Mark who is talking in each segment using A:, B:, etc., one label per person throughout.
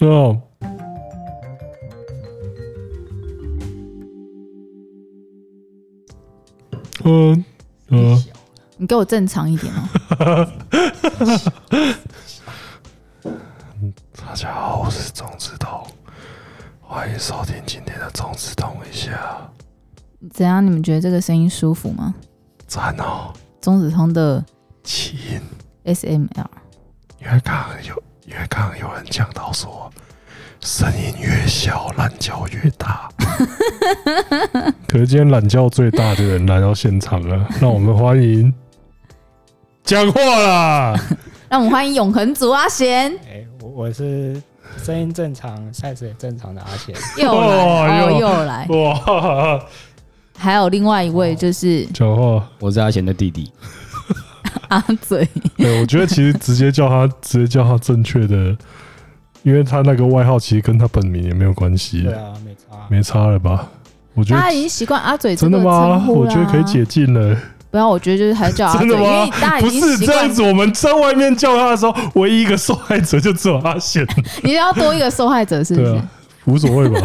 A: 哦，嗯嗯，
B: 你给我正常一点哦。
A: 大家好，我是钟子彤，欢迎收听今天的钟子彤一下，
B: 怎样？你们觉得这个声音舒服吗？
A: 赞哦，
B: 钟子通的
A: 起因，
B: SML，
A: 因为刚刚有，因为刚刚有人讲到说，声音越小，懒觉越大。 可是今天懒觉最大的人来到现场了，让我们欢迎讲话啦！
B: 让我们欢迎永恒族阿贤
C: 哎、我我是声音正常，size 也正常的阿 贤。
B: 又来，
A: 哦
B: 哦
A: 又
B: 又来，
A: 哇，
B: 还有另外一位就是
A: 讲话。
D: 我是阿贤的弟弟，
A: 哦
B: 阿嘴，
A: 哎对，我觉得其实直接叫他，直接叫他正确的，因为他那个外号其实跟他本名也没有关系
C: 对，啊，没差。
A: 没差了吧？我觉
B: 大家
A: 得
B: 已经习惯阿嘴这
A: 真
B: 个
A: 的
B: 称
A: 吗？
B: 呼啊
A: 我
B: 啦
A: 觉得可以解禁了。
B: 不要，我觉得就是还是叫阿嘴，
A: 真
B: 因
A: 的吗
B: 为大家
A: 不
B: 已经
A: 是
B: 习
A: 这样
B: 惯
A: 子，，我们在外面叫他的时候，唯一一个受害者就只有阿 显，
B: 你要多一个受害者是不
A: 对
B: 是
A: 啊？，无所谓 吧？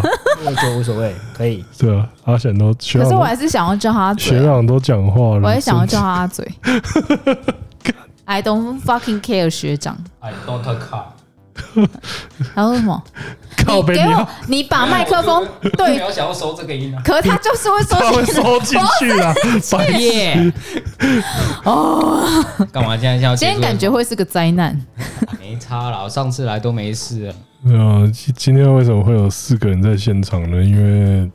C: 我觉得无所谓，可以。
A: 对啊，阿显都学
B: 可
A: 长
B: 是
A: 都
B: 我还是想要叫他阿嘴
A: 学
B: 啊，
A: 长都讲话了，
B: 我也想要叫
A: 真
B: 他阿 嘴。I don't fucking care 学长，
D: I don't care。
B: 他说什么？
A: 靠
B: 你
A: 背
B: 给
A: 你
B: 我
A: 要，
B: 你把啊麦克风对
D: 有想要收这个音啊。
B: 可他就是会说
A: 他会
B: 进来
A: 收进去啊了，白
D: 耶！哦，干嘛现在要 结
B: 今天
D: 束？
B: 感觉会是个灾难。
D: 没差啦，我上次来都没事了。
A: 没有，啊今今天为什么会有四个人在现场呢？因为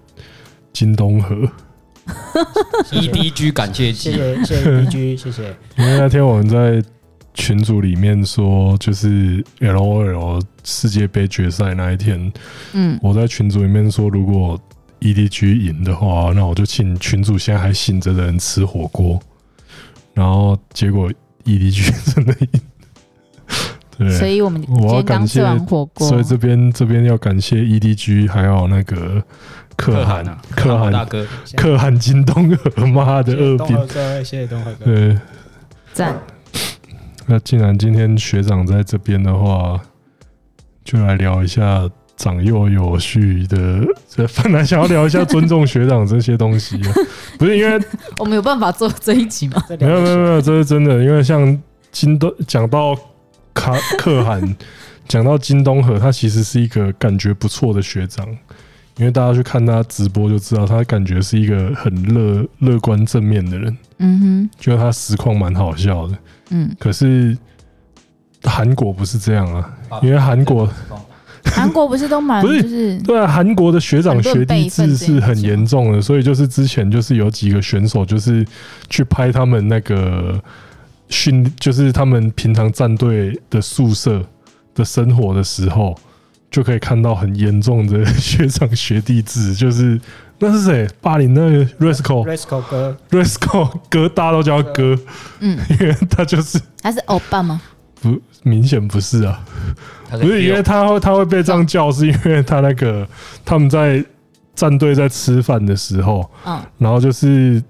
A: 金东河，
D: EDG E 感谢
C: 谢
D: 祭，
C: 谢谢谢 D G，谢谢。
A: 因为那天我们在群组里面说，就是 L O L 世界杯决赛那一天，
B: 嗯，
A: 我在群组里面说，如果 E D G 赢的话，那我就请群主现在还醒着的人吃火锅。然后结果 E D G 真的赢，
B: 所
A: 对，
B: 以我们
A: 我
B: 今
A: 要
B: 天
A: 感
B: 刚吃
A: 谢
B: 完火锅，
A: 所以这边这边要感谢 E D G，还有那个可汗
D: 啊，
A: 可汗
D: 大哥，
C: 谢谢
A: 可汗金东河，妈的
C: 谢谢
A: 二
C: 东
A: 兵
C: 河。哥，谢谢东河哥。
A: 对，
B: 赞。
A: 那既然今天学长在这边的话，就来聊一下长幼有序的。这本来想要聊一下尊重学长这些东西啊，不是因为
B: 我们有办法做这一集吗？
C: 这
A: 没
C: 两
A: 有没有
C: 个
A: 没有，这是真的，因为像金东讲到卡可汗，讲到金东河，他其实是一个感觉不错的学长。因为大家去看他直播就知道，他感觉是一个很乐乐观正面的人，
B: 嗯
A: 就是他实况蛮好笑的。
B: 哼，嗯，
A: 可是韩国不是这样啊，因为韩国
B: 韩国不是都蛮
A: 不是
B: 就是
A: 对啊，韩国的学长学弟制是很严重的，所以就是之前就是有几个选手就是去拍他们那个训，就是他们平常战队的宿舍的生活的时候，就可以看到很严重的学长学弟制，就是。那是谁？霸凌那个 Risco
C: Risco 哥，
A: Risco 哥，大家都叫他哥，
B: 嗯，
A: 因为 他就是
B: 还是欧巴吗？
A: 不明显不是啊，
D: 他
A: 不是因为他会他会被这样叫，是因为他那个他们在战队在吃饭的时候，
B: 嗯
A: 然后就是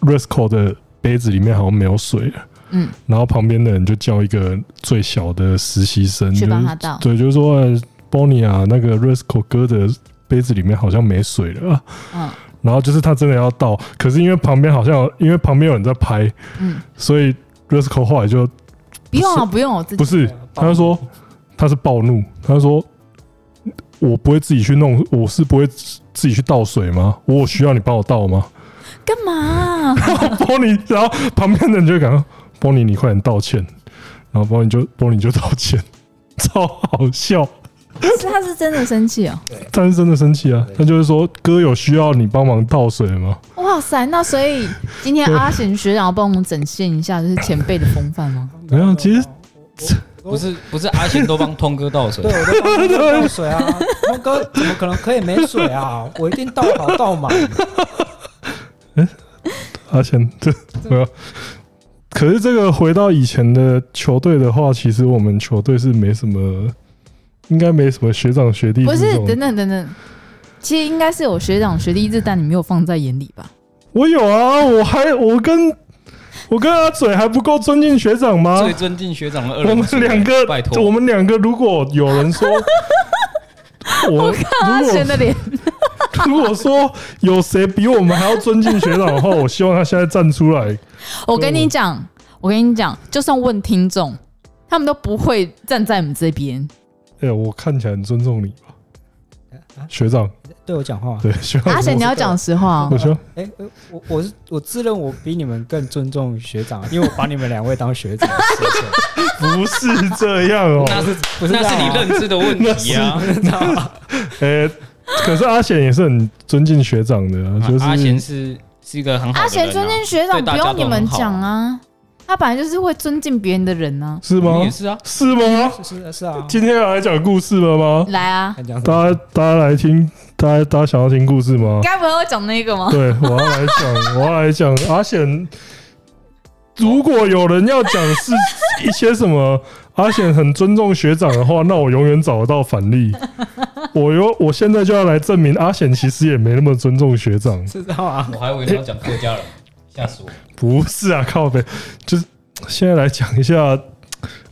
A: Risco 的杯子里面好像没有水了，
B: 嗯，
A: 然后旁边的人就叫一个最小的实习生，
B: 去
A: 就是
B: 帮他倒。
A: 对，就是说、呃、Bonnie 啊，那个 Risco 哥的杯子里面好像没水了、啊，
B: 嗯
A: 然后就是他真的要倒，可是因为旁边好像有因为旁边有人在拍，
B: 嗯，
A: 所以 Risco 后来就
B: 不用啊，不用，我自
A: 不
B: 己。
A: 是，他就说他是暴怒，他就说我不会自己去弄，我是不会自己去倒水吗？我有需要你帮我倒吗？
B: 干嘛？
A: 波尼，然后旁边的人就会感到波尼，你快点道歉。然后波尼就波尼就道歉， 超好笑。
B: 是他是真的生气哦。
A: 但是真的生气啊，他就是说哥有需要你帮忙倒水吗？
B: 哇塞，那所以今天
A: 啊
B: 阿贤学长要帮我们展现一下就是前辈的风范吗？
A: 没有哎其实
D: 不是不是阿贤都帮通哥 倒水
C: 对，，我都帮他倒水啊。东哥怎么可能可以没水啊？我一定倒好倒满。
A: 阿贤这没有。可是这个回到以前的球队的话，其实我们球队是没什么，应该没什么学长学弟
B: 不
A: 这
B: 是，
A: 种
B: 等等等等，其实应该是有学长学弟制，但你没有放在眼里吧？
A: 我有啊，我还我跟我跟阿嘴还不够尊敬学长吗？
D: 最尊敬学长的二
A: 啊我
D: 人
A: 们
D: 组
A: 两个
D: 拜，
A: 我
D: 托，
A: 们两个如果有人 说，我
B: 我看阿
A: 如果
B: 贤的脸，
A: 如果说有谁比我们还要尊敬学长的话，我希望他现在站出 来。
B: 我跟你讲，我跟你讲，就算问听众，他们都不会站在我们这边。
A: 哎、我看起来很尊重你吧，学长？
D: 啊
C: 对我讲话。
A: 对，学长。
B: 阿贤，你要讲实话
A: 我
B: 哦，
A: 说，
C: 哎、呃我我是我自认我比你们更尊重学长，因为我把你们两位 当学长，谢谢
A: 不是这样 哦、
D: 那是
C: 不是啊
D: 那是你认知的问 题啊。
C: 认知道吗？
A: 哎、可是阿贤也是很尊敬学长的、啊，就是、
D: 阿贤是是一个很好的人啊
B: 阿贤尊敬学长，
D: 对大
B: 不
D: 家都
B: 用你们讲啊，他本来就是会尊敬别人的人啊。
A: 是
D: 你
A: 吗
D: 也？是啊，
A: 是吗？
C: 是是是啊，
A: 今天要来讲故事了吗？
B: 来啊，
C: 还讲什么
A: 大家大家来听，大家大家想要听故事吗？
B: 该不会要讲那个吗？
A: 哦对，我要来讲，我要来讲阿显。如果有人要讲是一些什么阿显很尊重学长的话，那我永远找得到反例。我有，我现在就要来证明阿显其实也没那么尊重学长。
C: 是这样啊？
D: 我还以为你要讲客家人，吓死我！
A: 不是啊，靠北，就是现在来讲一下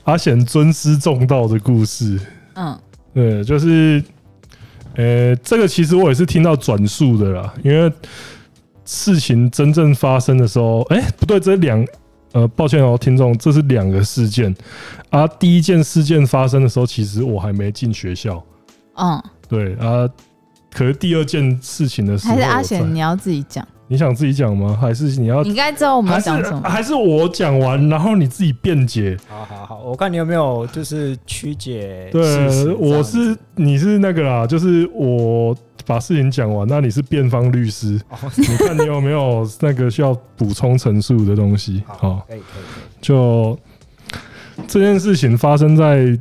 A: 阿显尊师重道的故事。
B: 嗯，
A: 对，就是，呃，这个其实我也是听到转述的啦，因为事情真正发生的时候，哎、不对，这两，呃，抱歉哦，听众，这是两个事件啊。第一件事件发生的时候，其实我还没进学校，
B: 嗯，
A: 对啊。可是第二件事情的时候
B: 还
A: 我
B: 是
A: 在，
B: 阿贤，你要自己讲，
A: 你想自己讲吗？还是你要
B: 你？应该知道我们
A: 还
B: 要
A: 是啊
B: 讲什么。
A: 哦还是我讲完，然后你自己辩解。
C: 好好好，我看你有没有就是曲解事实这
A: 对，
C: 样子
A: 我是你是那个啦，就是我把事情讲完，那你是辩方律师，
C: 哦，
A: 你看你有没有那个需要补充陈述的东西？好
C: 好，，可以可以可以，
A: 就这件事情发生在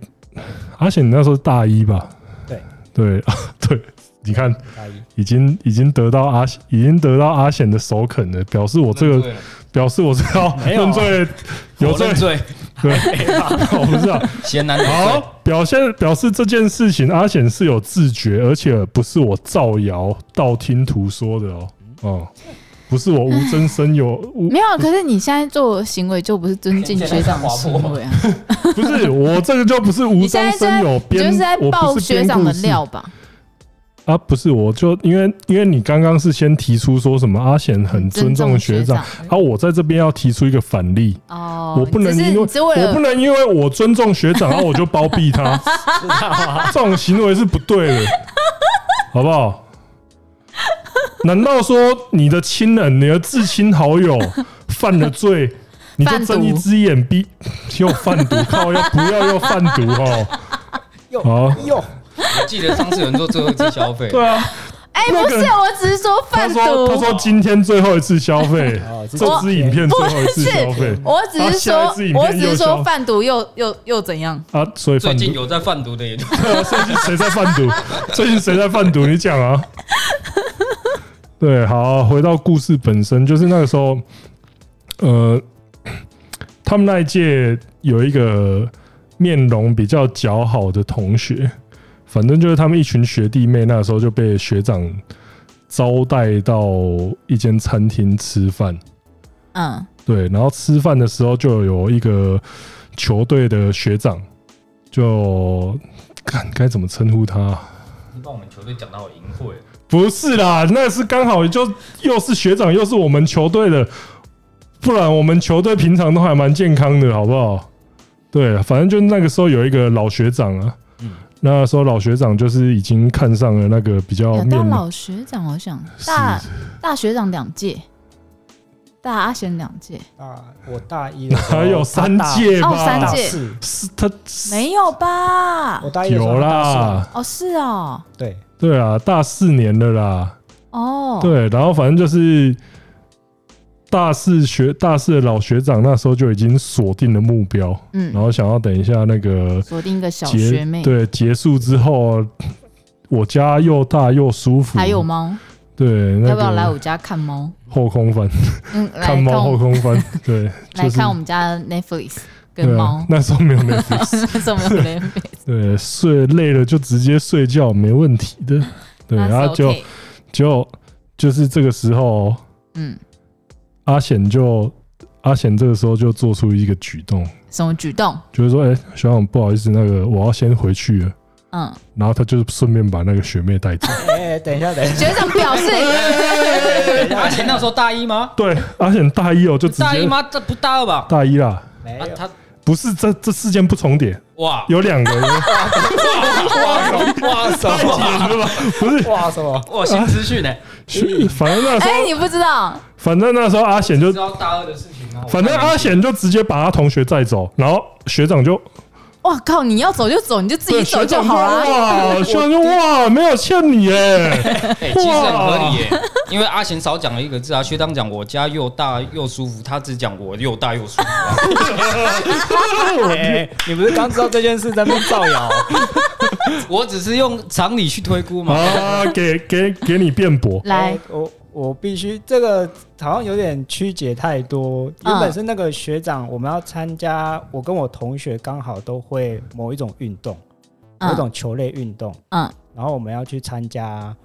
A: 阿显，你那时候是大一吧？
C: 对
A: 对 啊对，你看
C: 大一
A: 已经已经得到阿显已经得到阿显的首肯了，表示我这
D: 认
A: 个
D: 罪了
A: 表示我是要
C: 没有啊
A: 认罪，有
D: 我
A: 罪
D: 认罪，
A: 对，我 不是啊，
D: 贤男有罪，
A: 好，表现表示这件事情，阿显是有自觉，而且不是我造谣、道听途说的哦，
B: 嗯
A: 哦、不是我无中生有，无
B: 没有啊，可是你现在做的行为就不是尊敬学长的行 为啊！
A: 不是我这个就不是无
B: 你现
A: 中生
B: 在
A: 有，
B: 你就
A: 编
B: 是在
A: 我
B: 爆
A: 不是
B: 学
A: 编
B: 长的
A: 故事
B: 料吧？
A: 啊，不是，我就因为因为你刚刚是先提出说什么阿显很尊重学长，啊，我在这边要提出一个反例，
B: 哦，
A: 我不能
B: 只是
A: 因为
B: 你是为
A: 我不
B: 了
A: 能因为我尊重学长，然后我就包庇他，
C: 啊
A: 这种行为是不对的，好不好？难道说你的亲人、你的至亲好友犯了罪，你就
B: 贩毒
A: 睁一只眼闭又贩毒？靠，要不要又贩毒哦？
C: 又
A: 好，
C: 哟，
D: 我记得上次有人做最后一次消费，
A: 对啊，
B: 哎，
A: 那
B: 不
A: 个
B: 是，我只是说
A: 他
B: 贩
A: 说他
B: 毒，
A: 说今天最后一次消费，
C: 哦这
A: 这支影片最后一次消费
B: 我只是
A: 他
B: 说
A: 下一次影片，
B: 我只
A: 又
B: 是
A: 消
B: 说贩毒又又又怎样？
A: 啊，所以
D: 最
A: 贩毒
D: 近。有在贩毒的也就
A: 最近谁在贩毒？最近谁在贩毒？你讲啊。对，好，回到故事本身，就是那个时候，呃，他们那一届有一个面容比较姣好的同学，反正就是他们一群学弟妹，那时候就被学长招待到一间餐厅吃饭。
B: 嗯，
A: 对，然后吃饭的时候就有一个球队的学长，就看该怎么称呼他啊。
D: 你把我们球队讲到我淫秽，
A: 不是啦，那是刚好就又是学长，又是我们球队的，不然我们球队平常都还蛮健康的，好不好？对，反正就那个时候有一个老学长啊，
D: 嗯
A: 那时候老学长就是已经看上了那个比较
B: 有到
A: 哦面
B: 老学长，我想大大学长两届，大阿贤两届，
C: 啊，我大一的时候
A: 还有三，届吧，
B: 哦三
C: 他大
B: 届
C: 四，
A: 是他
B: 没有吧
C: 我？大一的时候
A: 有
C: 他大四
A: 啦，，
B: 哦，是哦，
C: 对，
A: 对啊，大四年了啦，
B: 哦，
A: 对，然后反正就是大四学大四的老学长那时候就已经锁定了目标，然
B: 嗯，
A: 后想要等一下那个
B: 锁定一个小学
A: 结
B: 妹，
A: 对结束之后，我家又大又舒服，
B: 还有猫，
A: 对，那
B: 要不要来
A: 个
B: 我家看猫？
A: 后空翻，
B: 嗯，来
A: 看猫
B: 我
A: 后空翻，对，
B: 来
A: 就是
B: 看我们家的 Netflix 跟
A: 对啊
B: 猫，
A: 那时候没有 Netflix，
B: 怎么有 Netflix？
A: 对，睡累了就直接睡觉，没问题 的，对，
B: 那是
A: 然后就
B: OK
A: 就就是这个时候。
B: 嗯，
A: 阿显就阿阿贤这个时候就做出一个举动，
B: 什么举动？
A: 就是说，哎、小勇不好意思，那个我要先回去了。
B: 嗯，
A: 然后他就顺便把那个学妹带走。
C: 哎、等一下，等一下，
B: 学长表 示
D: 嗯阿贤那时候大一吗？
A: 对，阿贤大一哦，就直接
D: 大一吗？这不大二吧？
A: 大一啦，
C: 没
D: 啊
C: 有，，
D: 他
A: 不是这这事件不重叠，
D: 哇
A: 有两 个，
D: 哇什么
A: 不是
C: 哇什么？
D: 哇新资讯呢？
A: 学，反正那时候，
B: 哎，你不知道，
A: 反正
B: 哎
A: 那时候阿贤就
D: 知，道大二的事情吗？啊
A: 反正阿贤就直接把他同学带走，然后学长就
B: 哇靠！你要走就走，你就自己
A: 对
B: 走
A: 学
B: 就
A: 长就
B: 好啊了。
A: 哇，学长就哇，没有欠你耶，
D: 哎，其实很合理耶，因为阿贤少讲了一个字啊。学长讲我家又大又舒服，他只讲我又大又舒服啊。
C: 哎、你不是刚知道这件事在那边造谣？
D: 我只是用常理去推估
C: 哦
D: 嘛。
A: 啊，给给给你辩驳，
B: 来，
C: 我我我必须这个好像有点曲解太多。原本是那个学长，我们要参加，我跟我同学刚好都会某一种运动，
A: 哎
C: 某
B: 嗯
C: 一种球类运动，
B: 嗯
C: 然后我们要去参加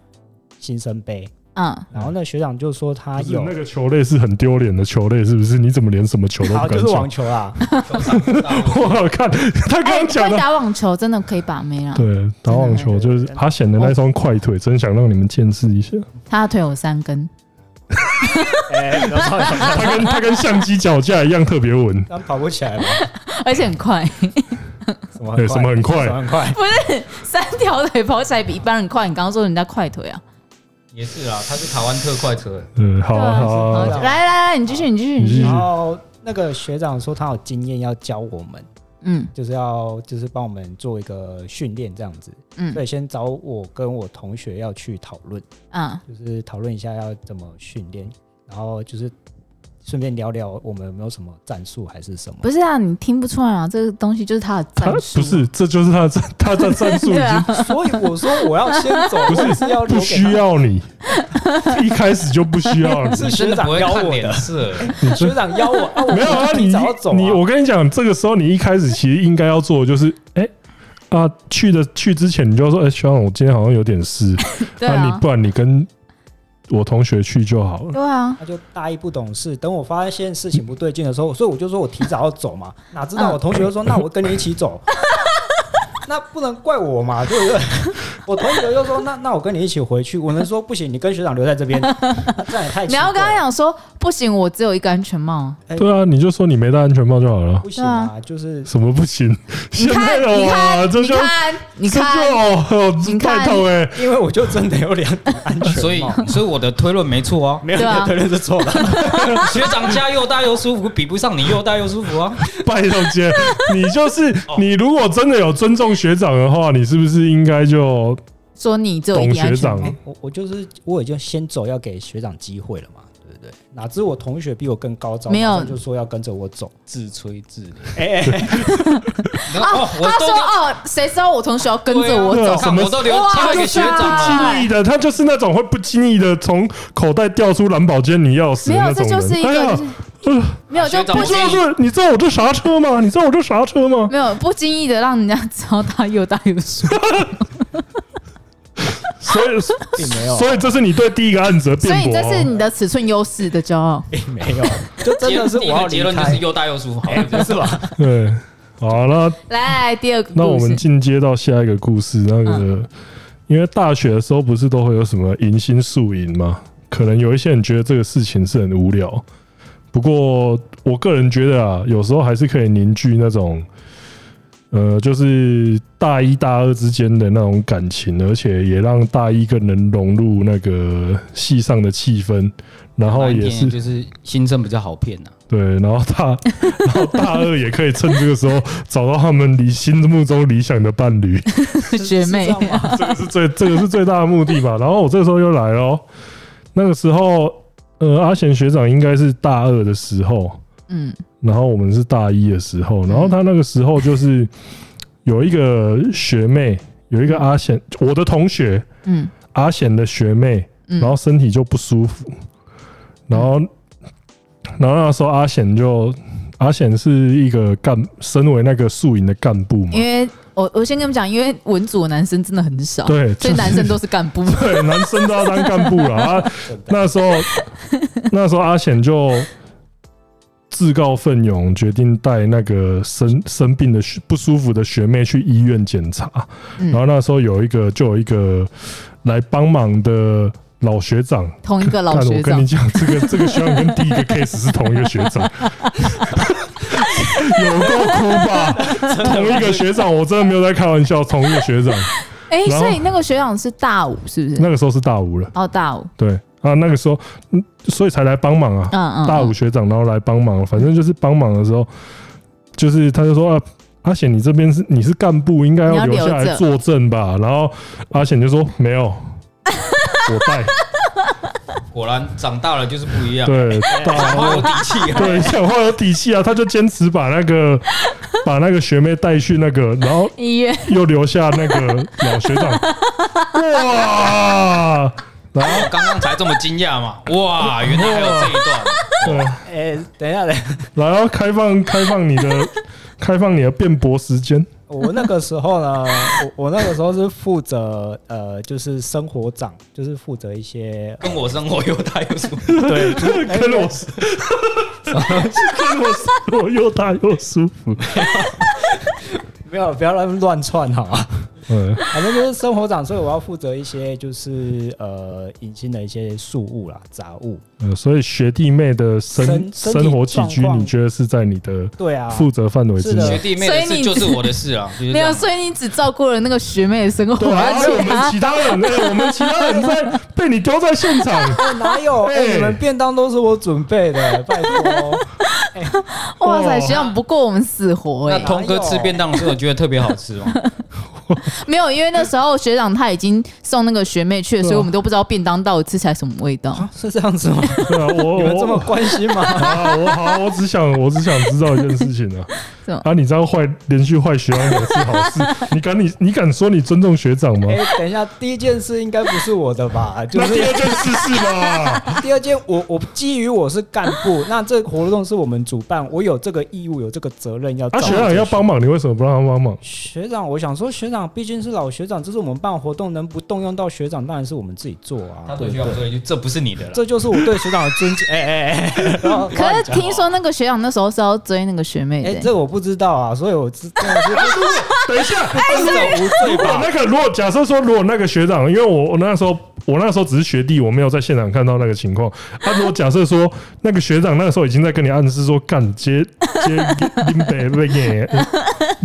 C: 新生杯，
B: 嗯，
C: 然后那学长就说他
A: 就是
C: 有
A: 那。个球类是很丢脸的球类，是不是？你怎么连什么球都
C: 好，
A: 不
C: 就
A: 敢
C: 是
A: 讲
C: 网？球啦，
A: 我看他刚
B: 哎，
A: 刚讲
B: 会
A: 的
B: 打网球真的可以把妹了。
A: 对，打网球就是阿显的那双快腿，真想让你们见识一下。
B: 他的腿有三根，
C: 哎，然后
A: 他跟他跟相机脚架一样特别稳，
C: 刚跑不起来嘛，
B: 而且很快，
C: 什 么
A: 对，
C: 很
A: 什么很
C: 快，什
A: 快
C: 么，很快，
B: 三条腿跑起来比一般人快。你刚刚说人家快腿啊？
D: 也是啊，他是台湾特快车。
A: 嗯，好啊好
B: 对
A: 啊，
B: 啊来来来，你继续，你继续，
A: 你
B: 你
A: 继续
B: 继续。
C: 然后那个学长说他有经验要教我们，
B: 嗯
C: 就是要就是帮我们做一个训练这样子，所
B: 嗯
C: 以先找我跟我同学要去讨论，
B: 嗯
C: 就是讨论一下要怎么训练，然后就是顺便聊聊我们有没有什么战术还是什么。
B: 不是啊，你听不出来啊，这个东西就是他的
A: 他
B: 战
A: 不
B: 术。
A: 是，这就是他的战他的战术已
B: 对
A: 经
B: 啊，
C: 所以我说我要先走，
A: 不
C: 我
A: 是
C: 是要留
A: 不
C: 给
A: 需
C: 他，
A: 要你，一开始就不需要你，
C: 是
D: 真
C: 学
D: 的
C: 长
D: 不会
C: 邀
D: 看
C: 我
D: 脸
C: 的，
D: 色，
C: 学长邀我，啊、我
A: 没有啊，
C: 我
A: 你
C: 提早走、啊
A: 你我跟你讲，这个时候你一开始其实应该要做的就是，哎啊，去的去之前你就说，哎，学长，我今天好像有点事，
B: 对
A: 那你
B: 啊，
A: 不然你跟我同学去就好了。
B: 对啊，
C: 他就大意不懂事。等我发现事情不对劲的时候，所以我就说我提早要 走嘛，哪知道我同学就说那我跟你一起走，
B: 嗯
C: 那不能怪我嘛，对不对？我同学就说那那我跟你一起回去，我能说不行，你跟学长留在 这边，那这样也太
B: 你
C: 奇怪
B: 要跟他
C: 了
B: 讲说，不行，我只有一个安全帽。
A: 对啊，你就说你没戴安全帽就好了。
C: 不行
B: 嗯
C: 啊，就是
A: 什么不行？
B: 你
A: 现在
B: 看，
A: 有
B: 你
A: 啊，
B: 看，
A: 这
B: 你
A: 就
B: 看，你
A: 这
B: 看，
A: 就哦哦，
B: 你看
A: 拜托哎，
C: 因为我就真的有两顶安全帽，
D: 所以
B: 啊
D: 所以我的推论没错啊。
C: 没有
B: 对啊
C: 你的推论是错的。
D: 学长家又大又舒服，比不上你又大又舒服 啊！
A: 拜托姐，你就是你，如果真的有尊重学长的话，你是不是应该就
B: 说你只有一
A: 懂
B: 个安
A: 学
B: 全
A: 长
B: 帽？
C: 我我就是我已经先走，要给学长机会了嘛，对不对？哪知我同学比我更高招，
B: 没有
C: 马上就说要跟着我走，
D: 自吹自擂。
C: 哎、哎哎啊
D: 哦，我
B: 他
D: 都
B: 说哦，谁知道我同学要跟着我
A: 对啊
B: 走
A: 什？么
D: 我都留交给学长啊
A: 不
D: 了。
A: 经意的？他就是那种会不经意的从口袋掉出蓝宝坚尼钥匙
B: 没
A: 的那
B: 有，这
A: 种
B: 就是一
A: 人。哎呀，
B: 个就是
A: 呃
B: 没有就
D: 学长
B: 不
D: 我
A: 你知
B: 经
A: 道
D: 建议
A: 这你知道我这啥车吗？你知道我这啥车吗？
B: 没有不经意的让人家知道他又大又 瘦。
A: 所以
C: 并没有，
A: 所以这是你对第一个案子的
B: 所
A: 辩
B: 以
A: 驳
B: 这是
A: 哦。
B: 你的尺寸优势的骄 傲。
C: 并 没有，就真的是我
D: 第一
C: 要
D: 个
C: 离
D: 结论就是
C: 开，哎
D: 又大又舒服，好了，
C: 是吧？
A: 对，好了，
B: 来来，来第二个
A: 那我
B: 故
A: 们
B: 事，嗯
A: 进阶到下一个故事，那个、因为大学的时候不是都会有什么迎新宿营嘛？可能有一些人觉得这个事情是很无聊，不过我个人觉得啊，有时候还是可以凝聚那种，呃，就是大一大二之间的那种感情，而且也让大一更能融入那个系上的气氛，然后也是
D: 就是新生比较好骗呐。啊
A: 对，然后大， 然后大二也可以趁这个时候找到他们理心目中理想的伴侣，
B: 学妹
C: 是这样吗
A: 这个是最这个是最大的目的吧。然后我这个时候又来咯，那个时候，呃，阿贤学长应该是大二的时候，
B: 嗯
A: 然后我们是大一的时候，然后他那个时候就是有一个学妹，有一个阿贤，我的同学，
B: 嗯
A: 阿贤的学妹，
B: 嗯，
A: 然后身体就不舒服，然后，然后那时候阿显就，阿显是一个干，身为那个宿营的干部嘛
B: 因，为我我先跟你们讲，因为文组的男生真的很少，
A: 对
B: 所以
A: 就是
B: 男生都是干 部。
A: 对，男生都要啊当干部了。啊，那时候，那时候阿显就自告奋勇决定带那个生生病的学不舒服的学妹去医院检查，
B: 嗯
A: 然后那时候有一个就有一个来帮忙的老学长，
B: 同一个老
A: 但
B: 学
A: 我跟你
B: 长，
A: 讲，这个这个学长跟第一个 case 是同一个学长， 有够哭吧？同一个学长，我真的没有在开玩笑，同一个学长，
B: 哎，
A: 然后
B: 所以那个学长是大五，是不是？
A: 那个时候是大五了，
B: 哦，大五，
A: 对啊，那个时候，嗯，所以才来帮忙啊，
B: 嗯嗯，
A: 大
B: 嗯
A: 五学长，然后来帮忙，反正就是帮忙的时候，就是他就说啊。阿显，你这边是你是干部，应该要
B: 你要
A: 留
B: 留
A: 下来
B: 着
A: 作证吧？然后阿显就说没有，我带。
D: 果然长大了就是不一样，
A: 对，大
D: 好有底气啊！
A: 对，讲话有底气啊，他就坚持把那个把那个学妹带去那个，然后
B: 医院，
A: 又留下那个老学长，哇！然后
D: 我刚刚才这么惊讶嘛，哇，原来还有这一段，
A: 对，
C: 哎、等一下，等一下，
A: 然后开放开放你的开放你的辩驳时间，
C: 我那个时候呢， 我我那个时候是负责呃，就是生活长，就是负责一些
D: 跟我生活有大有什么？
C: 对， 就是哎
A: 跟我跟我说我又大又舒服，
C: 不要不要乱乱窜哈，
A: 嗯，
C: 反正就是生活长，所以我要负责一些就是呃隐性的一些树物啦、杂物。
A: 呃所以学弟妹的生
C: 身身体
A: 生活起居，
C: 状况
A: 你觉得是在你的
C: 对啊，
A: 负责范围之
C: 是的
A: 内
D: 学？弟妹的
B: 所以
D: 事
B: 你
D: 就是我的事啊，就是这
B: 没有，
D: 样。
B: 所以你只照顾了那个学妹的生活，
A: 对啊，
B: 而
A: 我
B: 且
A: 们
B: 她
A: 其他人 呢？哎我们其他人在被你丢在现场，
C: 哎哪有？哎、
A: 哎
C: 你们便当都是我准备的，拜托。
B: 哇塞，
A: 哦
B: 学长不过我们死活
D: 那
B: 哎，
D: 通哥吃便当的时候，觉得特别好吃吗？
B: 没有，因为那时候学长他已经送那个学妹去了，
A: 对啊
B: 所以我们都不知道便当到底吃起来什么味 道。
C: 是这样子吗？
A: 对啊，我
C: 你们这么
A: 我
C: 关心 吗？
A: 啊，我好，我只 想我只想知道一件事情啊
B: 什么，
A: 啊，你这样坏连续坏学长两次好 事，你敢你你敢说你尊重学长吗
C: 哎、？等一下，第一件事应该不是我的吧？就
A: 那
C: 是
A: 第二件事是吧？
C: 第二件，我我基于我是干部，那这个活动是我们主办，我有这个义务，有这个责任要。
A: 啊，学长要。帮忙，你为什么不让他帮忙？
C: 学长，我想说，学长毕竟是老学长，这是我们办活动，能不动用到学长，当然是我们自己做
D: 他
C: 啊。
D: 回去要说一句：“这不是你的了。
C: 这就是我对学长的尊敬。哎哎 哎，然后
B: 可是听说那个学长那时候是要追那个学妹的、
C: 哎，这我不知道啊，所以我 知真的是
A: 等一下，
C: 真的无
A: 如
C: 罪
A: 果
C: 吧？
A: 哦那个如果假设说，如果那个学长，因为我我那时候我那时候只是学弟，我没有在现场看到那个情况。他、如果假设说那个学长那个时候已经在跟你暗示说干接接林北被给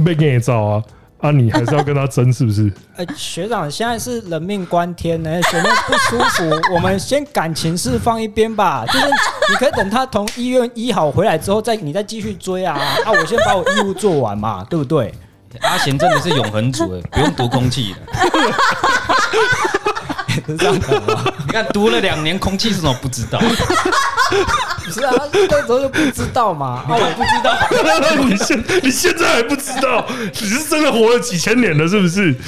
A: 被给找啊啊，你还是要跟他争是不是？
C: 呃，学长，现在是人命关天呢、学妹不舒服，我们先感情事放一边吧。就是你可以等他从医院医好回来之后再，你再继续追啊。啊，我先把我义务做完嘛，对不对？”
D: 阿贤真的是永恒族哎，不用读空气的。
C: 是这样讲吗？
D: 你看读了两年空气是什么不知道？
C: 不是啊，那时候就不知道嘛。啊，我不知道，
A: 你现你现在还不知道，你是真的活了几千年了是不是？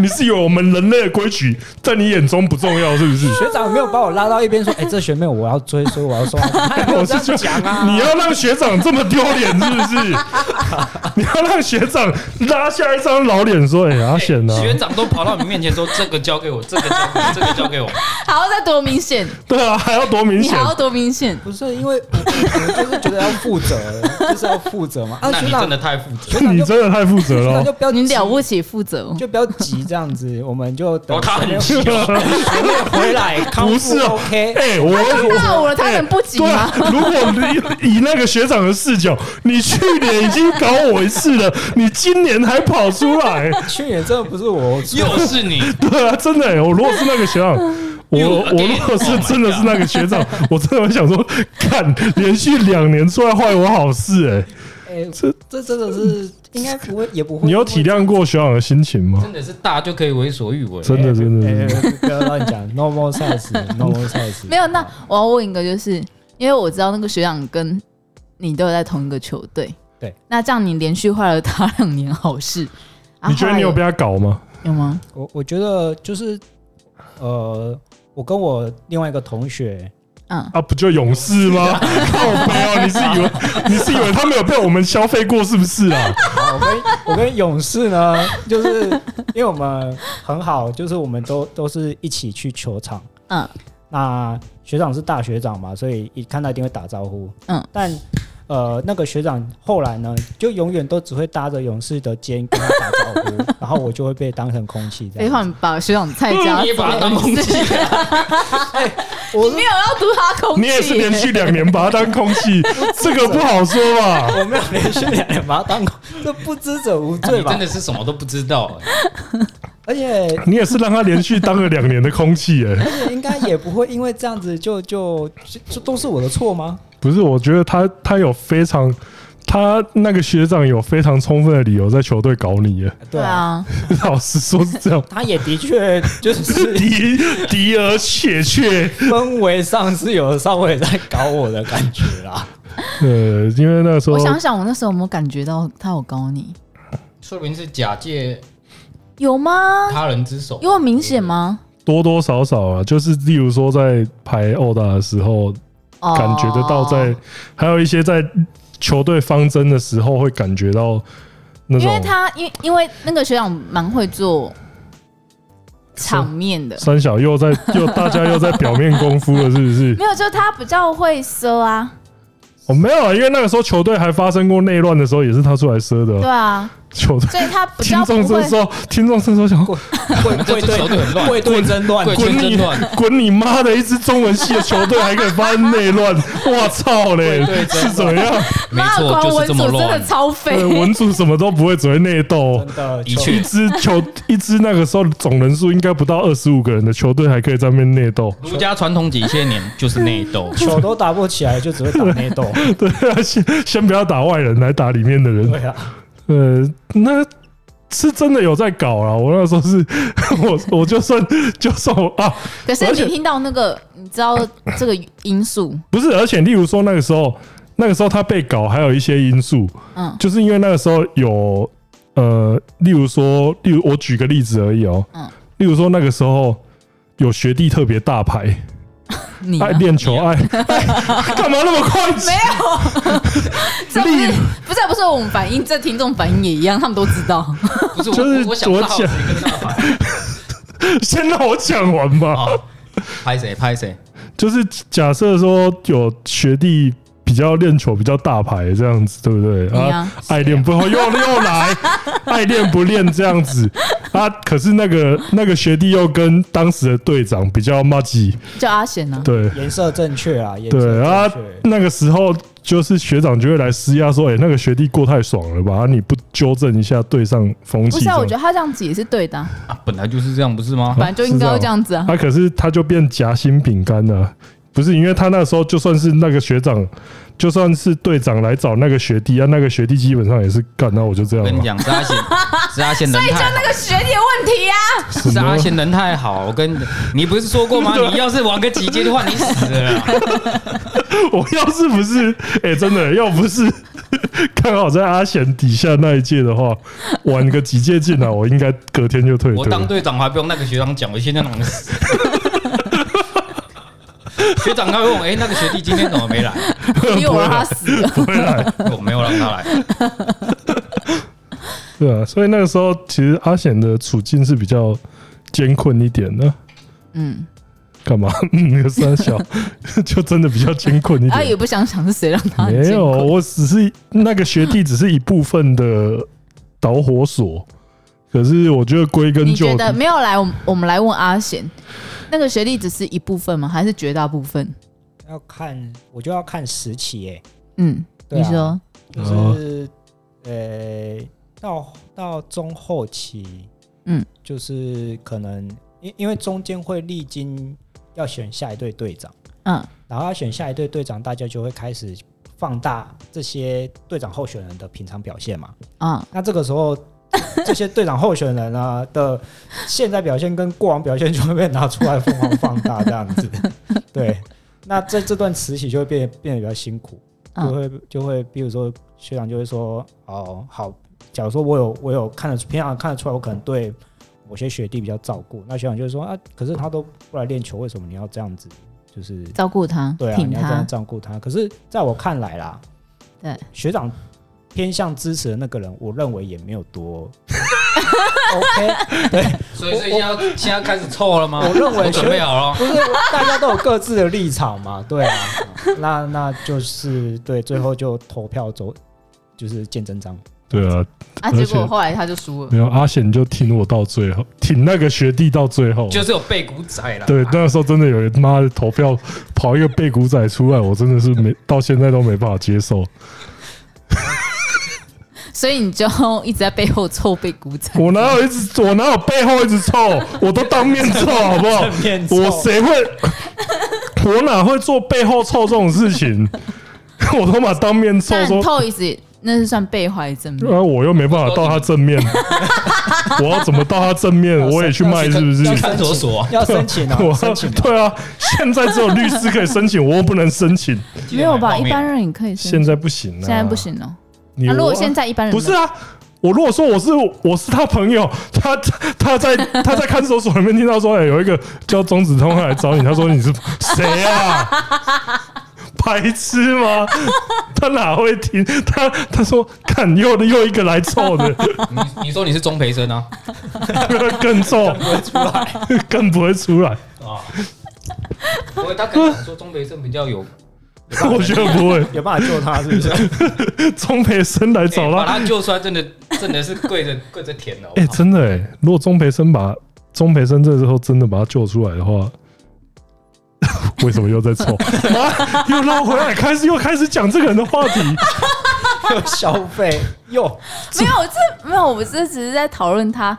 A: 你是有我们人类的规矩，在你眼中不重要是不是？
C: 学长没有把我拉到一边说，哎、这学妹我要追，所以我要说，他也没有
A: 我
C: 这
A: 是就
C: 样讲啊。
A: 你要让学长这么丢脸是不 是？你要让学长拉下一张老脸说：“哎、阿显呐、
D: 学长都跑到你面前说：“这个交给我，这个交给我，这个交给我。
B: 还要再多明显，
A: 对啊，还要多明
B: 你
A: 显
B: 还？要多明显。
C: 不是因为我我就是觉得要负责，就是要负责嘛。”啊，
D: 那
C: 学
D: 你
C: 长
D: 真的，太负责。
C: 学长
A: 你
C: 就
A: 真的太负责
C: 学
A: 了
C: 长就
A: 哦。
C: 不要
B: 你了
C: 急
B: 不起负责，哦
C: 就不要急这样子，我们就等
D: 哦，他很急哦。
C: 学妹回来康
A: 不
C: 复
A: 是哦
C: OK。
A: 哎、我
B: 那我了他能不急
A: 对
B: 吗
A: 啊？，如果你以那个学长的视角，你去年已经搞我一次了，你今年还跑出来，
C: 去年真的不是我 错，
D: 又是你，
A: 对啊，真的、欸，我如果是那个学 长，我
D: You
A: 我
D: again.
A: 如果是真的是那个学长，我真的会想说，看连续两年出来坏我好事、欸，哎，
C: 哎，
A: 这
C: 这这真的是应该不会，也不会。
A: 你有体谅过学长的心情吗？
D: 真的是大就可以为所欲为。
A: 真的，真的，真的，
C: 哎？不要乱讲，no more size，no more size。
B: 没有。那我要问一个，就是因为我知道那个学长跟你都有在同一个球队，
C: 对，
B: 那这样你连续坏了他两年好事，啊
C: 哎
A: 你觉得你有
B: 后来
A: 被他搞吗？
B: 有吗？
C: 我我觉得就是，呃，我跟我另外一个同学，
B: 嗯，
A: 啊，不就勇士 吗？
C: 哎
A: 靠背哦，你是以为你是以为他没有被我们消费过是不是啊？
C: 啊我跟我跟勇士呢，就是因为我们很好，就是我们都都是一起去球场。
B: 嗯，
C: 那学长是大学长嘛，所以一看到一定会打招呼。
B: 嗯，
C: 但呃，那个学长后来呢，就永远都只会搭着勇士的肩跟他打招呼，然后我就会被当成空气这
B: 废
C: 样。
B: 话，你把学长蔡家
D: 嗯你也把他当空 气
C: 我
D: 哎
B: 你没有要读他空气，
A: 你也是连续两年把它当空气，这个不好说吧？
C: 我没有连续两年把他当空，这不知者无罪
D: 你
C: 吧
D: 真？的是什么都不知道、欸，
C: 而且
A: 你也是让他连续当了两年的空气哎、
C: 而且应该也不会因为这样子就就就就都是我的错吗？
A: 不是，我觉得他他有非常，他那个学长有非常充分的理由在球队搞你耶。
B: 对，啊，
A: 老实说是这样，
C: 他也的确就是
A: 敌敌而且却，
C: 氛围上是有稍微在搞我的感觉 啦。
A: 呃，因为那个时候
B: 我想想，我那时候有没有感觉到他有搞你？
D: 说明是假借
B: 有吗？
D: 他人之手，
B: 有很明显？吗？
A: 多多少少啊，就是例如说在排殴打的时候，
B: 哦，
A: 感觉得到在，还有一些在球队方针的时候会感觉到那
B: 因为
A: 种
B: 他因因为那个学长蛮会做场面的，
A: 三小又在 又大家又在表面功夫了，是不是？
B: 没有，就他比较会收啊，
A: 哦，没有啊，因为那个时候球队还发生过内乱的时候，也是他出来赊的
B: 对
A: 啊、
B: 啊，
A: 球队。
B: 所以他比
A: 听
B: 较
A: 众哦
B: 不
A: 这
B: 会
A: 时候，听众这时候想，
C: 贵
D: 这
C: 贵
D: 支球队很
C: 队
D: 乱，
C: 贵队真乱
D: 贵，
A: 滚
D: 圈
A: 你
D: 真 乱，
A: 滚你妈的！一支中文系的球队还可以发生内乱，我操嘞
D: 对对，
A: 是
D: 真的
A: 怎么样？
D: 没
B: 妈的
D: 错，
B: 光文
D: 就是
B: 组
D: 这么
B: 真
D: 乱
B: 的。超
A: 对，
B: 废，
A: 文组什么都不会，只会内斗
C: 真。的
D: 的
C: 球，
D: 确
A: 一支球，一支那个时候总人数应该不到二十五个人的球队，还可以在那边内斗。
D: 儒家传统几千年就是内斗
C: 球都打不起来，就只会打内斗。
A: 对啊，先先不要打外人，来打里面的人。
C: 对啊，
A: 呃，那是真的有在搞啊！我那时候是， 我我就算就算我啊，
B: 可是
A: 而且
B: 你听到那个，你知道这个因素，
A: 不是，而且例如说那个时候，那个时候他被搞，还有一些因素，
B: 嗯
A: 就是因为那个时候有呃，例如说，例如我举个例子而已哦，
B: 嗯
A: 例如说那个时候有学弟特别大牌，
B: 你
A: 爱
B: 啊
A: 练球爱，哎 干嘛那么快？
B: 没有，这不是啊不是不是我们反应，这听众反应也一样，他们都知 道。
D: 不是
A: 就是
D: 我我想不到
A: 我
D: 谁
A: 讲
D: 跟他反
A: 先让我讲完吧。
B: 哦
D: 啊，拍谁拍谁，
A: 就是假设说有学弟比较练球比较大牌这样子，对不对？
B: 你啊
A: 爱练不好又又 来，爱练不练这样子啊。可是那个那个学弟又跟当时的队长比较骂鸡，
B: 叫阿贤啊，
A: 对
C: 颜色正确啊，颜色
A: 对啊
C: 正确。。
A: 那个时候就是学长就会来施压说：“哎、那个学弟过太爽了吧？啊你不纠正一下队上风
B: 不
A: 气。”
B: 是啊，我觉得他这样子也是对的啊，
D: 啊本来就是这样，不是吗？
B: 本来就应该要这样子啊。
A: 啊，可是他就变夹心饼干了，不是因为他那时候就算是那个学长，就算是队长来找那个学弟啊，那个学弟基本上也是干，那我就这
D: 我
A: 样
D: 跟你
A: 了。
D: 讲，是阿贤，是阿贤人
B: 所以就
D: 太
B: 哎那个学历的问题啊，
A: 什
D: 是
A: 么
D: 阿贤人太好。我跟你，你不是说过吗？你要是玩个几阶的话，你死了。
A: 我要是不是，哎、真的要不是 刚好在阿贤底下那一届的话，晚个几届进来，我应该隔天就退
D: 我
A: 队
D: 当
A: 了。
D: 队长还不用那个学长讲，我现在那种死。 学长刚问我，哎、那个学弟今天怎么没来？
B: 因为我让他死了。
A: 不会来，
D: 我没有让他来。
A: 对啊，所以那个时候其实阿贤的处境是比较艰困一点的。
B: 嗯，
A: 干嘛？ 嗯，有三小 就真的比较艰困一点。
B: 他啊也不想想是谁让他啊很
A: 没
B: 艰
A: 有，
B: 苦
A: 我只是那个学弟，只是一部分的导火索。可是我觉得归根
B: 你
A: 究
B: 觉
A: 底
B: 得，没有来，我们我们来问阿贤，那个学历只是一部分吗？还是绝大部分？
C: 要看，我就要看时期哎，
B: 嗯，
C: 对
B: 你
C: 啊
B: 说
C: 就是呃，到到中后期，
B: 嗯，
C: 就是可能因因为中间会历经要选下一队队长，
B: 嗯
C: 然后要选下一队队长，大家就会开始放大这些队长候选人的平常表现嘛。
B: 啊，
C: 那这个时候， 这些队长候选人啊的现在表现跟过往表现就会被拿出来疯狂放大这样子。对，那这这段时期就会变变得比较辛苦，
B: 嗯
C: 就会就会比如说学长就会说哦好，假如说我有我有看得平常看得出来，我可能对某些学弟比较照顾，那学长就会说啊，可是他都不来练球，为什么你要这样子？就是
B: 照顾他，
C: 对啊，
B: 挺
C: 你要这
B: 他
C: 样，照顾他。可是在我看来啦，
B: 对
C: 学长偏向支持的那个人，我认为也没有多 OK，
D: 所以所以现在现在开始凑了吗？
C: 我认为
D: 我准备好
A: 哦
D: 了。
C: 不是大家都有各自的立场嘛？对啊，那那就是对，最后就投票走，就是见真章。
A: 对啊，
B: 啊，结果后来他就输了
A: 没。有阿显就挺我到最后，挺那个学弟到最后，
D: 就是有背骨仔啦。
A: 对，那个时候真的有人妈的投票跑一个背骨仔出来，我真的是没到现在都没办法接受。
B: 所以你就一直在背后臭背古仔。
A: 我哪有一直，我哪有背后一直臭，我都当面臭，好不好？
C: 正面臭
A: 我谁会？ 我哪会做背后臭这种事情？ 我他妈当面臭
B: 但
A: 说，
B: 透一直那是算被怀症吗？
A: 啊，我又没办法到他正面， 我要怎么到他正面？我也去卖是不是？
D: 要看守所啊
C: 要申请 啊，
A: 我
C: 申请啊。
A: 对啊，现在只有律师可以申请，我又不能申请，
B: 没有吧？
D: 今天买泡面
B: 一般人也可以申
A: 现
B: 请，
A: 在不行啊，
B: 现在不。行哦。
A: 你
B: 那如
A: 我
B: 果现在一般人
A: 不是啊，我如果说我是我是他朋友， 他他他在他在看守所里面听到说，哎、有一个叫钟子通来找你，他说你是谁啊？ 白痴吗？他哪会听？他他说看又又一个来凑的，
D: 你你说你是钟培生啊？
A: 更凑，更不会出来。
D: 啊，不会，他可能说钟培生比较有，
A: 我觉得不会，
C: 有办法救他是不是？
A: 钟培生来找
D: 欸
A: 他
D: 把，他救出来，真的真的是跪着跪着舔了。
A: 哎、
D: 哎，
A: 真的哎、如果钟培生把钟培生这时候真的把他救出来的话， 为什么又在凑？啊，又绕回来，开始又开始讲这个人的话题。
C: 有消费哟，
B: 没有，这没有，我这只是在讨论他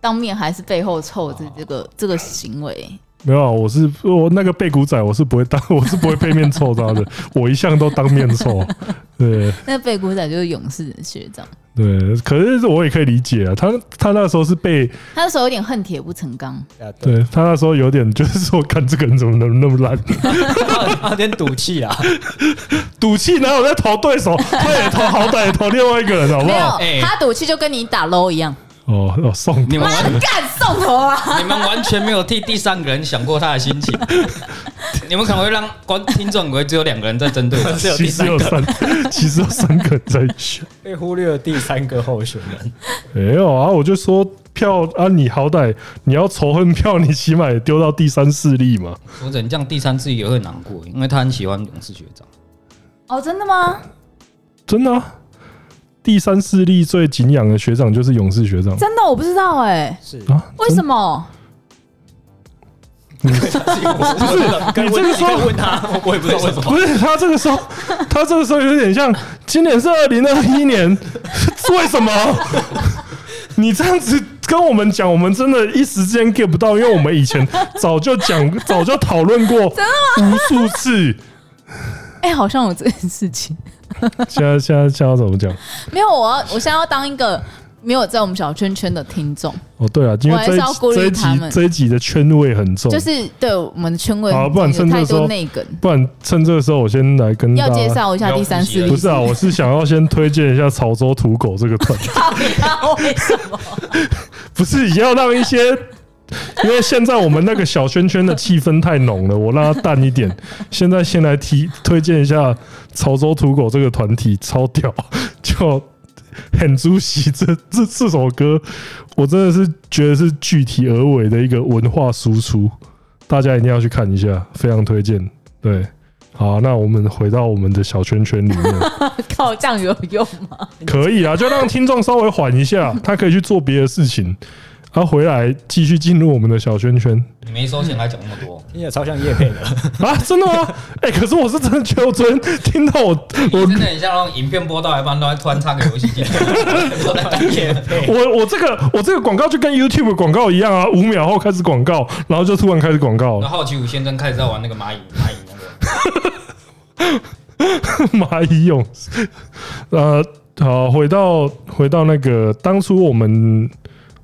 B: 当面还是背后臭这这
A: 哦
B: 个这个行为。
A: 没有啊，我是我那个背骨仔，我是不会当，我是不会背面凑他的， 我一向都当面凑。对
B: 那背古仔就是勇士的学长，
A: 对，可是我也可以理解啊，他他那时候是被，
B: 他那时候有点恨铁不成钢。
C: 啊对，
A: 对他那时候有点就是说，看这个人怎么能那么烂，
C: 他有点赌气啊啦。
A: 赌气哪有在投对手，他也投，好歹也投另外一个人，好不
B: 没有
A: 好？，
D: 哎
B: 他赌气就跟你打 low 一样，
A: 哦哦，送
D: 你们
B: 妈
D: 完
B: 干送 头啊！
D: 你们完全没有替第三个人想过他的心 情，你们可能会让观听众以为只有两个人在针对他。
A: 其实有三，其实有三个在选。
C: 被忽略的第三个候选人，
A: 没有啊，我就说票啊，你好歹你要仇恨票，你起码也丢到第三势力嘛。
D: 说真的，这样第三次也会难过，因为他很喜欢勇士学长。
B: 哦，真的吗？
A: 真的啊、第三势力最敬仰的学长就是勇士学长
B: 真的我不知道哎，
C: 是
A: 啊。
B: 为什么？
D: 不
A: 是你这个时候
D: 问他，我也不知道为什
A: 真
D: 么。
A: 不是他这个时 候，他这个时候有点像，今年是二零二一年， 为什么？你这样子跟我们讲，我们真的一时之间 get 不到，因为我们以前早就讲，早就讨论 过无数次。嗯
B: 哎，好像有这件事情。
A: 现在现在现在要怎么讲？
B: 没有，我要我现在要当一个没有在我们小圈圈的听众，
A: 哦，对啊，因
B: 我
A: 为
B: 还
A: 这
B: 是
A: 一
B: 要顾虑
A: 这一
B: 他
A: 集
B: 们
A: 这一集的圈位很重，
B: 就是对我们的圈位
A: 好不然
B: 有
A: 趁这
B: 太
A: 个时候
B: 多内梗，
A: 不然趁这个时候我先来跟大
B: 要介
A: 家。
B: 绍一下第三势力。
A: 不是啊，我是想要先推荐一下潮州土狗这个团，
B: 为什么？
A: 不是也要让一些，因为现在我们那个小圈圈的气氛太浓了，我让它淡一点。现在先来提推荐一下潮州土狗这个团体，超屌，叫很主席这这这首歌，我真的是觉得是具体而为的一个文化输出，大家一定要去看一下，非常推荐。对，好，那我们回到我们的小圈圈里面。
B: 靠酱有用吗？
A: 可以啊，就让听众稍微缓一下，他可以去做别的事情，他回来继续进入我们的小圈圈
D: 你没收钱还讲那么多，
C: 你也超像叶佩的，
A: 啊！真的吗？哎、可是我是真的觉得，我昨天听到我
D: 你
A: 我
D: 真的很像那种影片播到一半，都突然插个游戏进来，都在打
C: 叶佩
A: 我我这个我这个广告就跟 YouTube 广告一样啊，五秒后开始广告，然后就突然开始广告
D: 然，后好奇五先生开始在玩那个蚂蚁蚂蚁那个，
A: 蚂蚁勇士。呃，好，回到回到那个当初我们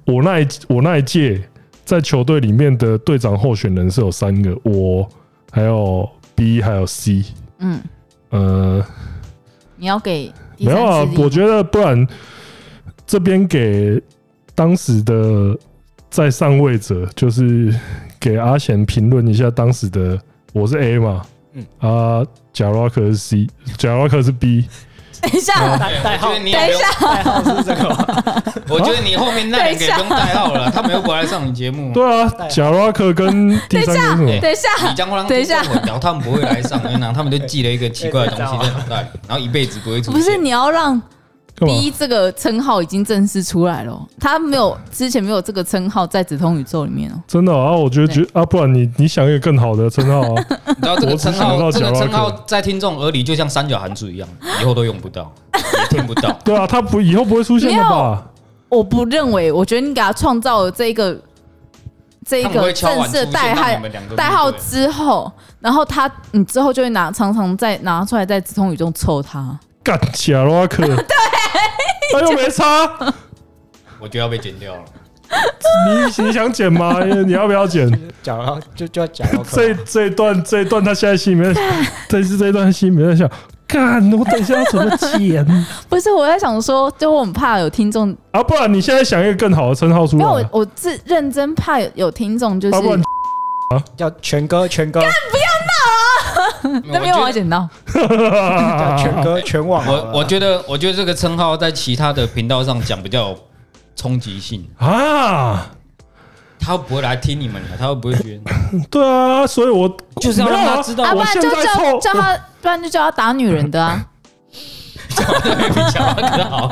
A: 我那一我那一届在球队里面的队长候选人是有三个，我还有 B 还有 C。
B: 嗯，
A: 呃，
B: 你要给第
A: 没
B: 三
A: 有啊
B: 势，力
A: 我觉得不然这边给当时的在上位者，就是给阿贤评论一下当时的，我是 A 嘛，
C: 嗯
A: 啊，贾洛克是 C，贾洛克是 B，
B: 等一下，
D: 对
C: 代代号
D: 哎我觉得你也
B: 等
D: 不
B: 一
D: 用
B: 下，
C: 代号是这个吗，
D: 我觉得你后面那两个也不用代号了，他们又不来上你节目。
A: 对啊
C: 对
A: 贾拉克跟第三个是什么
D: 对？
B: 等一
D: 你
B: 下，
D: 将会让
B: 等一下
D: 听众混淆，他们不会来上，因为他们就记了一个奇怪的东西在脑袋里，然后一辈子不会出现。
B: 不是你要让
A: 干嘛？
B: B 这个称号已经正式出来了哦，他没有之前没有这个称号在紫通宇宙里面哦。
A: 真的啊，啊我觉得觉啊，不然你你想一个更好的称号啊？
D: 你知道这个称号，
A: 我只
D: 这
A: 想到
D: 个
A: 角
D: 称
A: 落
D: 号
A: 壳
D: 在听众耳里就像三角函数一样，以后都用不到，也听不到。
A: 对啊，他不以后不会出现的吧？
B: 我不认为，我觉得你给他创造了这一个这一
D: 他们
B: 个
D: 会敲
B: 正
D: 碗出
B: 式
D: 现，
B: 的代
D: 让你
B: 号
D: 们两个
B: 代号
D: 对
B: 之后，然后他你之后就会拿常常再拿出来在紫通宇宙抽他。
A: 干贾拉克，对，哎又没差，
D: 我觉得要被剪掉了。
A: 你你想剪吗？你要不要剪？
C: 讲到就就要讲 到可
A: 这
C: 能
A: 这一段这一段他现在心里面，这是这一段心里面在想，干，我等一下要怎么剪
B: 不是，我在想说，就我很怕有听众，
A: 啊？不然你现在想一个更好的称号出
B: 因为
A: 来
B: 我
A: 啊，
B: 我是认真怕有有听众就是
A: 啊不然
C: 叫全哥全哥
B: 那边我要剪到，
C: 叫全哥全网好了
D: 我我觉得，我觉得这个称号在其他的频道上讲比较有冲击性，
A: 啊。
D: 他不会来听你们的，他会不会觉得？
A: 对啊，所以我
D: 就是要
A: 没有
D: 让他
A: 啊
D: 知道
B: 啊，不
A: 我
B: 然
A: 现
B: 就
A: 在
B: 叫
A: 凑
B: 叫 他，不然就叫他打女人的啊。
D: 比较更好，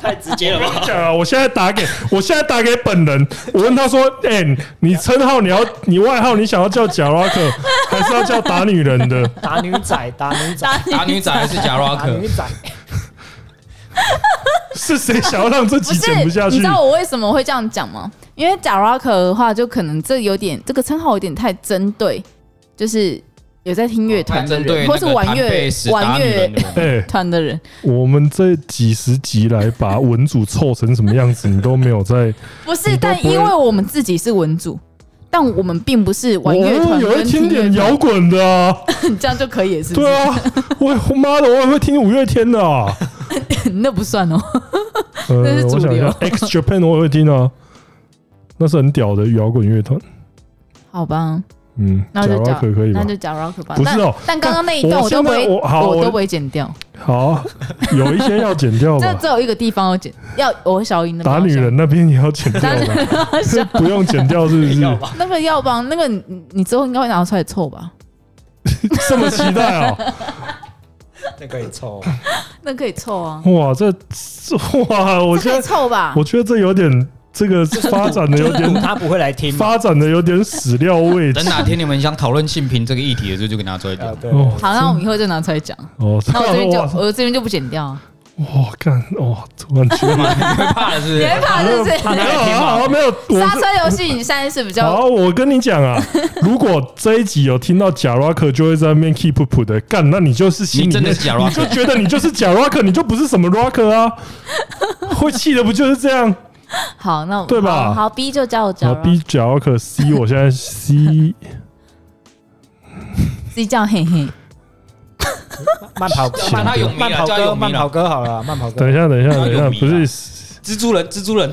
C: 太直接了吧？
A: 讲 啊！我现在打给，我现在打给本人，我问他说：“哎、你称号你要，你外号你想要叫贾拉克，还是要叫打女人的
C: 打女仔，打女仔，
D: 打女仔还是假 rock？
C: 打女仔，
A: 是谁想要让自己
B: 是，
A: 剪不下
B: 你
A: 去
B: 知？道我为什么会这样讲吗？因为假 rock 的话，就可能这有点这个称号有点太针对，就是有在听乐团的
D: 针
B: 人，
D: 对
B: 或是玩乐玩乐
A: 哎、
B: 团的人，
A: 我们这几十集来把文组凑成什么样子，你都没有在。
B: 不是
A: 你。都不会
B: 但因为我们自己是文组，但我们并不是 玩乐
A: 我
B: 团
A: 哦嗯有会
B: 跟
A: 听
B: 听
A: 点
B: 乐
A: 摇
B: 团，
A: 滚的啊，
B: 这样就可以了，是不
A: 对
B: 是？
A: 啊，我我妈的，我也会听五月天的啊。
B: 那不算哦。 那
A: 呃
B: 是，主
A: 我想一下
B: 流
A: ，X Japan 我也会听啊，那是很屌的摇滚乐团。
B: 好吧，
A: 嗯，
B: 那就
A: 拉
B: 假
A: 可可以吧
B: 那？就假 rock 吧。
A: 不是哦
B: 但但刚刚那一段
A: 我
B: 都
A: 现
B: 不
A: 在
B: 会，
A: 我好
B: 我
A: 我
B: 都不会剪掉，
A: 好，有一些要剪掉
B: 这
A: 吧
B: 只。有一个地方要剪，要我小英的
A: 打女人那边也要剪 掉
B: 打女
A: 吧？不用剪掉是不是？
C: 要吧？
B: 那个要不然那个你你之后应该会拿出来凑吧？
A: 这么期待啊！
C: 那可以抽，
B: 那可以凑啊，
A: 哇，这这哇，我
B: 这
A: 觉
B: 可以
A: 得
B: 凑吧
A: 我？觉得这有点这个发展的有
C: 就是
A: 点
C: 他不会来听嘛。
A: 发展的有点始料未及
D: 等哪天你们想讨论性平这个议题的时候，就给拿出来
C: 啊
D: 讲。
C: 对，
A: 哦
B: 好，那我们以后就拿出 来讲。
A: 哦。
B: 那我这边就
A: 哇
B: 我这边就不剪掉啊，
A: 哇，干哇，突然觉得
D: 你会怕了是不
B: 你
D: 是
B: 害？怕是不是？
A: 没有好
C: 哦
A: 好没有我
B: 刹车游戏你现在是比较
A: 好，我跟你讲 啊，如果这一集有听到贾 rock，就会在那边 keep up 的干，那你就是心里
D: 你
A: 面
D: 真的是假
A: 你
D: rock？
A: 就觉得你就是假 rock，你就不是什么 rock 啊，会气的不就是这样？
B: 好，那我
A: 对吧
B: 好好，B 就叫我
A: 然
B: 讲
A: 后 B 假 rock，C 我现在 C
B: ，C 叫嘿 嘿。
C: 慢 跑
D: 要不然他有迷了
C: 慢跑
D: 叫他有啊
C: 哥，
D: 迷
C: 慢
D: 了
C: 跑哥好了，慢跑
A: 等一
C: 哥。
A: 下，等一下，
D: 然后
A: 等一
D: 有
A: 下，
D: 米啊
A: 不是
D: 蜘蛛人，蜘蛛人，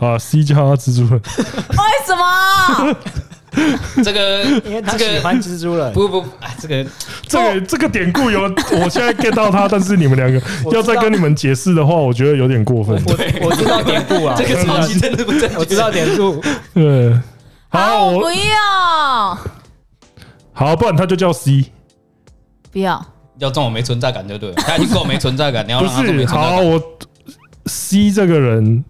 A: 啊，C 叫他蜘蛛人，
B: 为 什么？
D: 这个
C: 因为他
D: 这个
C: 喜欢蜘蛛人，
D: 不不，哎，这个
A: 这
C: 哦
A: 个这个典故有， 我现在 get 到他，但是你们两个
C: 我知
A: 要
C: 道
A: 再跟你们解释的话，我觉得有点过
C: 我
A: 分。
C: 我我知道典故啊，
D: 这个超级真的不正确。
C: 我知道典 故，
A: 对，
B: 好，
A: 好，
B: 我不
A: 我
B: 要，
A: 好，不然他就叫 C，
B: 不要。
D: 要这种没存在感就对了，他已经够没存在感，你要
A: 不
D: 让他这么
A: 是
D: 没存在
A: 好，
D: 感。
A: 我 C 这个人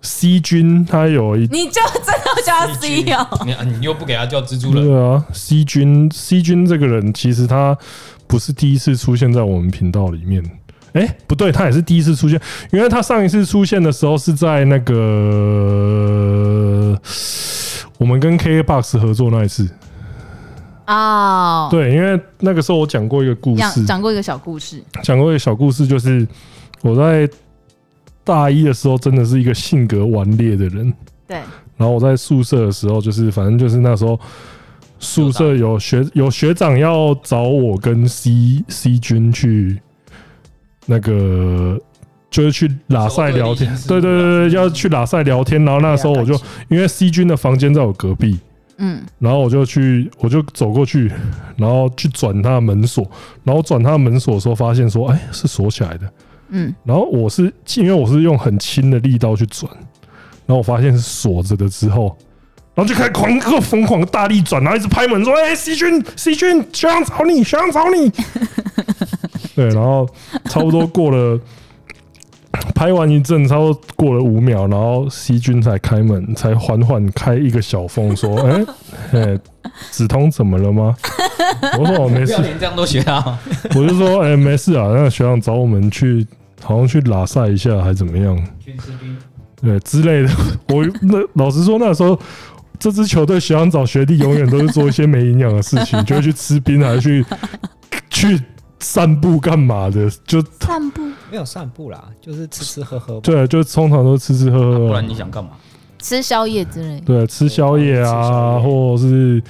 A: ，C 君他有一
B: 你就真的叫 C 哦，
D: 你啊你又不给他叫蜘蛛人，
A: 对啊，C 君 C 君这个人，其实他不是第一次出现在我们频道里面。哎、不对，他也是第一次出现，因为他上一次出现的时候是在那个我们跟 KKBOX 合作那一次。
B: 哦，
A: 对，因为那个时候我讲过一个故
B: 讲
A: 事，
B: 讲过一个小故事，
A: 讲过一个小故事，就是我在大一的时候真的是一个性格顽劣的人，
B: 对，
A: 然后我在宿舍的时候，就是反正就是那时候宿舍有
B: 嗯
A: 学有学长要找我跟 C C 君去那个。就是去拉塞聊天，
D: 首
A: 对
D: 尔
A: 对
D: 的
A: 对
D: 一些事
A: 对，
D: 情
A: 要去拉塞聊天。然后那时候我就因为 C 君的房间在我隔壁，
B: 嗯，
A: 然后我就去，我就走过去， 然后去转他的门锁，然后转他的门锁的时候，发现说，哎、是锁起来的。
B: 嗯，
A: 然后我是因为我是用很轻的力道去转，然后我发现是锁着的之后，然后就开始狂各疯狂地大力转，然后一直拍门说：“哎、c 君，C 君，学长找你，学长找你。” 对，然后差不多过了。拍完一阵，差不多过了五秒，然后 C 君才开门，才缓缓开一个小缝，说：“哎、哎，子通怎么了吗？” 我说：“我、哦没
D: 不
A: 事
D: 要。”连这样都学啊到，
A: 我就说，哎、没事啊，那个学长找我们去，好像去拉萨一下，还怎么样？
D: 军师兵
A: 对之类的。 我那老实说，那时候这支球队学长找学弟，永远都是做一些没营养的事情，就会去吃冰，还去去散步干嘛的？就
B: 散步
C: 没有散步啦，就是吃吃喝 喝吧。
A: 对，啊就通常都吃吃喝喝，啊
D: 啊不然你想干嘛？
B: 吃宵夜之类。
A: 对，啊吃宵夜
C: 吃
A: 啊，
C: 宵夜
A: 或者是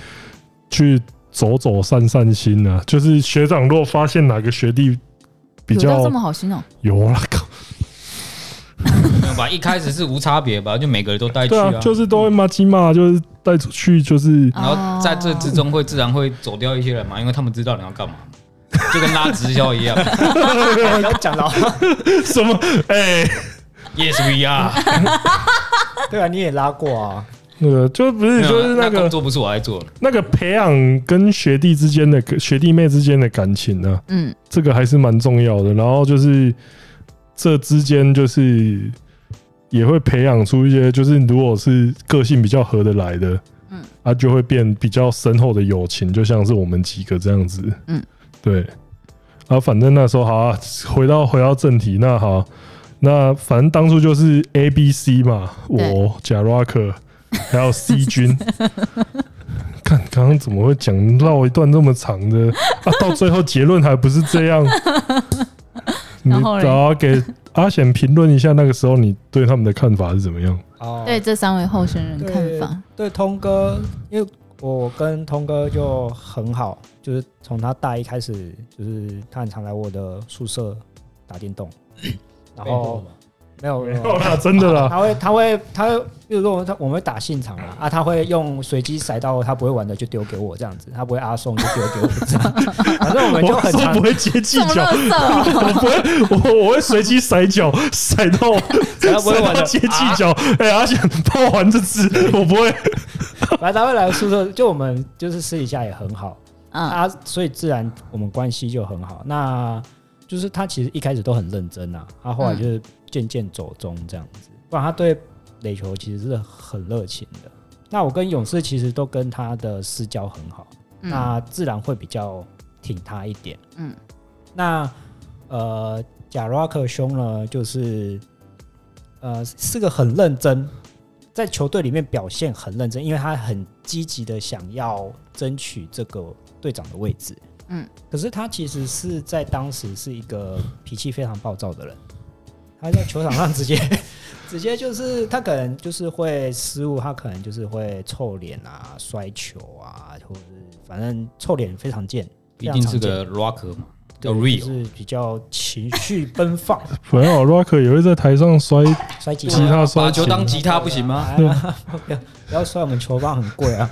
A: 去走走散散心啊。就是学长若发现哪个学弟比
B: 有到
A: 较
B: 这么好心哦、
A: 有啦，靠
D: 没有吧？一开始是无差别吧，就每个人都带去
A: 对啊，就是都会骂鸡骂，就是带出去，就是
D: 然后在这之中会自然会走掉一些人嘛，因为他们知道你要干嘛，就跟拉直销一样
C: 不要讲了，
A: 什么哎、
D: ，Yes we are。
C: 对啊，你也拉过啊，
A: 那个就不是就是
D: 那
A: 那
D: 工
A: 个
D: 作不是我来做的，
A: 那个培养跟学弟之间的学弟妹之间的感情啊呢、
B: 嗯，
A: 这个还是蛮重要的。然后就是这之间就是也会培养出一些，就是如果是个性比较合得来的，
B: 嗯
A: 嗯，啊，就会变比较深厚的友情，就像是我们几个这样子，
B: 嗯
A: 嗯，对。啊，反正那时候好、啊，回到回到正题，那好，那反正当初就是 A、B、C 嘛，我贾拉克还有 C 君。看刚刚怎么会讲绕一段这么长 的啊？到最后结论还不是这样？你
B: 然后嘞
A: 要给阿显评论一下，那个时候你对他们的看法是怎么样？
C: 哦，
B: 对这三位候选人看法，
C: 对，通哥，因为我跟通哥就很好，就是从他大一开始，就是他很常来我的宿舍打电动，然后没有没有。
A: 哦，啦，真的啦，
C: 他会，他会，他会，比如说我们他我们会打现场啦，啊，他会用随机甩到他不会玩的就丢给我这样子，他不会阿送就丢给我这样， 反正我
A: 我
C: 们就很
A: 说
C: 常
A: 不会接技
B: 这么
A: 巧，
B: 乐色、 哦，
A: 我不会，我我会随机甩脚，甩到
C: 他不会
A: 甩
C: 玩
A: 到
C: 的
A: 接
D: 啊
A: 技巧。哎，阿显帮我玩这只，我不会。
C: 反正他会来宿舍，就我们就是私底下也很好，
B: 嗯
C: 啊，所以自然我们关系就很好。那就是他其实一开始都很认真啊，他、后来就是渐渐走中这样子。不然他对垒球其实是很热情的。那我跟勇士其实都跟他的私交很好，
B: 嗯
C: 那自然会比较挺他一点。
B: 嗯，
C: 那呃，贾拉克兄呢，就是呃是个很认真，在球队里面表现很认真，因为他很积极的想要争取这个队长的位置。
B: 嗯，
C: 可是他其实是在当时是一个脾气非常暴躁的人，他在球场上直接 直接就是他可能就是会失误，他可能就是会臭脸啊、摔球啊，或者是反正臭脸非常见，
D: 毕竟
C: 非
D: 是
C: 常常见
D: 个 rocker 嘛，
C: 对
D: 叫 real
C: 就。是比较情绪奔 放，
A: 没有，Rock 也会在台上摔，
C: 摔吉
A: 吉他
D: 把
A: 刷
D: 球
A: 琴啊
D: 当吉他不行吗？
C: 哎呀不要不要摔我们球棒很贵 啊！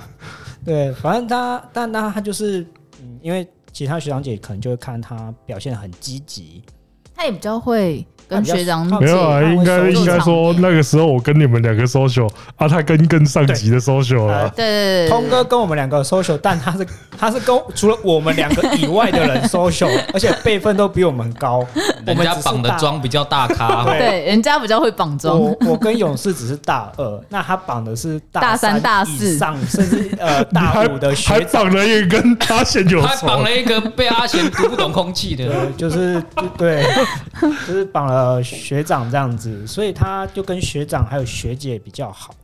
C: 对，反正他，但他他就是，嗯，因为其他学长姐可能就会看他表现得很积极，
B: 他也比较会跟学长
C: 他比
A: 没有
B: 姐
A: 啊，应该应该说那个时候我跟你们两个 social 啊，他跟更上级的 social 啊
C: 呃，
D: 嗯
B: 对对对
C: 通哥跟我们两个 social，但他是他是跟除了我们两个以外的人 social，而 且辈分都比我们高，我
D: 人
C: 们
D: 家
C: 只是
D: 绑的
C: 大
D: 妆比较大 咖，
C: 对
B: 对，人家比较会绑妆，
C: 我我跟勇士只是大二，那他绑的是
B: 大三
C: 三、
B: 大四
C: 以上，甚至呃
A: 你
C: 大
A: 还
C: 五的
A: 还
C: 学长。
A: 绑了一个跟阿显有
D: 还
A: 仇，
D: 绑了一个被阿贤读不懂空气的。
C: 对，就是就对，就是绑了学长这样子，所以他就跟学长还有学姐比较好，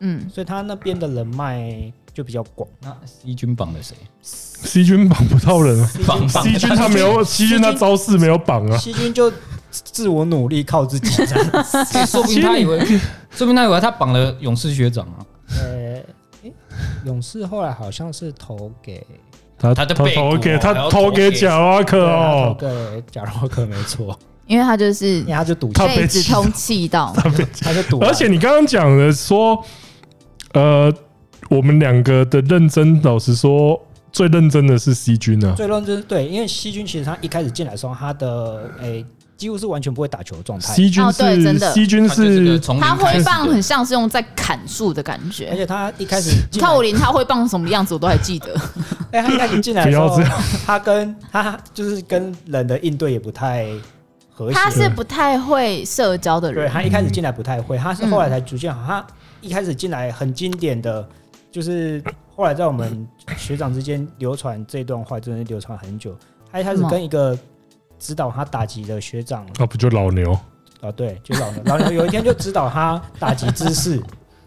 B: 嗯，
C: 所以他那边的人脉就比较广。
D: 那 C 君绑了谁？
A: C 君绑不到人啊
D: 绑绑
A: ，C 君他没有，C 君他招式没有绑啊。
C: 西君就自我努力，靠自己这样子。
D: 哎说不定他以为，说不定他以为他绑了勇士学长啊。
C: 呃，诶勇士后来好像是投给
A: 他
D: 他的
A: 他
D: 背
A: 投
D: 骨
A: 给
D: 哦
A: 他
D: 还要
A: 投
D: 投
A: 给
D: 给
A: 贾拉克
C: 对他啊投
A: 哦，
C: 给贾洛克没错，
B: 因为他就是
C: 因为他就赌
A: 他
C: 气，
B: 被子通气到，
C: 他就赌啊，
A: 而且你刚刚讲的说，呃我们两个的认真，老实说，最认真的是 C 君啊。
C: 最论就是对，因为西军其实他一开始进来的时候，他的诶、几乎是完全不会打球的状态，
A: C 君
B: 哦对真
A: 是
B: 的
A: C 君
D: 他就是个
A: 是
D: 从零
B: 他
D: 开
B: 挥
D: 始
B: 棒
D: 的
B: 很像是用在砍树的感
C: 而
B: 觉。
C: 且他一开始
B: 你
C: 进来
B: 看我连他挥棒什么样子我都还记得，
C: 哎、他一开始进来的时
A: 不
C: 候
A: 要这，
C: 他跟他就是跟人的应对也不太和谐。
B: 他是嗯不太会社交的
C: 对
B: 人，
C: 他一开始进来不太会，他
B: 嗯
C: 是后来才逐渐好。他一开始进来很经典的，就是后来在我们学长之间流传这段话，真的是流传很久。他一开始跟一个指导他打击的学长，
A: 那不就老牛？
C: 啊，对，就老牛，老牛有一天就指导他打击姿势，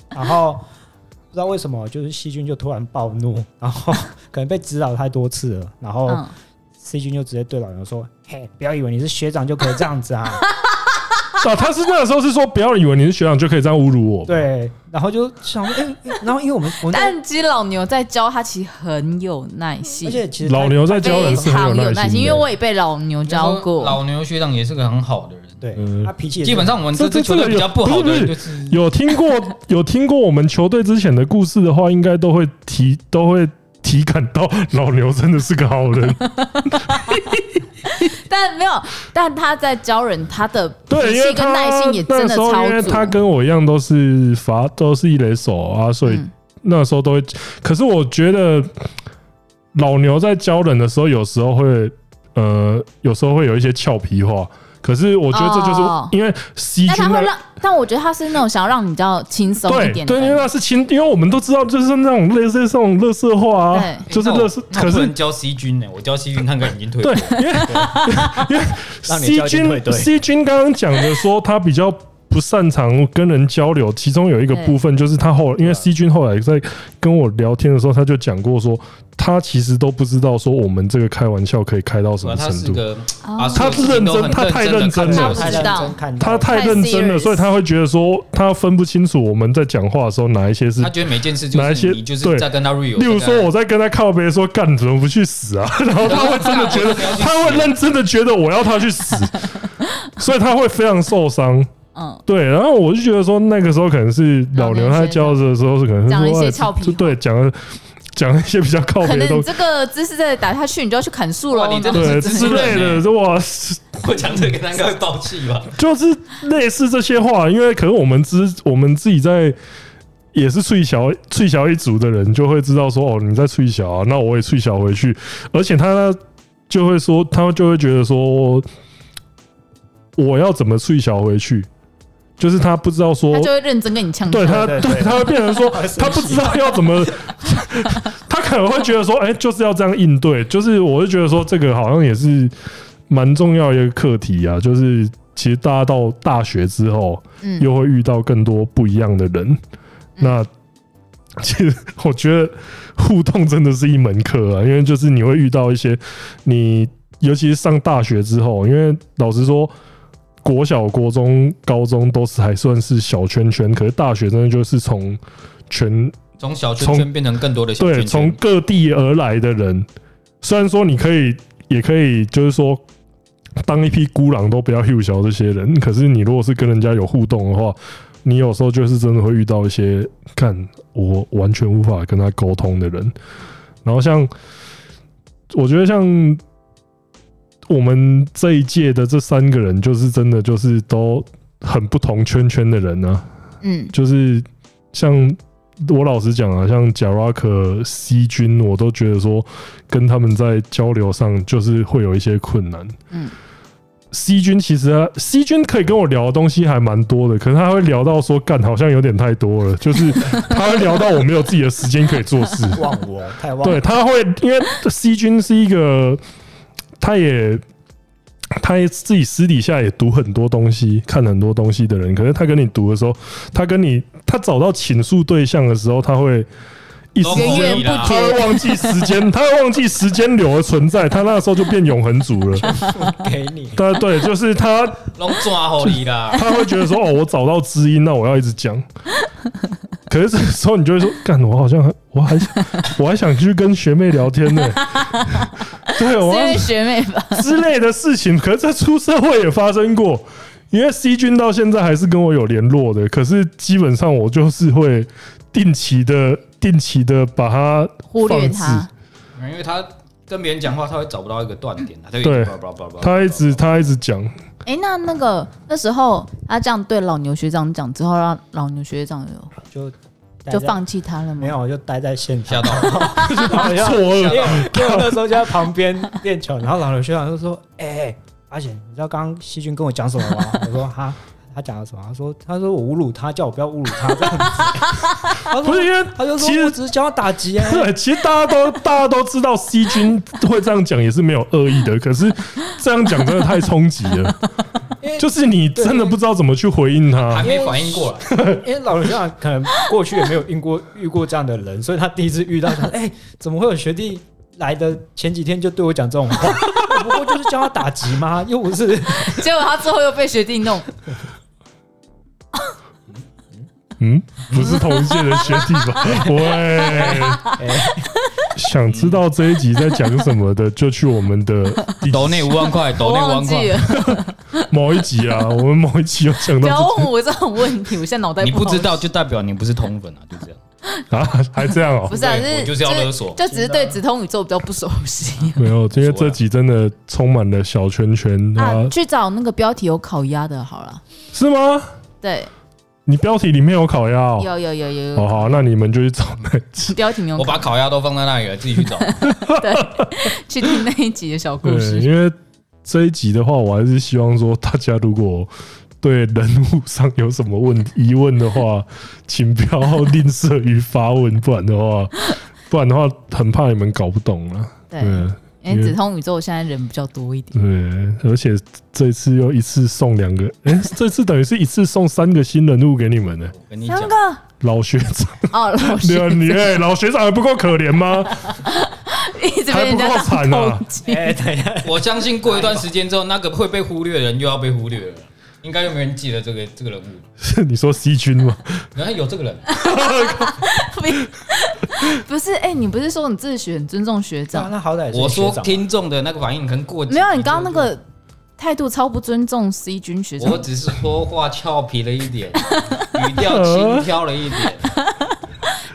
C: 然后不知道为什么，就是细菌就突然暴怒，然后可能被指导太多次了，然后。
B: 嗯，
C: C 君就直接对老牛说：“嘿，不要以为你是学长就可以这样子啊
A: 啊，他是 那个时候是说，不要以为你是学长就可以这样侮辱！”我。
C: 对，然后就想说，哎、哎然后因为我们我们那
B: 但其实老牛在教他，其实很有耐
C: 而
B: 心，
C: 且其实他
A: 老牛在教
B: 非
A: 人是
B: 常
A: 很
B: 有
A: 耐
B: 心，
A: 的
B: 因为我也被老牛教过。
D: 老牛学长也是个很好的人，
C: 对、
A: 嗯
C: 他脾气也是
D: 基本上我们这支球队比较不好的人就是
A: 有听过 有听过我们球队之前的故事的话，应该都会提都会体感到老牛真的是个好 人。
B: 但没有，但他在教人，他的
A: 对，
B: 脾
A: 因为
B: 气
A: 他
B: 跟耐心也真
A: 那
B: 的
A: 时候
B: 超
A: 因为
B: 足。
A: 他跟我一样都是罚都是一垒手啊，所以
B: 嗯
A: 那时候都会。可是我觉得老牛在教人的时候，有时候会呃，有时候会有一些俏皮话。可是我觉得这就是、
B: 哦
A: 因为 C
B: 但他
A: 君
B: 会
A: 那
B: 让，但我觉得他是那种想要让你比较轻松一
A: 对
B: 点的
A: 对，因为
B: 感觉。
A: 那是亲，因为我们都知道就是那种类似这种乐色话啊
B: 对，
A: 就是乐色。
D: 那我
A: 可
D: 那我不
A: 是
D: 能教 C 君呢，我教 C 君看看已经退
A: 对
D: 步，
A: 因为因为
C: 让你
A: C
C: 交警退
A: 君
C: 队
A: C 君刚刚讲的说他比较不擅长跟人交流，其中有一个部分就是他后，因为 C 君后来在跟我聊天的时候，他就讲过说，他其实都不知道说我们这个开玩笑可以开到什
D: 主要
A: 么
D: 啊他
A: 程
D: 是
A: 度。
D: 个啊
B: 哦
A: 他是认真他太认真
B: 了
C: 太
B: 我知
C: 认
B: 道
C: 真看
A: 他
C: 到
A: 太认真了，
B: 太
A: 所以他会觉得说他分不清楚我们在讲话的时候哪一些是
D: 他觉得每件事就
A: 哪一些
D: 是你就是
A: 对
D: 在跟他 real，
A: 例如说，
D: 我
A: 我在跟他靠背说干，怎么不去死啊？ 然后他会真的觉得，他会认真的觉得我要他去 死，所以他会非常受伤。
B: 嗯，
A: 对，然后我就觉得说，那个时候可能是老
B: 老
A: 刘
B: 牛
A: 他
B: 先生
A: 教的时候是可能是
B: 讲了一
A: 说
B: 些
A: 哎
B: 俏皮
A: 就
B: 话
A: 对，讲了讲了一些比较靠背
B: 可
A: 的
B: 能
A: 东
B: 你
A: 西，
B: 这个姿势再打下去，你就要去砍树了
D: 哇。你真的
A: 对
D: 是自
A: 之
D: 己人
A: 类的，哇，是
D: 我讲这个他应该会爆气吧？
A: 就是类似这些话，因为可能我们知我们自己在也是脆小脆小一族的人，就会知道说哦，你在脆小啊，那我也脆小回去。而且他就会说，他就会觉得说，我要怎么脆小回去？就是他不知道说
B: 他，就会认真跟你呛。
A: 对他
C: 对
A: 对
C: 对
A: 他会变成说，他不知道要怎么， 他可能会觉得说，哎、就是要这样应对。就是我就觉得说，这个好像也是蛮重要的一个课题啊。就是其实大家到大学之后，
B: 嗯，
A: 又会遇到更多不一样的人。那其实我觉得互动真的是一门课啊，因为就是你会遇到一些你，尤其是上大学之后，因为老实说。国小、国中、高中都是还算是小圈圈，可是大学真的就是从全
D: 从小圈圈变成更多的小
A: 对，
D: 圈
A: 从
D: 圈，
A: 各地而来的人，虽然说你可以，也可以，就是说当一批孤狼都不要 h 小这些人，可是你如果是跟人家有互动的话，你有时候就是真的会遇到一些看我完全无法跟他沟通的人。然后像，我觉得像我们这一届的这三个人，就是真的就是都很不同圈圈的人呢、啊
B: 嗯，
A: 就是像我老实讲啊，像贾拉克、C 君，我都觉得说跟他们在交流上就是会有一些困难。
B: 嗯
A: ，C 君其实他 C 君可以跟我聊的东西还蛮多的，可是他会聊到说干好像有点太多了，就是他会聊到我没有自己的时间可以做 事。
C: 忘我，太忘
A: 对，
C: 我。
A: 他会因为 C 君是一个，他也他也自己私底下也读很多东西，看很多东西的人。可是他跟你读的时候，他跟你他找到倾诉对象的时候，他会一时
B: 源
A: 间
B: 源不
A: 他会忘记时间，他会忘记时间流的存在，他那时候就变永恒族了。
C: 给你
A: 他对，就是他
D: 拢抓好你啦。
A: 他会觉得说：“哦，我找到知音，那我要一直讲。” 可是这时候你就会说：“干，我好像还我还想我还想去跟学妹聊天呢、 对，
B: 是
A: 我
B: 因
A: 要
B: 为学妹吧？
A: 之类的事情，可是这出社会也发生过。因为 C 君到现在还是跟我有联络的，可是基本上我就是会定期的定期的把它
B: 忽略
A: 放置
B: 它，
D: 因为他跟别人讲话，他会找不到一个断点，他就
A: 对他一直他一直讲，
B: 哎、那那个那时候他这样对老牛学长讲之后，让老牛学长有
C: 就
B: 就放弃他了吗？
C: 没，有，就待在现场。
D: 吓到我，
A: 错
C: 哎 因 为
A: 愕，
C: 因为我那时候就在旁边练球，然后老刘学长就说：“哎、欸，阿贤，你知道刚刚细菌跟我讲什么吗？”我说：“哈，他讲了什么？”他说：“他说我侮辱他，叫我不要侮辱他。”这样子，他
A: 不是
C: 说。
A: 因为
C: 他就
A: 其
C: 说：“
A: 实
C: 我只是想要打击啊，
A: 对，其实大家都大家都知道 C 君会这样讲也是没有恶意的，可是这样讲真的太冲击了，
C: 因为
A: 就是你真的不知道怎么去回应
D: 还
A: 他。
D: 没反应过来。
C: 因为老刘学长可能过去也没有遇过遇过这样的人，所以他第一次遇到，想哎、怎么会有学弟来的前几天就对我讲这种话？我不过就是叫他打击嘛，又不是
B: 结果他之后又被学弟弄，
A: 嗯，不是同一届的学弟吧？喂，
C: 哎
A: 想知道这一集在讲什么的，就去我们的第
D: 抖内五万块，
B: 我
D: 抖内五
B: 忘
D: 万
B: 记了
D: 块，，
A: 某一集啊，我们某一集有讲
B: 不要
A: 到
B: 问我这种问题，我现在脑袋
D: 你
B: 不
D: 不
B: 好
D: 知道就代表你不是通粉啊，就这样。
A: 这啊，还这样哦、
B: 不是、啊，
D: 对
B: 是
D: 我就是要勒索
B: 就只是对紫通宇宙比较不熟悉
A: 没有，因为这集真的充满了小圈圈
B: 啊
A: 啊。，
B: 去找那个标题有烤鸭的好了。
A: 是吗？
B: 对，
A: 你标题里面有烤鸭、哦？
B: 有有有有
A: 哦，
B: 有，
A: 好，那你们就去找那集。
B: 标题没有
D: 我把
B: 烤，
D: 烤鸭都放在那里了，自己去找。
B: 去听那一集的小故
A: 对，
B: 事。
A: 因为这一集的话，我还是希望说，大家如果对人物上有什么问疑问的话，请不要吝啬于发问，不然的话，不然的话，很怕你们搞不懂了。
B: 对，
A: 对
B: 因为紫通宇宙现在人比较多一点，
A: 对，而且这次又一次送两个，哎、这次等于是一次送三个新人物给你们呢、
D: 我跟你讲
B: 三，个
A: 老学长，
B: 哦，老
A: 你
B: 师
A: 你哎、老学长还不够可怜吗？
B: 一直
A: 还
B: 被
A: 不
B: 人家
A: 够
B: 打
A: 惨啊
B: 攻击。
C: 哎，等一下，
D: 我相信过一段时间之后，那个会被忽略的人又要被忽略了，应该就没人记得这个这个人物。
A: 是你说 C 君吗？
D: 原来有这个人，
B: 不是，哎、你不是说你自学很尊重学
C: 那
D: 啊
B: 长？
C: 那好歹也是
D: 我说
C: 学
A: 啊
C: 长
D: 听众的那个反应可能过几
B: 没有，啊你刚刚那个态度超不尊重 C 军学
D: 我
B: 长。
D: 只是说话俏皮了一 点，语调轻佻了一点。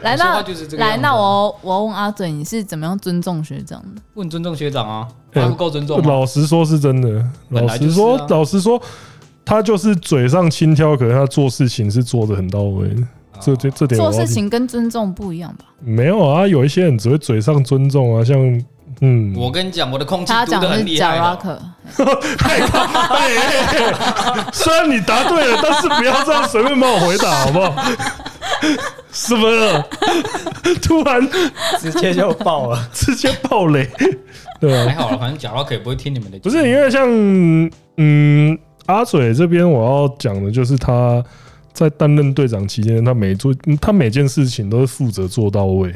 B: 来，
D: 我说
B: 那
D: 话就是这个样
B: 来，
D: 子啊
B: 那我我要问阿嘴，你是怎么样尊重学长的？
D: 不能尊重学长啊，
A: 嗯
D: 还不够尊重吗？
A: 老实说，是真的。
D: 本
A: 老
D: 来就
A: 实
D: 是啊
A: 说，老实说，他就是嘴上轻佻，可是他做事情是做的很到位的。
D: 啊
A: 这这这点我
B: 做
A: 要
B: 事情跟尊重不一样吧？
A: 没有啊，有一些人只会嘴上尊重啊，像嗯，
D: 我跟你讲，我的空气
B: 他
D: 读
B: 讲
D: 的
B: 的
D: 很
B: 是
D: 厉
B: 贾
D: 害啊
B: 拉
D: 的。哦
B: 克，
A: 哎哎哎虽然你答对了，但是不要这样随便帮我回答，好不 好？什么了？突然
C: 直接就爆了。
A: 直接爆雷，对啊
D: 还，好了，反正贾拉克也不会听你们的。
A: 不是因为像嗯阿嘴这边，我要讲的就是他在担任队长期间，他每做他每件事情都是负责做到位。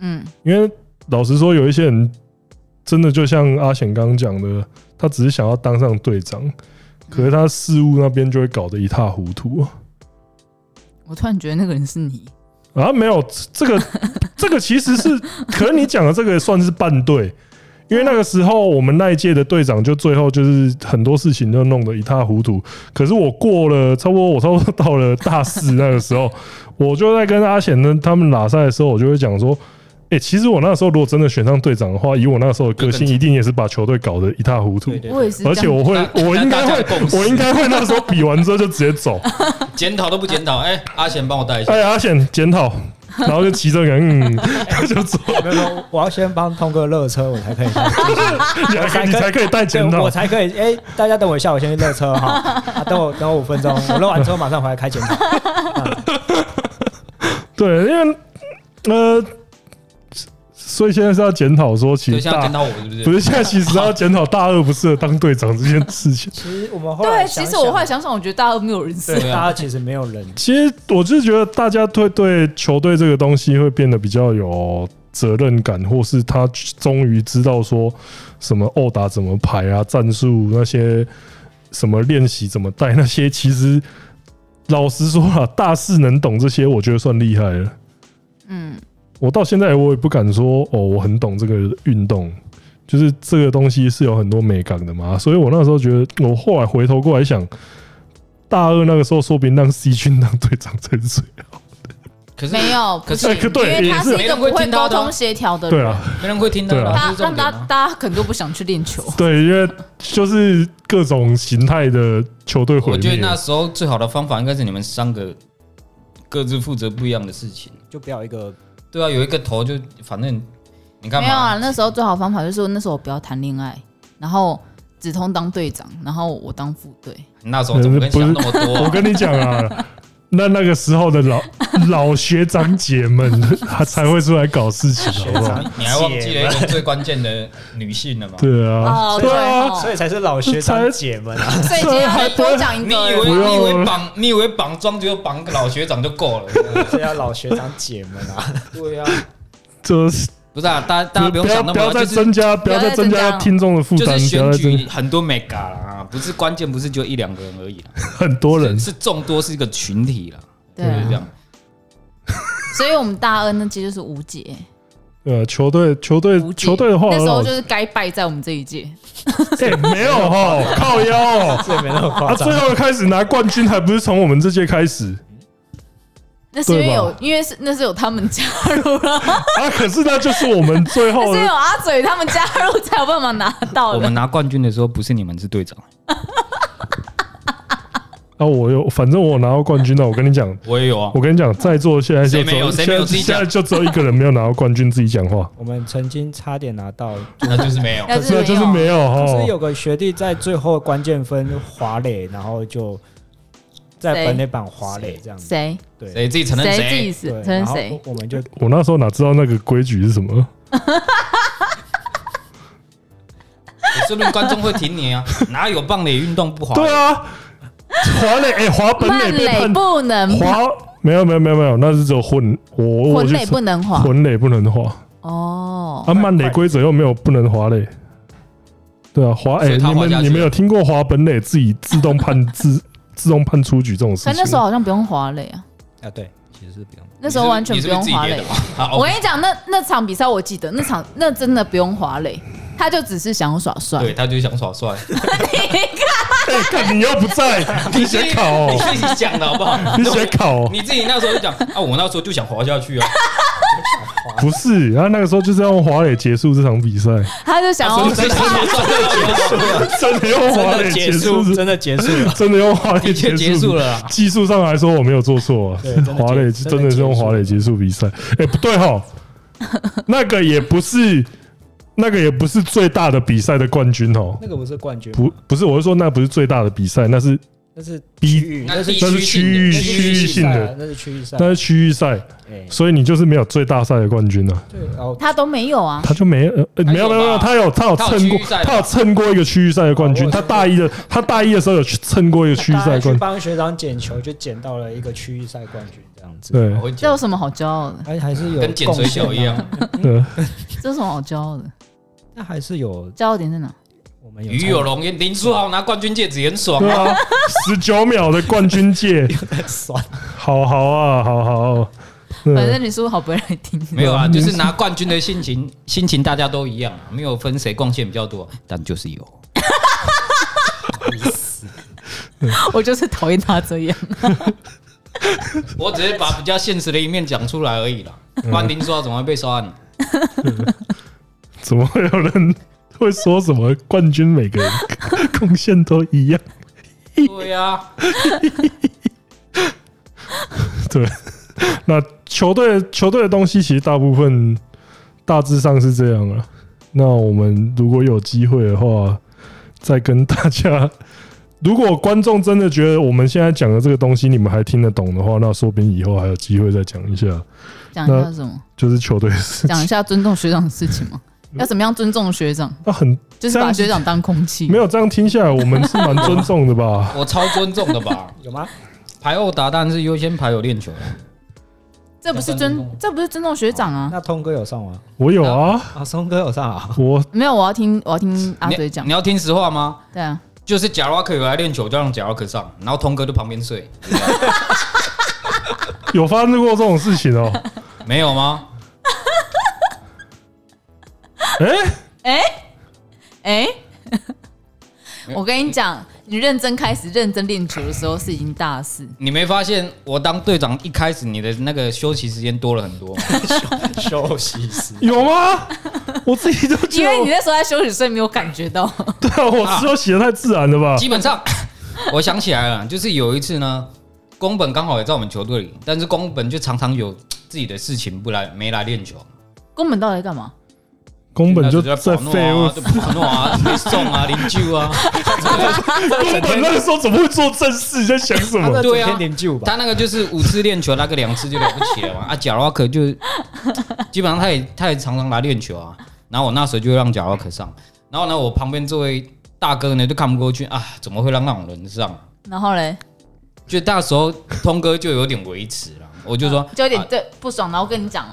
B: 嗯，
A: 因为老实说，有一些人真的就像阿显刚刚讲的，他只是想要当上队长，可是他事务那边就会搞得一塌糊涂啊
B: 我突然觉得那个人是你，
A: 啊！没有这 个，这个其实是，可是你讲的这个算是半对。因为那个时候，我们那一届的队长就最后就是很多事情都弄得一塌糊涂。可是我过了差不多，我差不多到了大四那个时候，我就在跟阿显呢他们拉赛的时候，我就会讲说：“哎，其实我那时候如果真的选上队长的话，以我那时候的个性，一定也是把球队搞得一塌糊涂
D: 对。对
B: 我也
D: 对，
B: 是这样，
A: 而且我会，
D: 那
A: 我应该
D: 那大家的共识
A: 会，我应该会那时候比完之后就直接走。
D: 检讨都不检讨。哎，阿贤帮我带一下
A: 哎，。阿显检 讨，然后就骑着个嗯，就 走。”
C: 没有没有，我要先帮通哥热车，我才 可以上去。
A: 你还可以你才可以带检
D: 哦
C: 对我
A: 讨，
C: 才可以。哎、大家等我一下，我先去热车哈、啊等 我等我五分钟，我热完车马上回来开检讨。
A: 对，因为呃，所以现在是要检讨说，其
D: 就
A: 实
D: 像
A: 大
D: 检讨我是不是？
A: 不是现在其实要检讨大二不适合当队长这件事情。
C: 其实我们后来
B: 对，
C: 想
B: 其
C: 想
B: 实我后来想想，我觉得大二没有人
C: 对
B: 生，
D: 对啊
C: 大家其实没有人，
A: 其实我就是觉得大家会对球队这个东西会变得比较有责任感，或是他终于知道说什么殴打怎么排啊，战术那些什么练习怎么带那些，其实老实说啊，大四能懂这些，我觉得算厉害了。
B: 嗯，
A: 我到现在我也不敢说哦，我很懂这个运动，就是这个东西是有很多美感的嘛。所以我那时候觉得，我哦后来回头过来想，大二那个时候，说不定让 C 君当队长才是最好。
D: 可是
B: 没有，
D: 可是
B: 不行
A: 哎对
B: 因为他
A: 也是
B: 是一个不
D: 没人会
B: 会
D: 听他的
B: 沟
D: 啊
B: 通协调的
A: 对
B: 人，
A: 啊，
D: 没人会听到
A: 对
D: 啦，
A: 啊
D: 这
B: 他
D: 是
B: 让
D: 重
B: 大
D: 点
B: 家
D: 啊。
B: 大家很多不想去练球。
A: 对，因为就是各种形态的球队毁
D: 我觉得
A: 灭，
D: 那时候最好的方法应该是你们三个各自负责不一样的事情。
C: 就不要一个
D: 对啊，有一个头就反正你干
B: 没有啊，
D: 嘛？
B: 那时候最好的方法就是那时候我不要谈恋爱，然后子通当队长，然后我当副 队。
D: 那时候怎么跟你想那么
A: 我
D: 多？
A: 跟你讲 啊，那那个时候的老 老学长姐们，他才会出来搞事情，好不好？
D: 你还忘记了一个最关键的女性了吗？
A: 对啊，
B: 哦
A: 对啊，
B: 哦
C: 所以才是老学长姐们 啊。
B: 所以今天要多讲一
D: 你以
B: 个
D: 为
A: 不用
D: 你以为绑你以为绑装只有绑个老学长就够了？
C: 这要老学长姐们啊，
D: 对啊，
A: 这是
D: 不是啊，大家大家
A: 不
D: 不用
A: 要
D: 想那
A: 不
D: 么
A: 要再
D: 多，就是
A: 增加，不要再增加听众的负
D: 就
A: 担，
D: 是
A: 不要
D: 选
A: 再增
D: 举很多 mega 啦，不是关键，不是就一两个人而已啦，啊
A: 很多人
D: 是。是众多，是一个群体啦，
B: 对
D: 就是这
B: 啊，
D: 样。
B: 所以我们大恩那届就是无解，
A: 呃，球队球队
B: 无解。
A: 球队的话，
B: 那时候
A: 老
B: 就是该败在我们这一届。
A: 哎没有哈，靠腰 哦。
C: 这也没那么夸
A: 啊，
C: 张
A: 最。后开始拿冠军，还不是从我们这届开始
B: 那是因为
A: 对吧
B: 有，因为是那是有他们加入 了，
A: 啊？可是那就是我们最后
B: 那 是
A: 的
B: 有阿嘴他们加入才有办法拿到
D: 我
B: 的
D: 们。拿冠军的时候，不是你们是队长，
A: 啊！我有，反正我拿到冠军了。我跟你讲，
D: 我也有啊
A: 我。跟你讲，在座现在就只
D: 谁没有谁
A: 现
D: 没有
A: 在
D: 自己
A: 现
D: 讲
A: 在就只有一个人没有拿到冠军，自己讲话，
C: 我们曾经差点拿到，
D: 那就是没有。
B: 要
A: 那就是没有
C: 可
D: 哦
C: 是
A: 哈。
C: 有个学弟在最后关键分滑垒，然后就在
B: 谁
C: 本垒板滑垒这样子。
B: 谁
C: 对
D: 谁自己承认
B: 谁自己
D: 谁？
B: 死
C: 对，
B: 承认
C: 然后
B: 谁？
C: 我们就
A: 我那时候哪知道那个规矩是什么？
D: 说不定观众会挺你啊！哪有棒垒运动不好？
A: 对，啊，华磊哎，华本
B: 慢
A: 垒被
B: 垒
A: 判
B: 不能，
A: 华没有没有没有没有，那是只有混我我
B: 混
A: 就
B: 垒不能滑
A: 混垒不能滑
B: 哦。
A: 啊，慢垒规则又没有不能滑垒。对啊，滑哎、
D: 所以他
A: 你
D: 滑下
A: 们
D: 去
A: 你们有听过滑本垒自己自动判自 自动判出局这种事
B: 但那
A: 情
B: 时候
A: 吗？
B: 好像不用滑垒啊，
C: 啊，对，其实是不用。
B: 那时候完全
D: 你
B: 不
D: 是是
B: 用
D: 自己
B: 滑
D: 列
B: 垒
D: 的。吗啊
B: 我
D: 哦
B: 跟你讲，那那场比赛我记得，那场那真的不用滑垒，他就只是想要耍帅。
D: 对，他就想耍帅。
A: 哎看你又不在，你写考、
D: 你
A: 哦，
D: 自己讲的好不好？
A: 你写考、哦，
D: 你自己那时候就讲啊，我那时候就想滑下去啊，
A: 不是，然后那个时候就是要用华磊结束这场比赛，
B: 他就想要
D: 所以真的
A: 真的用华磊
D: 真的
A: 结
D: 结
A: 束
D: 束，
A: 真
C: 真的结束了，
A: 的用华磊
D: 的确结束。了啦。
A: 技术上来说，我没有做错啊
C: 对真的，结
A: 华磊
C: 真的
A: 真的是用
C: 结束
A: 华磊结束比赛。哎，不对哈，那个也不是，那个也不是最大的比赛的冠军哦，
C: 那个不是冠军，
A: 不，不是，我是说那不是最大的比赛，那是
C: 那是区
A: B，
C: 域，
D: 那
C: 是
D: 地
A: 那是
D: 区性
A: 区域
D: 的
C: 那
A: 区域
C: 是
A: 性
C: 赛啊
A: 的，
C: 那是区域赛。
A: 那是区域赛，
C: 哎，
A: 所以你就是没有最大赛的冠军啊。
C: 对，然后
B: 他都没有啊，
A: 他就没呃呃
D: 还有
A: 没有没有没有，
D: 吧
A: 他有他有
D: 他有
A: 蹭过
D: 区域赛吧
A: 他有蹭过一个区域赛的冠军，
C: 哦我有
A: 他
C: 蹭过
A: 大一的他大一的时候有去蹭过一个区域
C: 大
A: 赛
C: 家
A: 冠
C: 去
A: 军，
C: 帮学长捡球，就捡到了一个区域赛冠军这样子。
A: 对
D: 我会
B: 这
D: 讲
B: 有什么好骄傲的？
C: 还还是有
D: 跟碱水
C: 贡
D: 饺
C: 献
D: 一样
C: 啊，，
A: 对，
B: 这有什么好骄傲的？
C: 那还是有
B: 骄傲点在哪？
C: 我们有
D: 鱼有龙焉，林书豪拿冠军戒指也很爽
A: 对
D: 啊。
A: 啊，十九秒的冠军 戒，
C: 酸，
A: 好好啊，好好，
B: 反
A: 对
B: 正你叔好不会来听。
D: 没有啊，就是拿冠军的心情，心情大家都一样啊，没有分谁贡献比较多，但就是有。
B: 我就是讨厌他这样。
D: 我只是把比较现实的一面讲出来而已啦。不然林书豪怎么会被烧案？
A: 怎么会有人会说什么冠军每个人贡献都一样？
D: 对呀，
A: 对，那球队球队的东西其实大部分大致上是这样啊。那我们如果有机会的话，再跟大家，如果观众真的觉得我们现在讲的这个东西你们还听得懂的话，那说不定以后还有机会再讲一下，
B: 讲一下什么？
A: 就是球队的事
B: 讲一
A: 情。
B: 下尊重学长的事情吗？
A: 嗯
B: 要怎么样尊重学长？
A: 那很
B: 就是把学长当空气。
A: 没有这样听下来，我们 是蛮尊重的吧？
D: 我超尊重的吧？
C: 有吗？
D: 排殴打当然是优先排有练球的，
B: 这不是
D: 要尊
B: 尊
D: 重，
B: 这不是尊重学长啊！
C: 那通哥有上吗？
A: 我有啊，
C: 啊，松哥有上啊？
A: 我
B: 没有，我要听，我要听阿嘴讲
D: 你。要听实话吗？
B: 对啊，
D: 就是贾拉克有来练球，就让贾拉克上，然后通哥就旁边睡，
A: 有发生过这种事情哦、
D: 没有 吗？
A: 哎、
B: 哎，我跟你讲，你认真开始认真练球的时候是已经大四，
D: 你没发现我当队长一开始你的那个休息时间多了很多吗？
C: 休息时
A: 有吗？我自己都觉
B: 因为你
A: 得，
B: 那时候在休息，所以没有感觉到。
A: 对啊，我休息的太自然了吧？
D: 基本上， 我想起来了，就是有一次呢，宫本刚好也在我们球队里，但是宫本就常常有自己的事情不来，没来练球。
B: 宫本到底在干嘛？
A: 宫本就
D: 在
A: 在废物
D: 啊，，就跑诺啊， 没送啊，邻居啊，
A: 宫本那个时候怎么会做正事？你在想什
C: 他
A: 么
C: 在？整
D: 对啊
C: 天灵柩吧？
D: 他那个就是五次练球，那个两次就了不起了嘛。啊，贾拉可就基本上他也他也常常来练球啊。然后我那时候就让贾拉可上，然后呢，我旁边这位大哥呢就看不过去啊，怎么会让那种人上？
B: 然后嘞，
D: 就那时候通哥就有点维持了，我就说
B: 就有点
D: 啊
B: 对不爽。然后我跟你讲，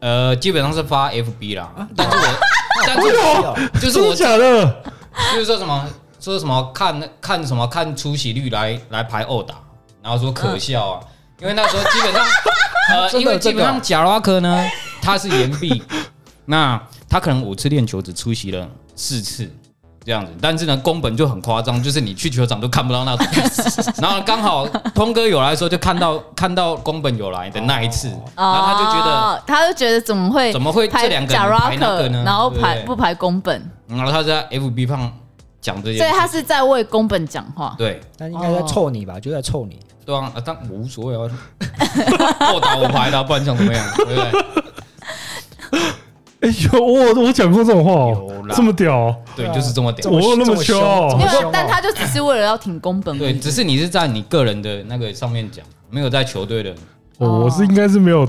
D: 呃，基本上是发 FB 啦，但是我但是
C: 啊哦
D: 就是
A: 真
D: 我
A: 的假的？
D: 就是说什么说什么看看什么看出席率来来排殴打，然后说可笑啊，
B: 嗯
D: 因为那时候基本上 呃，
C: 真的
D: 因为基本
C: 真
D: 上
C: 的
D: 贾拉克呢他是岩壁，那他可能五次练球只出席了四次。这样子，但是呢，宫本就很夸张，就是你去球场都看不到那种。然后刚好通哥有来的时候，就看到看到宫本有来的那一次，然后他就觉得
B: 哦他就觉得怎么会
D: 怎么会
B: 哦排
D: 这两个
B: 贾
D: 人排那
B: Rock，
D: 个呢？
B: 然后排
D: 对
B: 不排宫本？
D: 然后他在 FB 上讲这些，
B: 所以他是在为宫本讲话。
D: 对
C: 他应该在臭你吧？就在臭你。
D: 对啊，啊但我无所谓啊，我打我牌的啊，不然想怎么样？对不对？
A: 哎呦，我我讲过这种话
D: 有
A: 哦，
D: 啦
A: 这么屌哦，
D: 对，
C: 对啊
D: 你就是这么屌
A: 我。有那么
C: 这
A: 凶
C: 么
A: 哦
C: 凶
B: 没
C: 这么
B: 有啊
C: 凶，
B: 但
C: 哦
B: 他就只是为了要挺宫本而
D: 对，
B: 已。
D: 只是你是在你个人的那个上面讲，没有在球队的。
A: 我
B: 哦
A: 我是应该是没有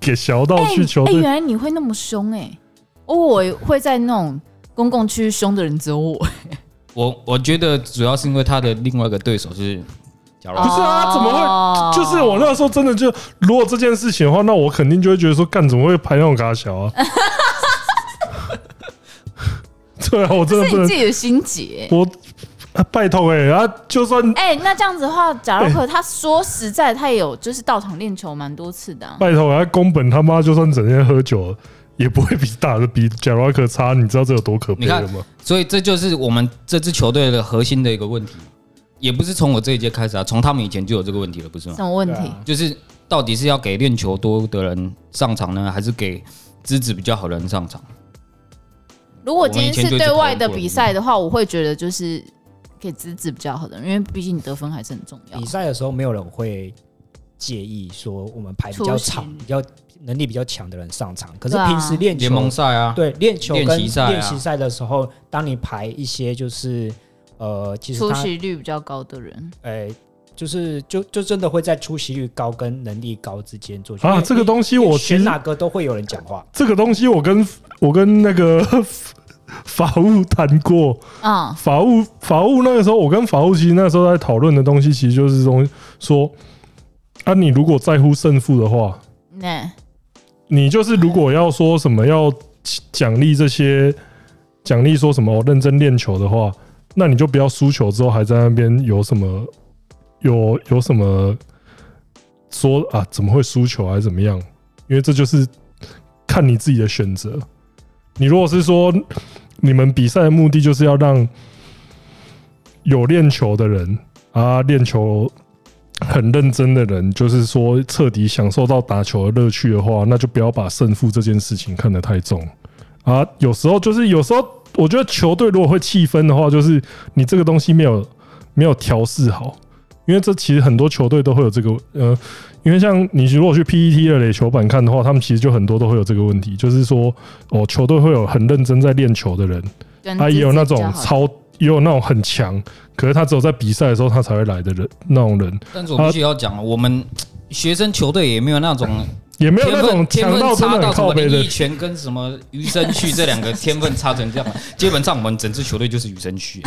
A: 给小到去球
B: 哎、
A: 队
B: 原来你会那么凶哎、哦，我会在那种公共区凶的人只有我。
D: 我我觉得主要是因为他的另外一个对手是假如
A: 不是啊，
B: 哦
A: 怎么会？就是我那个时候真的就，如果这件事情的话，那我肯定就会觉得说，干怎么会拍那种嘎小啊？ 对啊，我真的
B: 这
A: 不
B: 是你
A: 能
B: 自，己的心结。
A: 我、啊拜托哎、欸，啊，就算
B: 哎、那这样子的话，贾洛克他说实在，他也有就是到场练球蛮多次的、啊。
A: 拜托啊，宫本他妈就算整天喝酒，也不会比打的比贾拉克差，你知道这有多可悲了
D: 你
A: 吗？
D: 所以这就是我们这支球队的核心的一个问题，也不是从我这一届开始啊，从他们以前就有这个问题了，不是吗
A: 嗯
B: 什？么问题？
A: 啊
D: 就是到底是要给练球多的人上场呢，还是给资质比较好的人上场？
B: 如果今天是对外的比赛的话，我会觉得就是可以资质比较好的，因为毕竟你得分还是很重要
C: 比。赛的时候，没有人会介意说我们排比较
B: 出
C: 长、
B: 席
C: 比较能力比较强的人上场。可是
B: 对啊
C: 平时练球
D: 联盟赛啊，
C: 对练球跟
D: 练习赛啊
C: 练习赛的时候，当你排一些就是呃，其实
B: 出
C: 他
B: 席率比较高的人，
C: 呃，就是就就真的会在出席率高跟能力高之间做
A: 啊，这个东西
C: 西
A: 我其
C: 选
A: 实
C: 哪个都会有人讲话。
A: 这个东西我跟我跟那个 法务谈过，
B: 嗯，
A: 法务法务那个时候，我跟法务其实那时候在讨论的东西，其实就是说说，啊，你如果在乎胜负的话，
B: 那、
A: 你就是如果要说什么要奖励这些奖励说什么、哦、认真练球的话，那你就不要输球之后还在那边有什么有有什么说啊怎么会输球还是怎么样？因为这就是看你自己的选择。你如果是说你们比赛的目的就是要让有练球的人啊练球很认真的人，就是说彻底享受到打球的乐趣的话，那就不要把胜负这件事情看得太重啊。有时候就是有时候，我觉得球队如果会气氛的话，就是你这个东西没有没有调试好，因为这其实很多球队都会有这个呃，因为像你如果去 PET 的垒球板看的话，他们其实就很多都会有这个问题，就是说哦，球队会有很认真在练球的人，啊
B: 跟
A: 他也有那
B: 嗯资质比较
A: 种
B: 好的
A: 超也有那种很强，可是他只有在比赛的时候他才会来的人，那种人
D: 但是我必须要讲了，我们学生球队也没有那种
A: 也没有
D: 天
A: 那种
D: 分天
A: 强到
D: 分
A: 真
D: 差
A: 的很
D: 到什
A: 靠
D: 么
A: 背
D: 林
A: 的
D: 奕。泉跟什么余生旭这两个天分差成这样，基本上我们整支球队就是余生旭，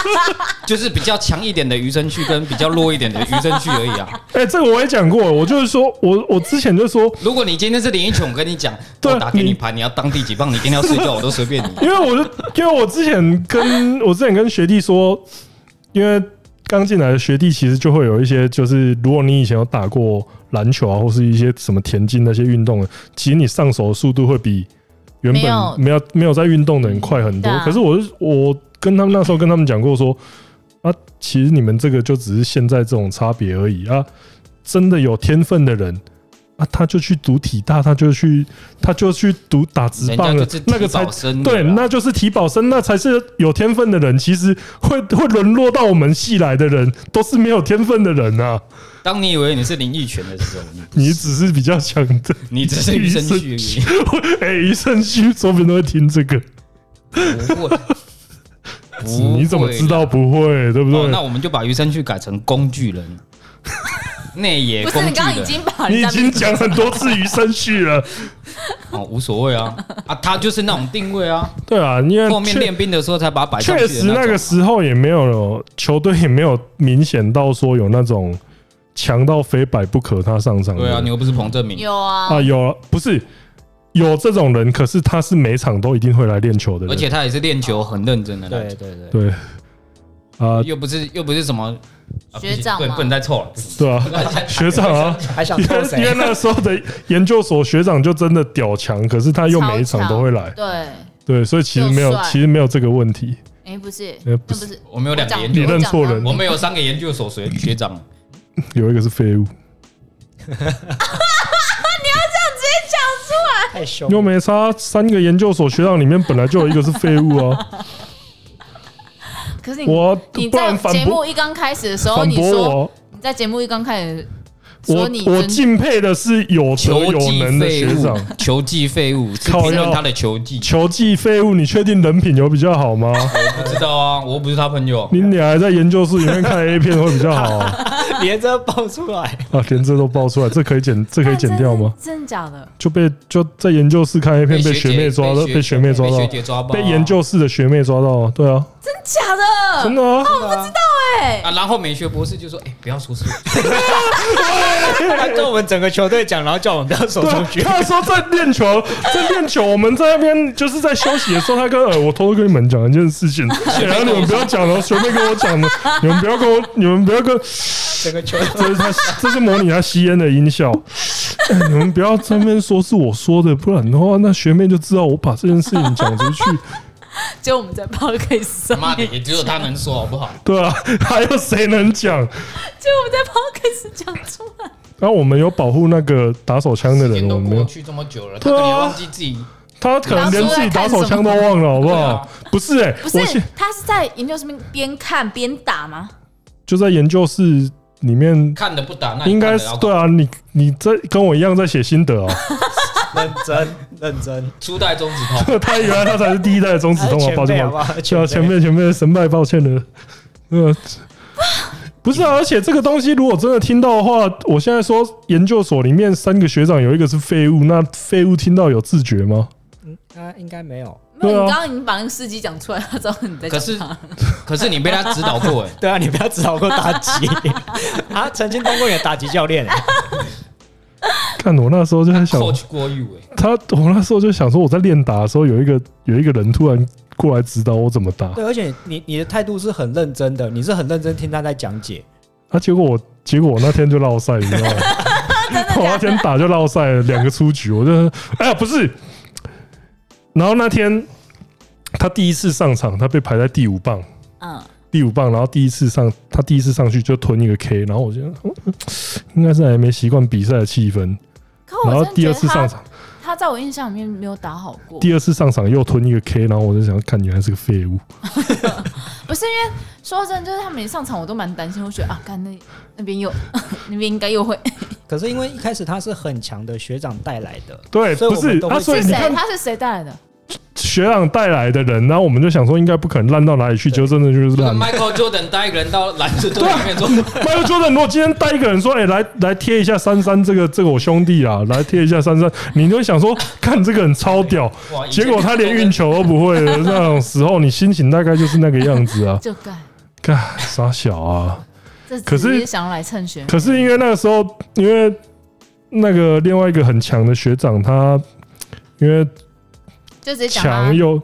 D: 就是比较强一点的余生旭跟比较弱一点的余生旭而已啊。
A: 哎、这个我也讲过，我就是说我我之前就说，
D: 如果你今天是林奕泉，我跟你讲，
A: 对啊
D: 我打给你
A: 你
D: 盘，你要当第几棒，你今天要睡觉我都 随便你。
A: 因为我就因为我之前跟我之前跟学弟说，因为刚进来的学弟其实就会有一些，就是如果你以前有打过篮球啊，或是一些什么田径那些运动的，其实你上手的速度会比原
B: 没有
A: 本没有没有在运动的人快很多
B: 对啊。
A: 可是我是我跟他们那时候跟他们讲过说，啊，其实你们这个就只是现在这种差别而已啊，真的有天分的人。啊，他就去读体大，他就去，他就去读打直棒了
D: 人家就是，体
A: 那个才
D: 保生的啊
A: 对，那就是体保生，那才是有天分的人。其实会 会沦落到我们系来的人，都是没有天分的人啊。
D: 当你以为你是林奕泉的时候，你
A: 你只是比较强的，
D: 你只是与生俱
A: 虚
D: 与。
A: 哎，余生虚，说不定都会听这个。
D: 不会，不
A: 你怎么
D: 会
A: 知道
D: 啦？
A: 不会？对不
D: 哦，那
A: 对？
D: 我们就把余生去改成工具人，内野
B: 不
D: 工
B: 是你
D: 具
B: 刚刚已
D: 人
B: 经把
A: 你
B: 人
A: 已
B: 家
A: 经讲很多次余生虚了。
D: 哦，无所谓啊啊，他就是那种定位啊。
A: 对啊，因为
D: 后面
A: 确
D: 练兵的时候才把他摆上去
A: 确
D: 的
A: 实，
D: 那
A: 那个
D: 种
A: 时候也没有球队也没有明显到说有那种强到非摆不可他上场的。
D: 对啊，你又不是彭正明，
B: 有啊，
A: 啊有不是有这种人，可是他是每场都一定会来练球的人，
D: 而且他也是练球很认真的那
C: 对
D: 种，
C: 对对，
A: 嗯对啊
D: 又不是又不是什么啊
B: 学长
D: 不行对，
B: 嘛
D: 不能再凑了。
A: 对啊， 学长啊。
C: 还想
A: 因为
C: 扣
A: 因为
C: 谁？
A: 那时候的研究所学长就真的屌强，可是他啊又每一场都会来，
B: 对，哎、
A: 对，所以其实没有
B: 又帅
A: 其实没有这个问题。
B: 不是，
A: 呃
B: 那
A: 不
B: 不
A: 是
B: 是，
D: 我们有两个
B: 我
D: 研
B: 讲
A: 你
D: 究，
A: 认错人
D: 我们有三个研究所学学长，
A: 有一个是废物，
C: 太凶了，
A: 又没差三个研究所学长里面本来就有一个是废物啊，
B: 可 是你
A: 我
B: 你
A: 不
B: 在
A: 然反
B: 节
A: 驳
B: 目一刚开始的时候，
A: 反
B: 你
A: 驳
B: 说
A: 我，
B: 你在节目一刚开始说
A: 我
B: 你
A: 我
B: 尊
A: 敬佩的是有德
D: 球
A: 有
D: 技
A: 能的
D: 废
A: 学
D: 物
A: 长，，
D: 球技废物是
A: 靠
D: 评论
A: 腰
D: 他的球技，
A: 球技废物，你确定人品有比较好 吗？
D: 我不知道啊，我又不是他朋友。
A: 你俩还在研究室里面看 A 片会比较好 啊？
C: 连着爆出来，
A: 啊，连这都爆出来，这可以剪，这可以剪掉
D: 啊
A: 吗？？
B: 啊真的真的假的？
A: 就被就在研究室看 A 片被学妹抓到，被
D: 被
A: 学妹抓到
D: 被学，姐抓到，
A: 被研究室的学妹抓到，对啊，
B: 真假
D: 哦
B: 的？
A: 真的啊，
B: 对，
D: 啊。然后美学博士就说：“哎，不 要说是我
C: 他跟我们整个球队讲，然后叫我们不要手
A: 对
C: 出
A: 啊，
C: 去。
A: 他说在练球， 在练球，我们在那边就是在休息的时候，他跟呃，我偷偷跟你们讲一件 事情，然后你们不要讲了，学妹跟我讲的，你们不要跟我，你们不要跟。
C: 整个球
A: 这是他，这是模拟他吸烟的音效。哎你们不要在那边说是我说的，不然的话，那学妹就知道我把这件事情讲出去。
B: 就我们在 p o d c a s 上
D: 妈的，
B: 面，
D: 也只有他 能说好不好？
A: 对啊，还有谁能讲？
B: 就我们在 p o d c a s 讲出来。
A: 然后我们有保护那个打手枪的
D: 时间
A: 人，
D: 都
A: 我们没
D: 过
A: 有。
D: 去这么久了，他
A: 对啊
D: 可能也忘记自己
A: 他可能连自己打手枪都忘了，好不好？
D: 啊
A: 不是哎、
B: 不
A: 我
B: 是
A: 现，
B: 他是在研究室边看边打吗？
A: 就在研究室里面，
D: 看的不打，那你
A: 应该
D: 看得
A: 是
D: 要
A: 对啊，你你在跟我一样在写心得啊。
C: 认真认真，
D: 初代中指 头，
A: 他原来他才是第一代的中指通啊，
C: 前
A: 抱
C: 辈
A: 歉
C: 好
A: 抱歉
C: 不。好？
A: 对啊，前面前面神拜，抱歉了。呃，不是啊，而且这个东西如果真的听到的话，我现在说研究所里面三个学长有一个是废物，那废物听到有自觉吗？
C: 他应该没有。
B: 没
A: 对啊
B: 有，你刚刚已经把那个事迹讲出来，他知道你在
D: 可
B: 讲。
D: 是可是你被他指导 过哎，
C: 对啊，你不要指导过打 击啊！曾经当过你的打击教练、欸，
A: 看我那时候就在想，
D: coach 郭 玉伟，
A: 他我那时候就想说，我在练打的时候，有一个有一个人突然过来指导我怎么打，
C: 对，而且你你的态度是很认真的，你是很认真听他在讲解，
A: 啊，结果我结果我那天就落赛，你知道吗？我那天打就落赛了，两个出局，我就哎呀不是。然后那天他第一次上场，他被排在第五棒，
B: 嗯，
A: 第五棒，然后第一次上，他第一次上去就吞一个 K，然后我觉得嗯应该是还没习惯比赛的气氛，
B: 可
A: 然
B: 哦
A: 后
B: 我真的
A: 第
B: 觉
A: 二
B: 得
A: 次上
B: 他
A: 场，
B: 他在我印象里面没有打好过。
A: 第二次上场又吞一个 K，然后我就想，看你还是个废物，
B: 不是因为说真的，就是他每上场我都蛮担心，我觉得啊，干那那边又 那边应该又会
C: 可是因为一开始他是很强的学长带来的，
A: 对，
C: 所以
A: 不
C: 我
A: 是
C: 们都
A: 啊，
C: 会
A: 所以
B: 是
A: 你
B: 谁
A: 看？
B: 他是谁带来的？
A: 学长带来的人，然后我们就想说应该不可能烂到哪里去，就真的就是啊
D: 就
A: 烂。
D: 跟 Michael Jordan 带一个人到篮子队里面说，
A: Michael Jordan，如果今天带一个人说，哎、来来贴一下珊珊这个这个我兄弟啊，来贴一下珊珊，你就会想说，看这个人超 屌，
D: 哇，以前
A: 结果他连运球都不会的那种时候，你心情大概就是那个样子啊，
B: 就干，
A: 看傻小啊。
B: 这
A: 可是
B: 只是想要来蹭学妹。
A: 可是因为那个时候，因为那个另外一个很强的学长，他因为
B: 啊就直接讲他
A: 强又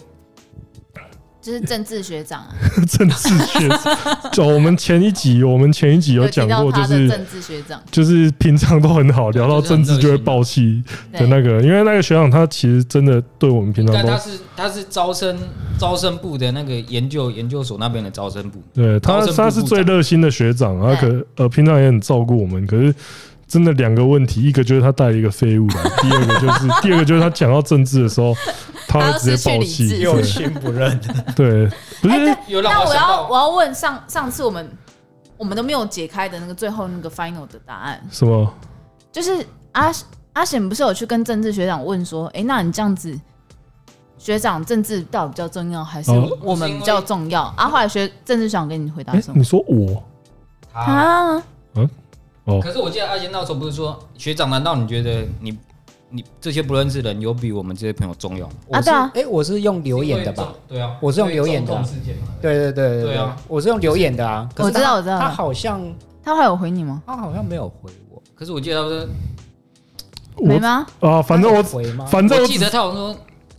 B: 就是政治学长啊，
A: 政治学长，就我们前一集，我们前一集 有
B: 提
A: 讲
B: 到
A: 过，
B: 他
A: 就
B: 的
A: 是
B: 政治学长，
A: 就是平常都很好，聊到
D: 就是很
A: 政治就会爆气的
B: 对
A: 那个，因为那个学长他其实真的对我们平常
D: 但
A: 都
D: 他是他是招生招生部的那个研究研究所那边的招生部，
A: 对
D: 高
A: 他，
D: 升
A: 他
D: 部
A: 是
D: 部
A: 最
D: 长
A: 热心的学长，然后可呃平常也很照顾我们，可是真的两个问题，一个就是他带了一个废物来，第二个就是第二个就是他讲到政治的 时候，他会直接爆气，
B: 他
C: 有心 不认，
A: 对对，不
B: 哎
A: 是
B: 对
D: 有让
B: 那
D: 我
B: 我
D: 想
B: 要
D: 到
B: 我要问上上次我们我们都没有解开的那个最后那个 final 的答案，
A: 什么
B: 就是阿阿显不是有去跟政治学长问说，哎、那你这样子，学长政治到底比较重要，还是
A: 哦
B: 我们比较重要？啊，后来学政治学长跟你回答
A: 哎、
B: 什么
A: 你？说我嗯
D: 他。
B: 啊，
D: 可是我记得阿贤那时候不是说，学长，难道你觉得你你这些不认识的人有比我们这些朋友重要吗？
C: 我是
B: 对啊
C: 哎，我是用留言的吧？？
D: 对啊，
C: 我是用留言的
D: 因为中共事件嘛
C: 对对对
D: 对啊，
C: 我是用留言的啊。可是
B: 我知道
C: 他
B: 我知道
C: 他好像
B: 他后来有回你吗？
C: 他好像没有回我，
D: 可是我记得他说，
B: 没
A: 我
B: 吗？
A: 啊，反正我
C: 他有回吗？
A: 反正
D: 我
A: 我
D: 记得他好像说，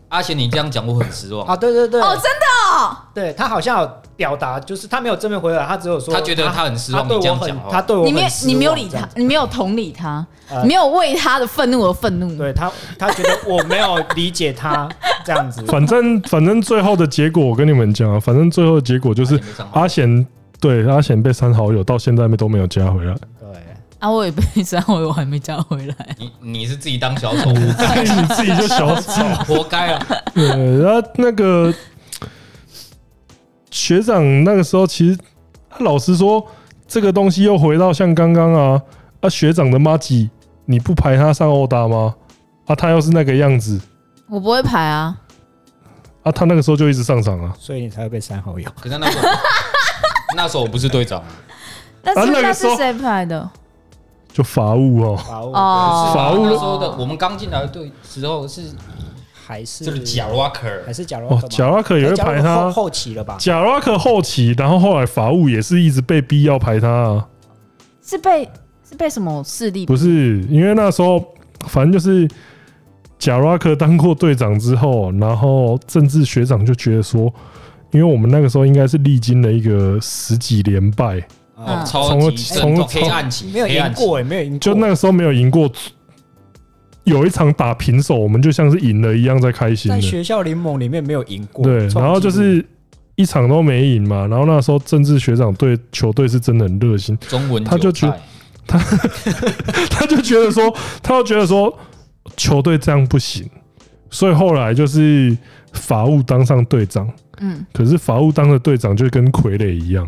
D: 阿贤你这样讲我很失望，
C: 啊，对对对，
B: 哦，真的哦，
C: 对他好像有表达，就是他没有正面回答，他只有说
D: 他觉得他很失
C: 他
D: 望，
C: 对
D: 你这
C: 我
D: 样讲
C: 很，
D: 话
C: 他。对我
B: 你没
C: 很失
B: 你
C: 望
B: 没有理
C: 这
B: 他
C: 样，子
B: 你没有同理他，
C: 呃
B: 你没有为他的愤怒而愤怒。
C: 对他，他觉得我没有理解他这样子。
A: 反正反正最后的结果我跟你们讲啊，反正最后的结果就是
D: 没上话
A: 阿贤对阿贤被删好友，到现在都没有加回来，
C: 对，
B: 啊，我也被 删回，我还没加回来。
D: 你你是自己当 小丑，
A: 你自己就小丑。
D: 活该啊！
A: 对，然后那个学长那个时候，其实老实说，这个东西又回到像刚刚啊，啊学长的妈吉，你不排他上殴打吗？啊，他要是那个样子，
B: 我不会排啊，
A: 啊，他那个时候就一直上场啊，
C: 所以你才会被删 好友。
D: 可是那 时候我那时候我不是队长，
B: 那是、
A: 那个
B: 那
A: 时
B: 是
A: 候
B: 谁排的？
A: 就罚务哦。
C: 哦，
B: 哦，
D: 是吧
A: 法务
D: 那时候的我们刚进来队时候是
C: 还是
D: 就是贾洛克，
C: 还是假如
A: 哦，贾拉克也会排
C: 后
D: 啊
A: 他，啊
C: 后期了吧？
A: 哎贾拉克后期，然后后来法务也是一直被逼要排他啊，
B: 是被是被什么 势力？
A: 不是因为那时候反正就是贾拉克当过队长之后，然后政治学长就觉得说，因为我们那个时候应该是历经了一个十几连败，
B: 嗯
C: 哦，
D: 超级
A: 从
D: 正宗
A: 从
D: 黑暗期，
C: 没有
D: 黑暗
C: 赢
D: 期
C: 过，也欸没有赢过，
A: 就那个时候没有赢过，有一场打平手，我们就像是赢了一样在开心
C: 在
A: 的。
C: 学校联盟里面没有赢过。
A: 对，
C: 冲
A: 然后
C: 击啊
A: 就
C: 力
A: 是一场都没赢嘛，然后那时候政治学长对球队是真的很热心，
D: 中文
A: 他就
D: 韭菜
A: 他就觉得说，他就觉得说，球队这样不行，所以后来就是法务当上队长，
B: 嗯，
A: 可是法务当的队长就跟傀儡一样，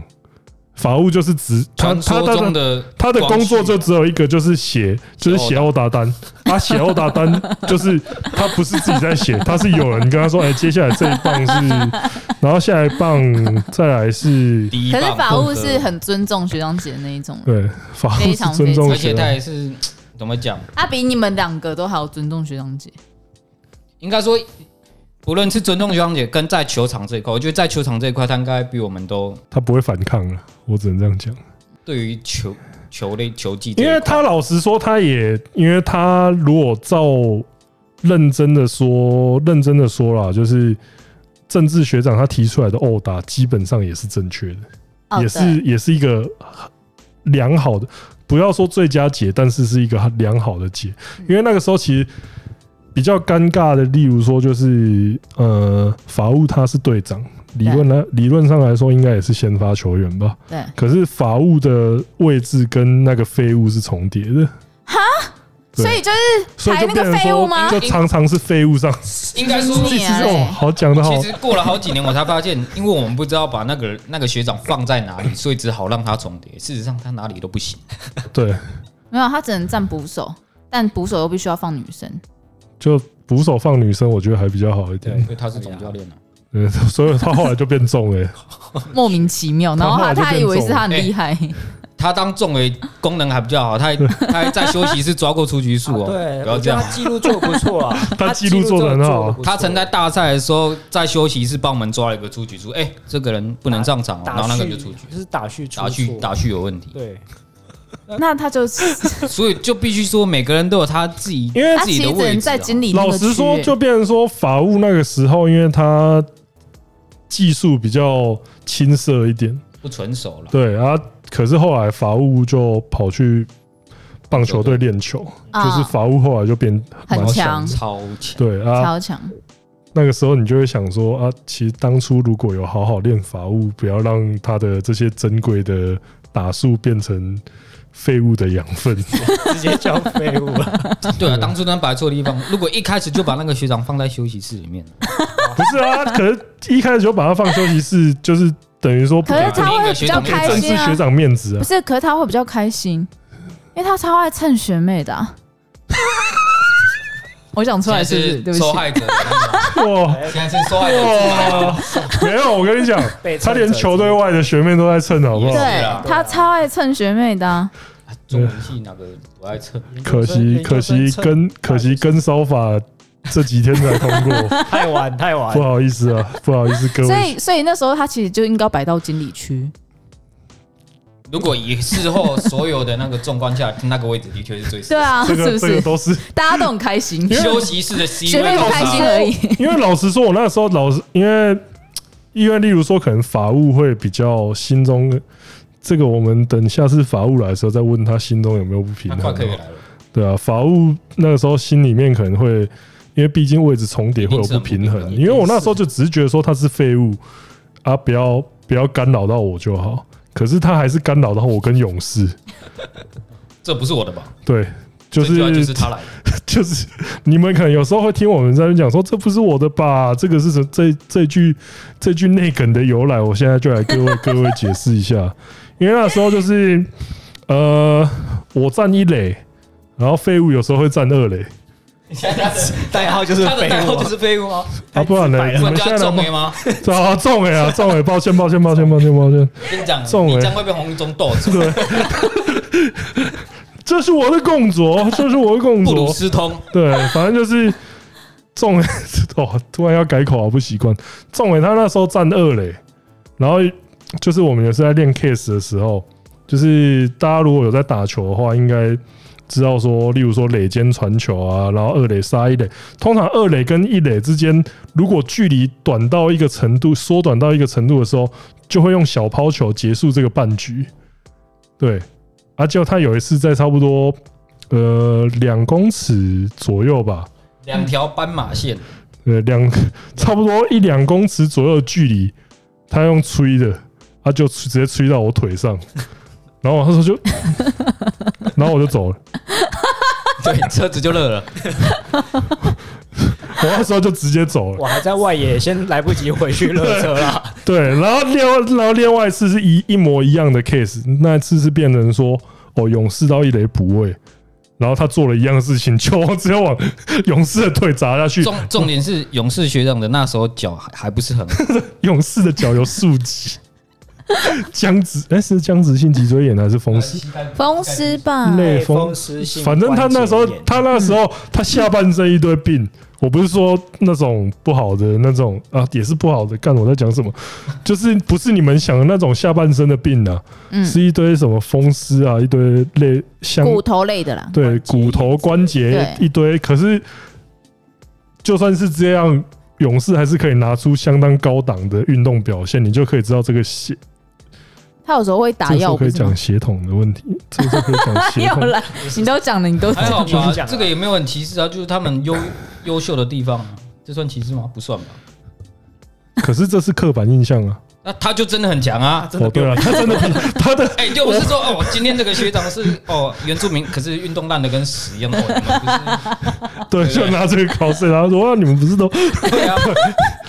A: 法务就是只他
D: 传
A: 他
D: 说
A: 他
D: 中
A: 的
D: 的
A: 他的工作就
D: 光绪
A: 只有一个，就是写就是写殴打单，他啊写殴打单 就是他不是自己在写，他是有人跟他说，哎，接下来这一棒 是，然后下一棒再来是。
D: 第一
B: 可
D: 棒，
B: 是法务是很尊重学长姐的那一种人。
A: 对，法务
B: 非
A: 是
B: 常
A: 尊重啊
D: 而
A: 学
D: 且
A: 的
D: 他，也是怎么讲？
B: 他啊比你们两个都还要尊重学长姐。
D: 应该说，不论是尊重学长姐跟在球场这一块，我觉得在球场这一块，他应该比我们都
A: 他不会反抗了，我只能这样讲。
D: 对于球球类球技这一
A: 因
D: 块，
A: 为他老实说，他也因为他如果照认真的说，认真的说啦，就是政治学长他提出来的殴打，基本上也是正确的，
B: 哦，
A: 也是
B: 对，
A: 也是一个良好的，不要说最佳解，但是是一个良好的解。
B: 嗯
A: 因为那个时候其实比较尴尬的，例如说就是呃，法务他是队长，理论来理论上来说，应该也是先发球员吧。
B: 对，
A: 可是法务的位置跟那个废物是重叠的，对
B: 所以就是
A: 所以
B: 排
A: 就
B: 那
A: 变
B: 个
A: 成
B: 废物
A: 说
B: 吗，？
A: 就常常是废物上。
D: 应该说，
B: 你啊
A: 哦，好讲的好
D: 其，实过了好几年，我才发现，因为我们不知道把那个那个学长放在哪里，所以只好让他重叠。事实上，他哪里都不行。
A: 对，
B: 没有，他只能站捕手，但捕手又必须要放女生。
A: 就捕手放女生，我觉得还比较好一
D: 对，
A: 点
D: 因。为他是总教练啊。
A: 嗯，所以他后来就变重 了。
B: 莫名其妙，
A: 他
B: 然后
A: 后来
B: 他
A: 就
B: 他
A: 变
B: 以为是
A: 重，
B: 他很
D: 哎
B: 厉害，
D: 他当中卫功能还比较好，他还他还在休息室抓过出局数哦。
C: 啊对，
D: 不要
C: 我
D: 这
C: 觉得
D: 样。
C: 他记录做得不错啊
A: 他记录
C: 录
A: 做得很好啊
C: 做得不错
D: 他曾在大赛的时候在休息室帮我们抓了一个出局数，哎、这个人不能上场、哦，然
C: 打
D: 后那个
C: 序
D: 人就出局，
C: 是打序出
D: 打序
C: 错
D: 打序有问题，
C: 对，
B: 那 他就是
D: 所以就必须说每个人都有他自己
A: 因为
B: 他
D: 自己
B: 其
D: 的
B: 实只
D: 位
B: 能
D: 置、
B: 在
D: 啊。
B: 经理那
A: 老
B: 个区
A: 实说，
B: 域
A: 就变成说法务那个时候，因为他技术比较青涩一点，
D: 不成熟了。
A: 对啊。可是后来法务就跑去棒球队练球，
B: 啊
A: 就是法务后来就变
B: 很
A: 蛮
B: 强
A: 的
D: 超强，
A: 对啊，
B: 超强，
A: 那个时候你就会想说啊，其实当初如果有好好练法务，不要让他的这些珍贵的打数变成废物的养分。
C: 直接叫废物了。
D: 对啊，当初那摆错地方，如果一开始就把那个学长放在休息室里面，
A: 不是啊，可能一开始就把他放休息室，就是等于说不
B: 可
A: 给
B: 是他会比较开
A: 政
B: 心
A: 治
B: 啊
A: 学，长面子啊
B: 不。是？可是他会比较开心，因为他超爱蹭学妹的啊。我讲 出来是不是？
D: 现
B: 对不
D: 在是
B: 起，
D: 受害者的那种，
B: 啊
A: 哇
D: 现在是受害者的自白。
A: 哇，没有，我跟你讲
C: 被，
A: 他
C: 蹭
A: 连
C: 着
A: 球队外的学妹都在蹭，好不好？
D: 是
B: 对
D: 啊
B: 他超爱蹭学妹的啊，
D: 中文系哪个不爱测？
A: 可惜，可惜跟可惜跟骚法这几天才通 过，
C: 太晚太晚
A: 不，好意思啊，不好意思各
B: 所
A: 位。
B: 以所以那时候他其实就应该摆到经理区。
D: 如果以事后所有的那个纵观下，那个位置的确是最适
B: 对
D: 合。
B: 啊，
A: 这
B: 是
A: 个
B: 不
A: 这个
B: 是？
A: 都是
B: 大家都很开心，
D: 休息室的 C
B: 学
D: 位
B: 妹
D: 都
B: 不
D: 是
B: 开心
D: 啊
B: 而已。
A: 因为老实说，我那时候老是因为因为例如说，可能法务会比较心中这个，我们等下次法务来的时候再问他心中有没有不平
D: 那
A: 衡
D: 快可以
A: 哦。
D: 来了，
A: 对啊，法务那个时候心里面可能会，因为毕竟位置重叠会有不平衡
D: 一定是很不平。衡
A: 因为我那时候就只是觉得说他是废物啊，不要不要干扰到我就好。可是他还是干扰到我跟勇士，
D: 这不是我的吧？
A: 对，就
D: 这句话就是是他来的，
A: 就是你们可能有时候会听我们在那边讲说，这不是我的吧？这个是什这这句这句内梗的由来，我现在就来各位 各位解释一下。因为那时候就是呃，我站一垒，然后废物有时候会站二垒
C: 代号就是
D: 他的代
C: 废
D: 号
C: 物啊
D: 就。是废物吗？
A: 啊，不然呢？
D: 不
A: 你
D: 然
A: 们
D: 叫
A: 现
D: 他
A: 在来
D: 中
A: 吗
D: A 吗？
A: 啊，中哎啊，中哎，抱歉抱歉抱歉抱歉抱歉，
D: 跟你讲，
A: 中
D: 你
A: 欸
D: 将会被红中 斗走。
A: 对，这是我的工作，这是我的工
D: 布鲁
A: 作。
D: 斯通
A: 对，反正就是 仲伟哦，突然要改口啊，不习惯。仲伟他那时候站二垒，然后就是我们也是在练 case 的时候，就是大家如果有在打球的话，应该知道说，例如说垒间传球啊，然后二垒杀一垒，通常二垒跟一垒之间，如果距离短到一个程度，缩短到一个程度的时候，就会用小抛球结束这个半局。对，啊，结果他有一次在差不多呃两公尺左右吧，
D: 两条斑马线，
A: 呃两 差不多一两公尺左右的距离，他用吹的，他就直接吹到我腿上，然后我那时候就， 然后我就走了，
D: 对，车子就热了。
A: 我那时候就直接走了。
C: 我还在外野，先来不及回去热车 啦。
A: 对，然后另外然后另外一次是一一模一样的 case，那一次是变成说哦勇士到一垒补位。然后他做了一样的事情，球直接往 勇士的腿砸下去，
D: 重重点是勇士学长的那时候脚还还不是很好，
A: 勇士的脚有竖脊，僵直，哎、是僵直性脊椎炎还是风湿？
B: 风湿 吧，
A: 类
C: 风
A: 风
C: 湿性
A: 反正他那时候
C: 关节炎，
A: 他那时候，他下半身一堆病。我不是说那种不好的那种啊，也是不好的。干我在讲什么？就是不是你们想的那种下半身的病啊，
B: 嗯，
A: 是一堆什么风湿啊，一堆类像
B: 骨头类的啦，
A: 对骨头关节
B: 对
A: 一堆。可是就算是这样，勇士还是可以拿出相当高档的运动表现，你就可以知道这个血
B: 他有时候会打
A: 这时
B: 药，
A: 候可以
B: 不是吗
A: 讲血统的 问题，这时候可以讲血
B: 又
A: 统。
B: 来，你都讲了，你都
D: 还
B: 讲
D: 好
B: 了，
D: 吧
C: 讲？啊
D: 这个也没有很歧视啊，就是他们优优秀的地方啊，这算歧视吗？不算吧。
A: 可是这是刻板印象啊！
D: 那他就真的很强啊！
A: 哦，对了，他真的比他的
D: 哎、就我是说，哦，今天这个学长是哦原住民，可是运动烂的跟屎一样的，哦你
A: 对，就拿这个考试，然后说哇，你们不是 都
D: 们不是？对啊，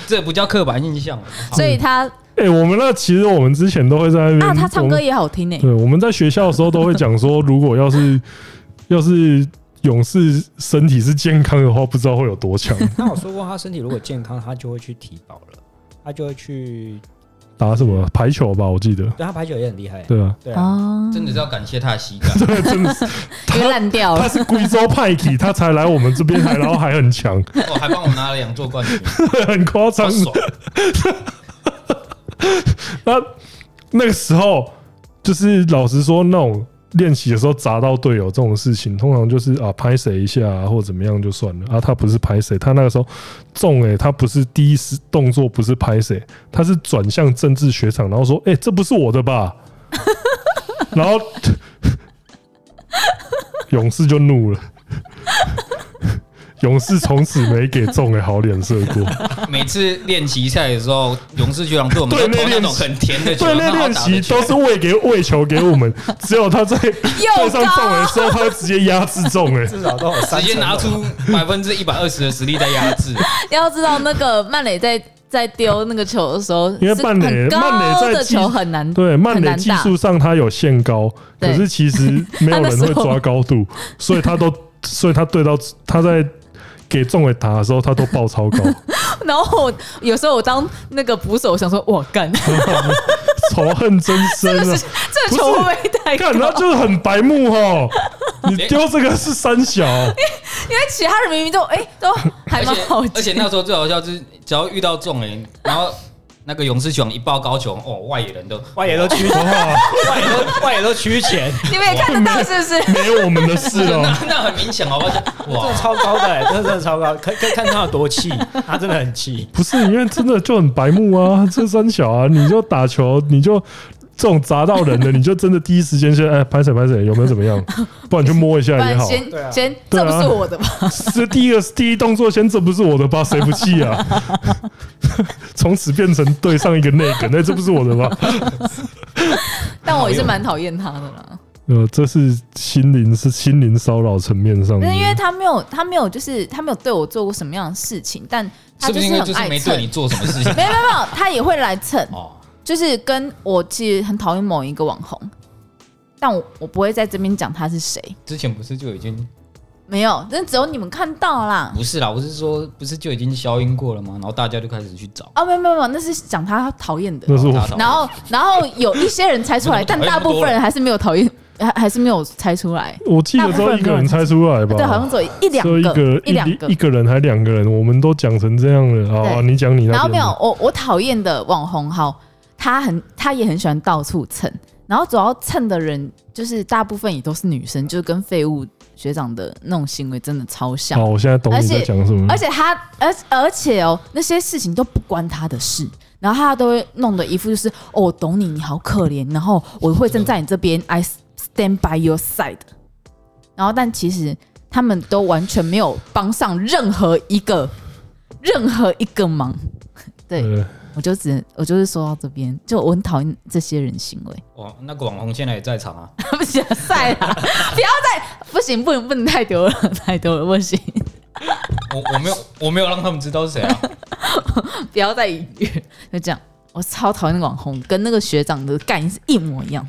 D: 这不叫刻板印象。
B: 所以他
A: 哎，我们那其实我们之前都会在那边
B: 啊，他唱
A: 我
B: 歌
A: 们
B: 也好听欸呢。
A: 对，我们在学校的时候都会讲说，如果要是 要是勇士身体是健康的话，不知道会有多 强，
C: 那我说过，他身体如果健康，他就会去体保了，他就会去。
A: 打什么排球吧，我记得，
C: 对他排球也很厉害，
A: 对啊，
C: 对啊，
B: 哦，
D: 真的是要感谢他的膝盖，
A: 对，真的是
B: 因为
A: 他
B: 烂掉
A: 他
B: 了，
A: 是贵州派体，他才来我们这边，还然后还很强，
D: 哦，还帮我拿了两座冠军，
A: 很夸张
D: 好，爽！啊
A: 那那个时候，就是老实说，那种练习的时候砸到队友这种事情，通常就是啊拍谁一下、啊、或怎么样就算了啊。他不是拍谁，他那个时候中诶、欸，他不是第一时动作不是拍谁，他是转向政治学场，然后说诶、欸，这不是我的吧？ 然后 勇士就怒了， 勇士从此没给中诶、欸、好脸色过。
D: 每次练习赛的时候，勇士局长对我们
A: 对
D: 都
A: 内
D: 投那
A: 练
D: 种
A: 习
D: 很甜的球，
A: 对
D: 很
A: 内
D: 好
A: 练
D: 打的
A: 习
D: 球
A: 都是喂 给喂球给我们，只有他在 对上中诶的时候，他会直接压制欸中诶。
C: 至少都有三
D: 直接
C: 层
D: 拿
C: 楼
D: 出百分之一百二十的实力在压制。
B: 要知道那个曼磊在在丢那个球的时候，
A: 因为
B: 是
A: 曼
B: 很
A: 雷
B: 高
A: 曼雷在
B: 的
A: 技
B: 球很难，
A: 对，曼
B: 很
A: 雷
B: 难
A: 技
B: 打
A: 术上他有限高，可
B: 对
A: 是其 实没有
B: 他那
A: 人
B: 时候
A: 会抓高度，所以他 都，所以他对到他在给仲伟打的时候，他都爆超高，
B: 然后我有时候我当那个捕手，我想说，我干，
A: 仇恨增深啊！
B: 这个球会不会太高？
A: 看他
B: 因
A: 就是很白目 哦，你丢这个是三小，
B: 为其他人明明都哎、都 还
D: 而
B: 蛮
D: 且
B: 好
D: 而且那时候最好笑是，只要遇到中诶，然后那个勇士球一爆高球，哦，外野人都
C: 外野都区，
A: 哇，
C: 外野都外野都区前，
B: 你们也看得到是 不是？
A: 没有我们的事哦
D: 那
A: 了。
D: 那很明显，好不好？
C: 真
D: 哇
C: 的，超高的、欸，真的真的超高，可可以看他有多气，他真的很气。
A: 不是因为真的就很白目啊，这三小啊，你就打球，你就这种砸到人的，你就真的第一时间先哎拍谁拍谁，有没有怎么 样？不然就摸一下
B: 不
A: 也
B: 然
A: 好。
B: 先
C: 对啊
B: 先，
A: 对
B: 这
A: 啊
B: 不是我的吧？
A: 是第一个第一动作先，这不是我的吧？谁不气啊？从此变成对上一个那个，那这不是我的吧？
B: 但我也是蛮讨厌他的啦，
A: 呃，这是心灵是心灵骚扰层面上
B: 不
A: 的
B: 是，因为他没有他没有就是他没有对我做过什么样的事情，但他
D: 是不是因为就
B: 啊很
D: 是
B: 爱
D: 没
B: 蹭
D: 对。你做什么 事情？
B: 没有没有没有，他也会来蹭，
D: 哦，
B: 就是跟我其实很讨厌某一个网红，但我我不会在这边讲他是谁，
D: 之前不是就已经
B: 没有，但只有你们看到啦。
D: 不是啦，我是说不是就已经消音过了吗？然后大家就开始去找，
B: 啊，没有没有没有，那是讲他讨厌的。
A: 那是
D: 大
A: 我
D: 家找
B: 然后然后有一些人猜出来，
D: 怎
B: 但
D: 么讨厌
B: 大部分人还是没有讨厌，还还是没有猜出来。
A: 我记得只有一个人猜出来吧？
B: 对，好像只有一两
A: 只有一
B: 个
A: 个
B: 一两个
A: 一。个人还两个人，我们都讲成这样了啊！
B: 对
A: 你讲你那边的
B: 然后没有，我我讨厌的网红好，他很他也很喜欢到处蹭，然后主要蹭的人就是大部分也都是女生，就是跟废物学长的那种行为真的超像
A: 好，。哦我现在懂你在讲什么了
B: 而。且他，而而且哦，那些事情都不关他的事，然后他都会弄得一副就是哦，我懂你，你好可怜，然后我会站在你这边，I stand by your side。然后，但其实他们都完全没有帮上任何一个任何一个忙。对，
A: 呃
B: 我就只能我就是说到这边，就我很讨厌这些人行为。
D: 哇，哦那个网红现在也在场啊，
B: 不行，晒啦，不要再不行，不能不能太丢了，太丢了，不行。
D: 我我没有我没有让他们知道是谁啊，
B: 不要再隐喻，就这样。我超讨厌那个网红，跟那个学长的概念是一模一样。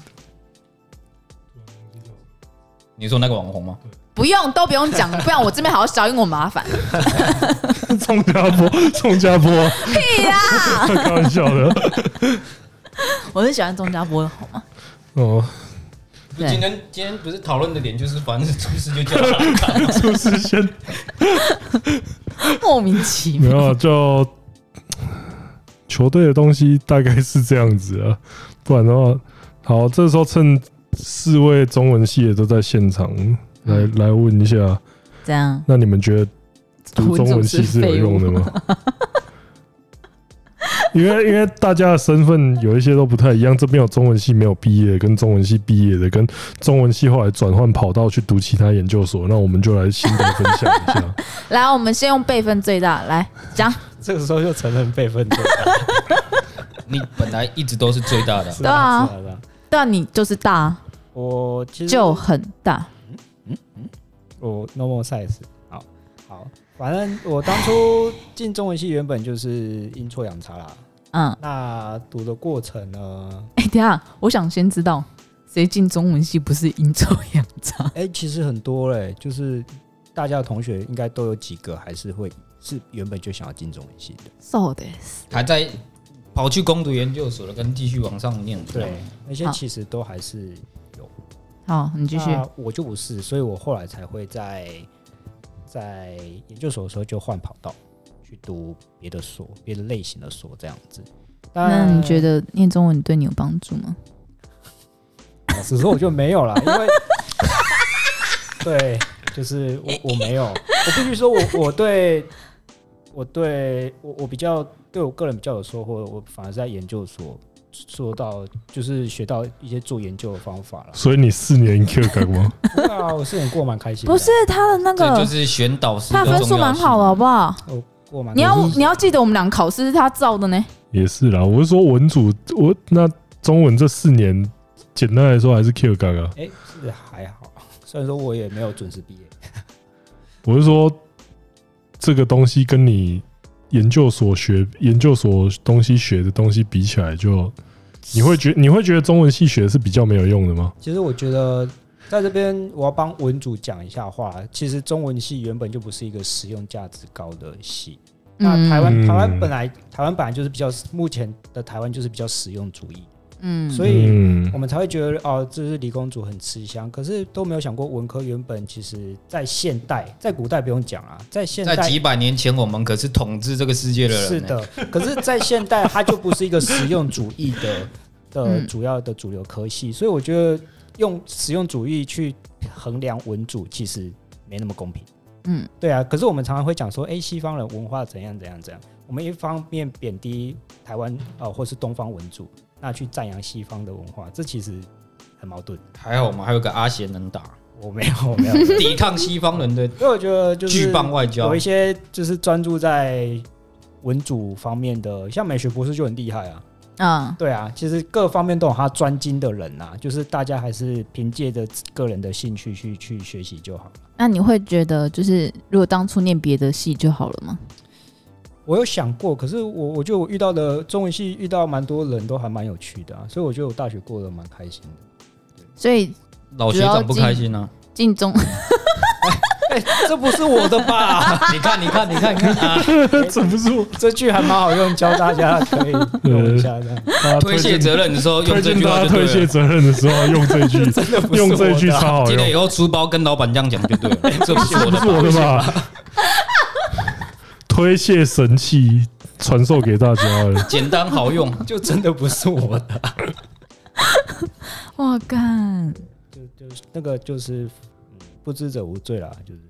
D: 你说那个网红吗？
B: 不用，都不用讲，不然我这边还要消音，我麻烦。
A: 宋家波， 宋家波，
B: 对呀，
A: 开玩笑的
B: 我是喜欢钟家波的好吗？
A: 哦。
D: 今
B: 对，
D: 天今天不是讨论的点就是，反正是出事就叫他，
A: 出事先
B: 莫名其
A: 没
B: 妙。
A: 有啊就球队的东西大概是这样子啊，不然的话，好，这时候趁四位中文系也都在现场，来
B: 嗯
A: 来问一下，
B: 这样，
A: 那你们觉得读中文系是有 用的
B: 文组是废物？
A: 吗？ 因为因为大家的身份有一些都不太一样，这边有中文系没有毕业，跟中文系毕业的，跟中文系后来转换跑道去读其他研究所，那我们就来心得分享一 下。。
B: 来，我们先用辈分最大来讲，
C: 这个时候就承认辈分最大，
D: 你本来一直都是最大的啊，
C: 是
B: 对啊
C: 是是啊
B: 对啊，你就是大啊，
C: 我其实
B: 就很大。
C: 我 normal size，好好，反正我当初进中文系原本就是阴错阳差啦。
B: 嗯，
C: 那读的过程呢？
B: 哎，等一下，我想先知道谁进中文系不是阴错阳 差？
C: 哎、其实很多嘞、就是大家的同学应该都有几个还是会是原本就想要进中文系的，
B: so 的，
D: 还在跑去攻读研究所了，跟继续往上念。
C: 对，那些
B: 好
C: 其实都还是有。
B: 好，你继续。
C: 那我就不是，所以我后来才会在在研究所的时候就换跑道去读别的所，别的类型的所这样子。
B: 那你觉
C: 得
B: 得念中文对你有帮助吗？
C: 么事，所以我就没有了，因为对，就是我我没有，我必须说我我对我对我我比较对我个人比较有收获，我反而是在研究所做到就是学到一些做研究的方法了
A: 所以你四年 Q 感吗？
C: 啊，我是很过蛮开心的，
B: 不是他的那
D: 这就
B: 个，
D: 是选导师
B: 他
D: 的
B: 的分数
D: 重要
B: 蛮
D: 性
B: 好的，哦好不好？
C: 我过蛮
B: 啊你要
A: 我是
B: 你要记得我们俩考试是他造的呢。
A: 也是啦，我是说文组，我那中文这四年，简单来说还是 Q 感啊。
C: 哎、是还好，虽然说我也没有准时毕业，
A: 我是说，这个东西跟你研究所学、研究所东西学的东西比起来就，你会觉你会觉得中文系学的是比较没有用的吗？
C: 其实我觉得在这边我要帮文组讲一下话，其实中文系原本就不是一个实用价值高的系。
B: 啊
C: 那台
A: 嗯
C: 湾台湾本来台湾本来就是比较目前的台湾就是比较实用主义，
B: 嗯，
C: 所以
A: 嗯
C: 我，们才会觉得哦，这是理工组很吃香。可是都没有想过文科原本其实在现代，在古代不用讲啊，在现
D: 在
C: 代
D: 几百年前，我们可是统治这个世界的人、
C: 是，的，可是，在现代，它就不是一个实用主义的的
B: 嗯
C: 主要的主流科系，所以我觉得用实用主义去衡量文主，其实没那么公平。
B: 嗯，
C: 对啊，可是我们常常会讲说，哎、西方人文化怎样怎样怎样，我们一方面贬低台湾呃，或是东方文主，那去赞扬西方的文化，这其实很矛盾。
D: 还好我们还有个阿贤能 打，
C: 我没有，我没有， 没有
D: 抵抗西方人的
C: 因为我觉得就是
D: 巨棒外交
C: 有一。些就是专注在文主方面的，像美学博士就很厉害啊。
B: 嗯，
C: 对啊，其实各方面都有他专精的人呐、啊就是大家还是凭借着个人的兴趣去去学习就好了。
B: 那你会觉得就是如果当初念别的系就好了吗？
C: 我有想过，可是我我觉得我遇到的中文系遇到蛮多人都还蛮有趣的啊，所以我觉得我大学过得蛮开心的。
B: 所以
D: 老学长不开心啊！
B: 进中
C: 哎、这不是我的吧？
D: 你看，你看，你看，你看啊！
A: 这不是我
C: 这句还蛮好用，教大家可以用一下这样。
A: 大家
D: 推卸
A: 荐
D: 责任的时候用
A: 推
D: 这
A: 荐
D: 句
A: 大
D: 话
A: 家
D: 就对
A: 推卸
D: 了。
A: 责任的时候用这 句，用这句超好
D: 记得以
A: 用，
D: 后出包跟老板这样讲就 对了，哎这不是我
A: 不
D: 的
A: 是我的
D: 吧？
A: 吧？推卸神器传授给大家了，
D: 简单好用，
C: 就真的不是我的，
B: 哇干，
C: 就就是那个就是、嗯、不知者无罪啦，就是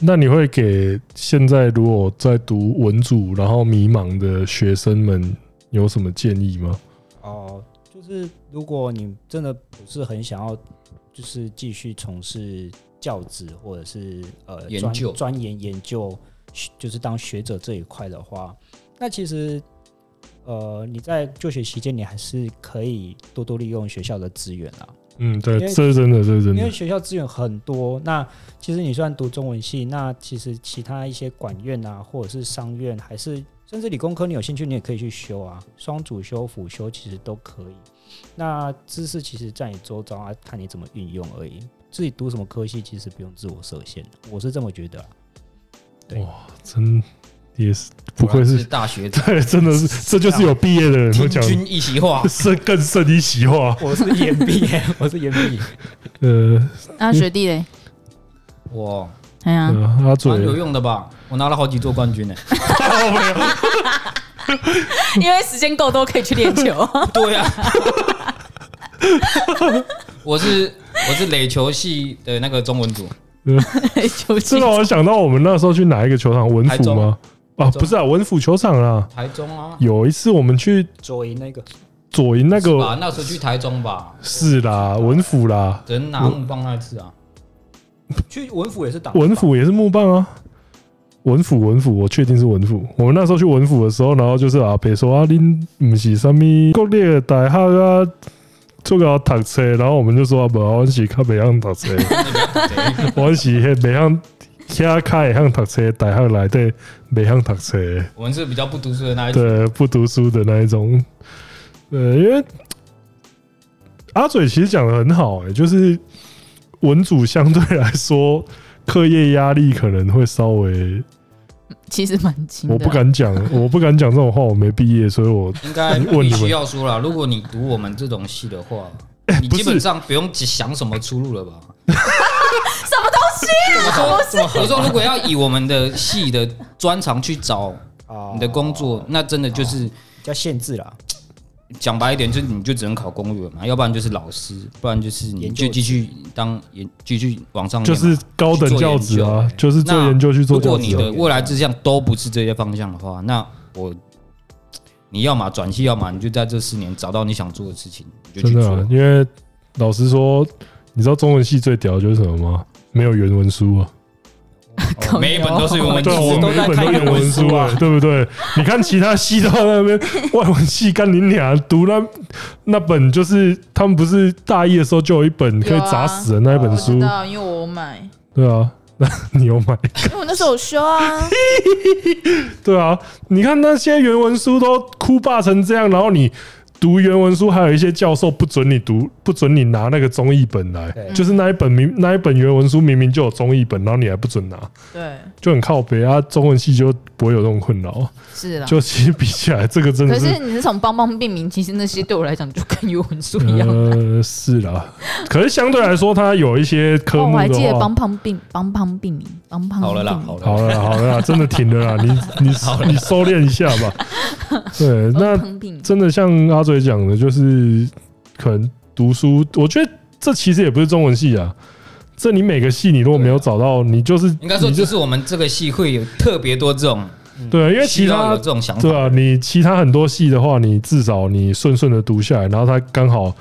A: 那你会给现在如果在读文组然后迷茫的学生们有什么建议吗？
C: 哦，就是如果你真的不是很想要，就是继续从事教职或者是呃
D: 研
C: 专
D: 究
C: 钻研研究，学就是当学者这一块的话，那其实呃你在就学期间，你还是可以多多利用学校的资源啊。
A: 嗯，对
C: 因，为
A: 这是真的，这是真
C: 因为
A: 的。
C: 学校资源很多。那其实你虽然读中文系，那其实其他一些管院啊，或者是商院，还是甚至理工科，你有兴趣你也可以去修啊，双主修、辅修其实都可以。那知识其实在你周遭啊，看你怎么运用而已。自己读什么科系，其实不用自我设限，我是这么觉得、啊。对
A: 哇，真也是不愧
D: 果然
A: 是，
D: 大学长，
A: 对，真的是，这就是有毕业的人会
D: 听
A: 讲
D: 君一席话，
A: 胜更胜一席话。
C: 我是研毕 耶，我是研毕。
A: 呃，
B: 那学弟嘞？
D: 哇，
B: 哎呀，
A: 呃阿嘴
D: 蛮，啊有用的吧？我拿了好几座 冠军呢。
B: 因为时间够多，可以去练 球。
D: 对啊，我是我是垒球系的那个中文组，
B: 球
A: 这
B: 技
A: 让我想到我们那时候去哪一个球场？文
D: 台
A: 府
D: 中
A: 吗？啊，
D: 台中
A: 不是啊，文府球场啊。
D: 台中啊，
A: 有一次我们去
C: 左营那个，
A: 左营那
D: 是吧
A: 个？
D: 啊那时候去台中吧，
A: 是啦，文府啦，
D: 只能拿木棒那一次啊。
C: 去文府也是打
A: 文府也是木棒啊。文府，文府，我确定是文府。我们那时候去文府的时候，然后就是阿北说啊，恁不是什么国内的大学啊，做个读册，然后我们就说啊，不，我们是较北向读册，我们是迄北向，遐较会向读册的大学内底北向读册的。
D: 我们是比较不读书的那一 群，
A: 对，不读书的那一种。呃，因为阿嘴其实讲的很好、欸，就是文组相对来说，课业压力可能会稍微，
B: 其实蛮轻的。
A: 我不敢讲，
D: 嗯啊
A: 我不敢讲这种话，我没毕业，所以我
D: 应该
A: 你问你
D: 必
A: 们
D: 须要说啦。如果你读我们这种系的话，你
A: 哎不
D: 基
A: 是
D: 本上不用想什么出路 了吧？
B: 什么东西啊
D: 我说，我说，如果要以我们的系的专长去找
C: 啊，
A: 哦
D: 你的工作，那真的就是
C: 比较限制啦。
D: 讲白一点，就是你就只能考公务员嘛，要不然就是老师，不然就是你
C: 研
D: 就
C: 究
D: 继续当研，继续往上念
A: 就
D: 嘛
A: 是高等教职啊，就是做研究去做
D: 嗯如果
A: 教
D: 你
A: 职、
D: 的
A: 啊。
D: 未来志向都不是这些方向的话，那我你要嘛转系，要么你就在这四年找到你想做的事情，你就
A: 真
D: 去
A: 的、
D: 做。
A: 啊，因为老实说，你知道中文系最屌的就是什么吗？没有原文书啊，
D: 哦每一本都是原文字
A: 对啊，我们
C: 们都
A: 每
C: 在
A: 一本
C: 看
A: 都原文
C: 原文书
A: 书
C: 啊
A: 啊，对不对？你看其他系到那边外文系干你俩读那那本，就是他们不是大一的时候就有一本可以砸死人那一本
E: 我
B: 哦
E: 知
A: 书，
E: 道，因为我有买，
A: 对啊，那 你有买？
E: 因为我那时候有修 啊，
A: 对啊，你看那些原文书都哭霸成这样，然后你读原文书，还有一些教授不准你读，不准你拿那个中译本来
C: 对，
A: 就是那一本明那一本原文书明明就有中译本，然后你还不准拿，
E: 对，
A: 就很靠北啊。中文系就不会有这种困扰，
B: 是啦。
A: 就其实比起来，这个真
B: 可
A: 的
B: 是你是从帮帮命名，其实那些对我来讲就跟语文书一样。
D: 嗯
A: 呃是啦，可是相对来说，它有一些科
B: 哦，
A: 目
B: 我还记得
A: 的话
B: 帮。帮病帮帮病名帮帮
D: 好了啦
B: 病，名
D: 好了
A: 好
D: 啦，
A: 了啦好了啦，真的停了啦，你 你你收敛一下吧。 对，那
B: 帮帮病名
A: 真的像阿嘴讲的，就是可能读书，我觉得这其实也不是中文系啊。这你每个系你如果没有找到，你就是
D: 啊应该说
A: 你
D: 就
A: 就是
D: 我们这个系会有特别多这种，
A: 对啊，因为其
D: 需要
A: 他
D: 有这种想
A: 对
D: 法。
A: 啊，你其他很多系的话，你至少你顺顺的读下来，然后他刚好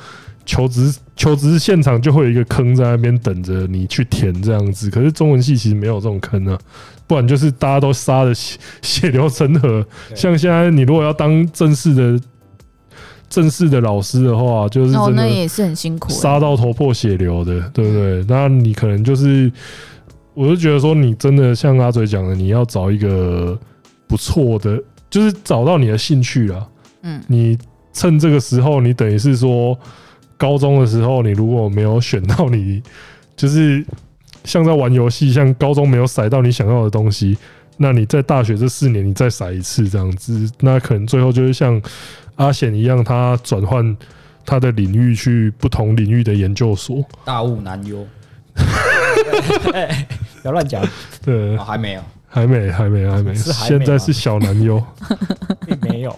A: 求职求职现场就会有一个坑在那边等着你去填这样子。可是中文系其实没有这种坑啊，不然就是大家都杀的血血流成河。
C: 对
A: 像现在你如果要当正式的正式的老师的话，就是
B: 哦，
A: 真的
B: 那也是很辛苦欸。
A: 杀到头破血流的，对不对？那你可能就是，我就觉得说，你真的像阿嘴讲的，你要找一个不错的，就是找到你的兴趣啦。
B: 嗯，
A: 你趁这个时候，你等于是说，高中的时候，你如果没有选到你，就是 像在玩游戏，像高中没有甩到你想要的东西，那你在大学这四年，你再甩一次这样子，那可能最后就是像阿显一样，他转换他的领域去不同领域的研究所。
D: 大雾难忧，
C: 不要乱讲，
A: 对
D: 哦，，还没有。
A: 还没，还没，还没，
C: 是还没
A: 现在
C: 吗
A: 是小男优。
C: 并没有。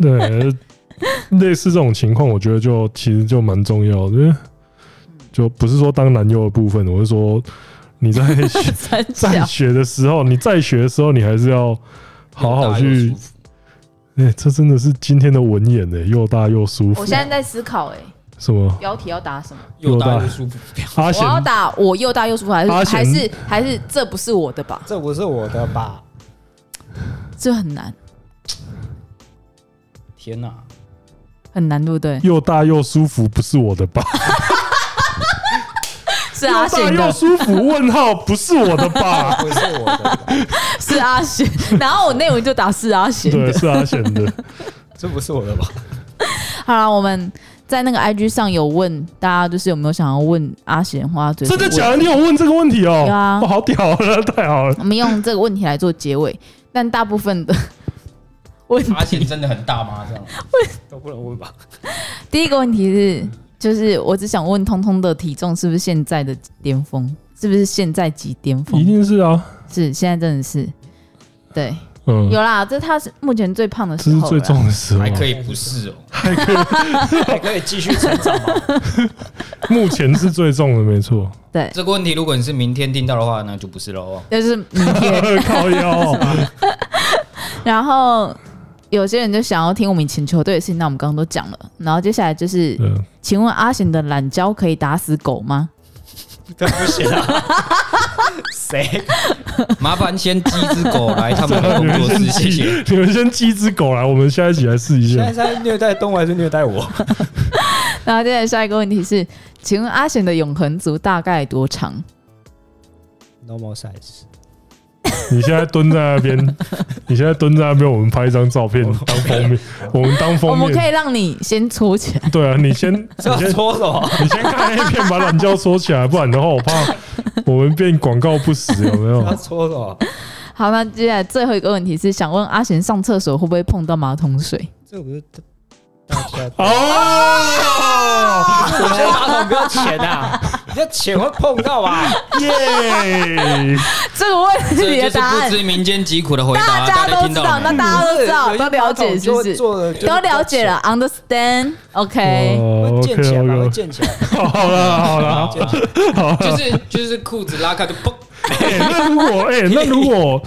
A: 对，类似这种情况，我觉得就其实就蛮重要的，因为就不是说当男优的部分，我是说你在学
B: 三
A: 在
B: 角
A: 学的时候，你在学的时候，你还是要好好
D: 又大又
A: 去
D: 舒。服
A: 哎、这真的是今天的文眼呢、又大又舒服
E: 我。现在在思考，哎，
A: 什么？
E: 标题要打什么？
D: 又大
A: 又大
D: 又舒服。
A: 阿
B: 我
A: 贤
B: 要打我又大又舒服，还是
A: 阿
B: 还
A: 贤
B: 是还是这不是我的吧？
C: 这不是我的吧？
B: 这很难，
D: 天哪、
B: 很难，对不对？
A: 又大又舒服，不是我的吧？
B: 是阿
A: 又大
B: 贤
A: 又
B: 的，
A: 舒服？问号不是我的吧？
C: 不是我的吧，
B: 是阿贤。 然后我内文就打是阿贤
A: 对，
B: 的。
A: 是阿贤的。
C: 这不是我的吧？
B: 好了，我们在那个 IG 上有问大家，就是有没有想要问阿贤或阿嘴？
A: 真的假的？你有问这个问题哦、
B: 有啊
A: 哇，好屌了，太好了。
B: 我们用这个问题来做结尾，但大部分的 问题
D: 阿贤真的很大吗？这样
C: 都不能问吧？
B: 第一个问题是，就是我只想问通通的体重是不是现在的巅峰？是不是现在级巅
A: 一
B: 峰？
A: 定是啊，
B: 是现在真的是，对，
A: 嗯，
B: 有啦，这他是目前最胖的
A: 这
B: 时
A: 是
B: 候
A: 最
B: 了。
A: 重的时候
D: 还。可以不是 哦。
C: 还可以继续成长吗？
A: 目前是最重的，没 错。
B: 对，
D: 这个问题如果你是明天听到的话，那就不是了哦。
B: 就是明 天。
A: 靠腰哦，
B: 然后有些人就想要听我们以前球队的事情，那我们刚刚都讲了。然后接下来就是，
A: 嗯，
B: 请问阿贤的懒觉可以打死狗吗？
C: 这不行啊！ 谁？
D: 麻烦先寄只狗来他们的工作室，谢 谢。
A: 你们先寄一只狗来，我们下一集来试一
C: 现
A: 下
C: 在。是在虐待动物还是虐待我？
B: 然后接下来下一个问题是，请问阿贤的永恒族大概多长？
C: Normal size，
A: 你现在蹲在那 边，你现在蹲在那边，我们拍一张照片当封面，我们当
B: 我
A: 封
B: 们可
A: 面。
B: 以让你先搓起来，
A: 对啊，你先你
C: 这要啊
A: 先
C: 说什么？
A: 你先看 A 片，把懒觉缩起来，不然的话我怕我们变广告不实，有没
C: 这
A: 有
C: 要？啊说什么？
B: 好，那接下来最后一个问题是，想问阿贤上厕所会不会碰到马桶水？
C: 这不是大家？
A: 哦，
C: 我觉得马桶不要钱啊！你的钱会碰到吧？
A: 耶！
B: 这个问
D: 这
B: 题的
D: 就是
B: 答
D: 不
B: 案，
D: 知民间疾苦的回答，
B: 大家
D: 家
B: 都
D: 听
B: 知
D: 到
B: 道，
D: 了
B: 那
D: 没？
B: 大家都知道，
C: 有一
B: 都
C: 些
B: 了解
C: 那种
B: 是
C: 就
B: 不
C: 会
B: 是？
C: 做的就是
B: 都了解了，understand，OK，、
A: 哦
C: 会
A: ，OK
C: 哎建起来吧，会
A: OK，
C: 建起来。
A: 好了好了，
C: 建起来
A: 哦
D: 就是就是裤子拉开就嘣，
A: 哎，那如果哎，那如果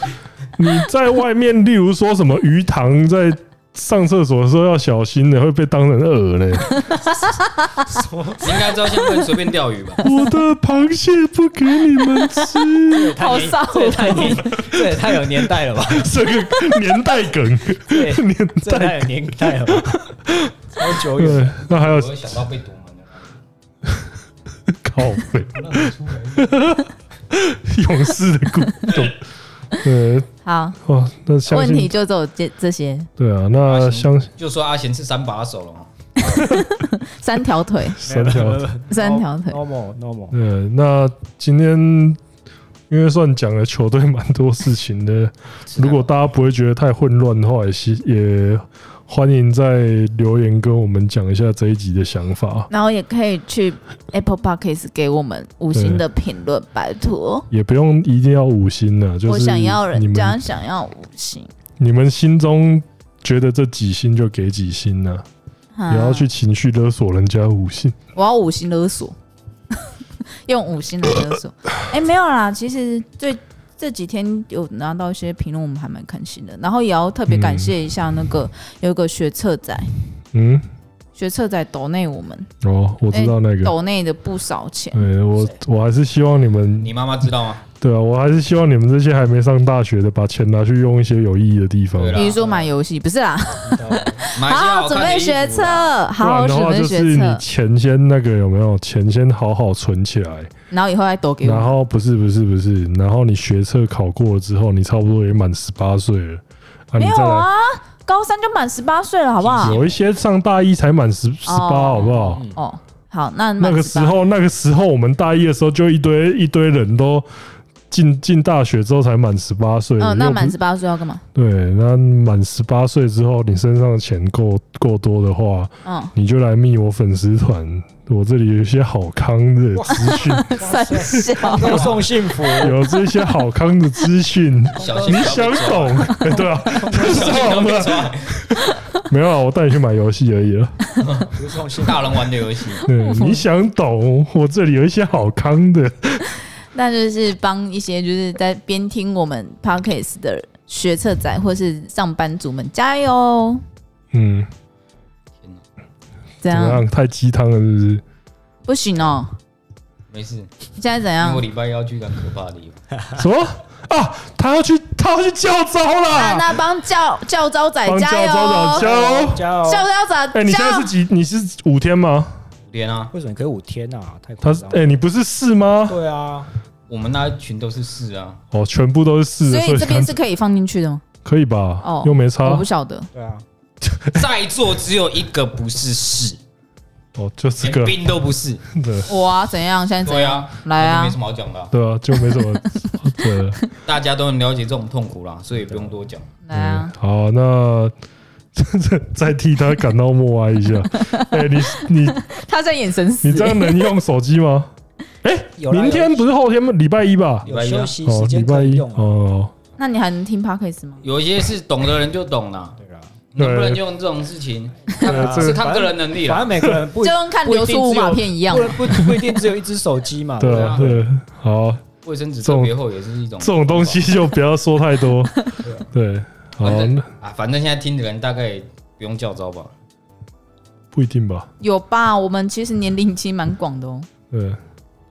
A: 你在外面，例如说什么鱼塘，在上厕所的时候要小心的，会被当成饵 嘞。
D: 你应该知道现在不能随便 钓鱼吧？
A: 我的螃蟹不给你们 吃，
B: 好少
C: 这也太年，这也太有年代 了吧？
A: 这个年代梗，
C: 对，
A: 年
C: 这太
A: 代
C: 有年代了吧？超久远。
A: 对。那还有
D: 我会想到被堵门的。
A: 靠背， 勇士的故懂。呃，
B: 好，
A: 哇，那相
B: 问题
A: 信
B: 就只有这这些
A: 对啊，那
D: 阿
A: 相信
D: 就说阿贤是三把手了哦，
B: 三条 腿，
A: 三条。
B: 三条腿
C: normal normal，
A: 呃，那今天因为算讲了球队蛮多事情 的，
B: 啊
A: 如果大家不会觉得太混乱的话，也希也欢迎在留言跟我们讲一下这一集的想法。
B: 然后也可以去 Apple Podcast 给我们五星的评论，拜托。
A: 也不用一定要五星了，就是
B: 我想要
A: 你
B: 人家
A: 们
B: 想要五星，
A: 你们心中觉得这几星就给几星呢、
B: 啊
A: 也要去，情绪勒索人家五星。
B: 我要五星勒索， 用五星来勒 索。哎、没有啦，其实最这几天有拿到一些评论，我们还蛮开心的。然后也要特别感谢一下那个、有一个学测仔，
A: 嗯，
B: 学测仔抖内我们
A: 哦，我知道那个。
B: 抖内的不少钱，
A: 对我，我还是希望你们
D: 你妈妈知道吗？
A: 对啊，我还是希望你们这些还没上大学的，把钱拿去用一些有意义的地方。
D: 对啦
B: 比如说买游戏，不是啦，
A: 哎
D: 买一些
B: 好好
D: 好
B: 啊准
D: 看的
B: 备
D: 衣服啊啦
B: 学测，
A: 不
B: 好
A: 然的
B: 好准
A: 话，
B: 备
A: 就是
B: 学
A: 你
B: 测，
A: 钱先那个有没有钱先好好存起来，
B: 然后以后再抖给
A: 然
B: 我。
A: 后不是不是不是，然后你学测考过了之后，你差不多也满十八岁了啊，你
B: 没有
A: 再来
B: 啊，高三就满十八岁了，好不好？
A: 有一些上大一才满十十八，好不好？
B: 哦，好，那
A: 那
B: 满
A: 个时
B: 18
A: 候，那个时候我们大一的时候，就一堆一堆人都进进大学之后才满十八岁。
B: 嗯，
A: 你又
B: 那
A: 不
B: 满十八岁要干嘛？
A: 对，那满十八岁之后，你身上的钱够够多的话，
B: 嗯，
A: 你就来密我粉丝团，我这里有一些好康的资讯，
B: 三小，
C: 给我送幸福，
A: 有这些好康的资讯，
D: 小心
A: 你
D: 不要被
A: 想
D: 抓
A: 懂？哎对啊，
D: 小心不要被抓，
A: 没有啊，我带你去买游戏而已了。
C: 不是送幸福。
D: 大人玩的游戏。
A: 对，你想懂？我这里有一些好康的，
B: 那就是帮一些就是在边听我们 podcast 的学测仔或是上班族们加油，
A: 嗯，
D: 天哪
B: 这
A: 怎么
B: 样
A: 样？太鸡汤了，是不是？
B: 不行哦。
D: 没事，
B: 现在怎
D: 因为
B: 样
D: 我？礼拜一要去一个很可怕的地方。
A: 什么啊？他要去，他要去教招
B: 那
A: 啦！
B: 啊那帮教教招仔
A: 帮教
B: 加
A: 招
B: 油哦
A: 仔，加油！
C: 加
B: 教
C: 油！
B: 招仔，
A: 哎、你现在是几？你是五天吗？
D: 五天啊，
C: 为什么可以五天啊？太
A: 他
C: 夸
A: 是
C: 张
A: 哎、
C: 了。
A: 你不是四吗？
C: 对啊，
D: 我们那一群都是四啊，
A: 哦，全部都是四，
B: 所
A: 所
B: 以这边
A: 看
B: 是可以放进去的吗？
A: 可以吧？
B: 哦
A: 又没
B: 我
A: 差
B: 不，晓得，
C: 对啊，
D: 在座只有一个不是四，
A: 哦，就是
D: 连
A: 个
D: 兵都不是。
A: 对
B: 我啊怎样？现在怎
D: 对
B: 样？
D: 啊，
B: 来啊
D: 那就没什么好讲的啊，
A: 对啊，就没什么 对。
D: 大家都很了解这种痛苦啦，所以也不用多讲。
B: 来啊！
A: 好，那 再替他感到默哀一 下。哎、你你
B: 他在眼神死
A: 你这样能用手机吗？哎、
C: 有啦
A: 明天不是后天吗？礼拜一吧？
C: 有休息
A: 哦，
C: 时
A: 礼
C: 间
A: 拜
C: 可以
A: 一
C: 用啊。
A: 哦。
B: 那你还能听 podcast 吗？
D: 有一些是懂的人就懂啦，
C: 对啊，
A: 对
D: 能不能用这种事情，
A: 呃这个
D: 是看个人能力
C: 反
D: 啦。
C: 正每个人不
B: 就跟看流苏五马片一样
C: 不。能不不一定只有一只手机嘛。
A: 对
D: 对
A: 啊，
D: 啊
A: 对，好，
D: 卫生纸特别厚也是一种
A: 这种东西就不要说太 多。对，好，
D: 反正
A: 那
D: 啊，反正现在听的人大概不用叫招吧。
A: 不一定吧？
B: 有吧？我们其实年龄其实蛮广的哦。
A: 对，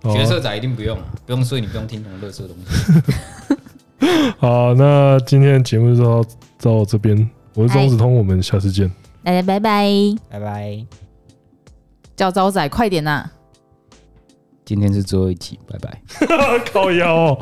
A: 好
D: 角色仔一定不用，不用，所以你不用听懂乐色东西。
A: 好，那今天的节目就到到这边，我是钟子通，我们下次见。
B: 大家拜拜，
C: 拜拜。
B: 叫招仔，快点呐、啊
D: 今天是最后一集，拜拜。
A: 靠腰哦、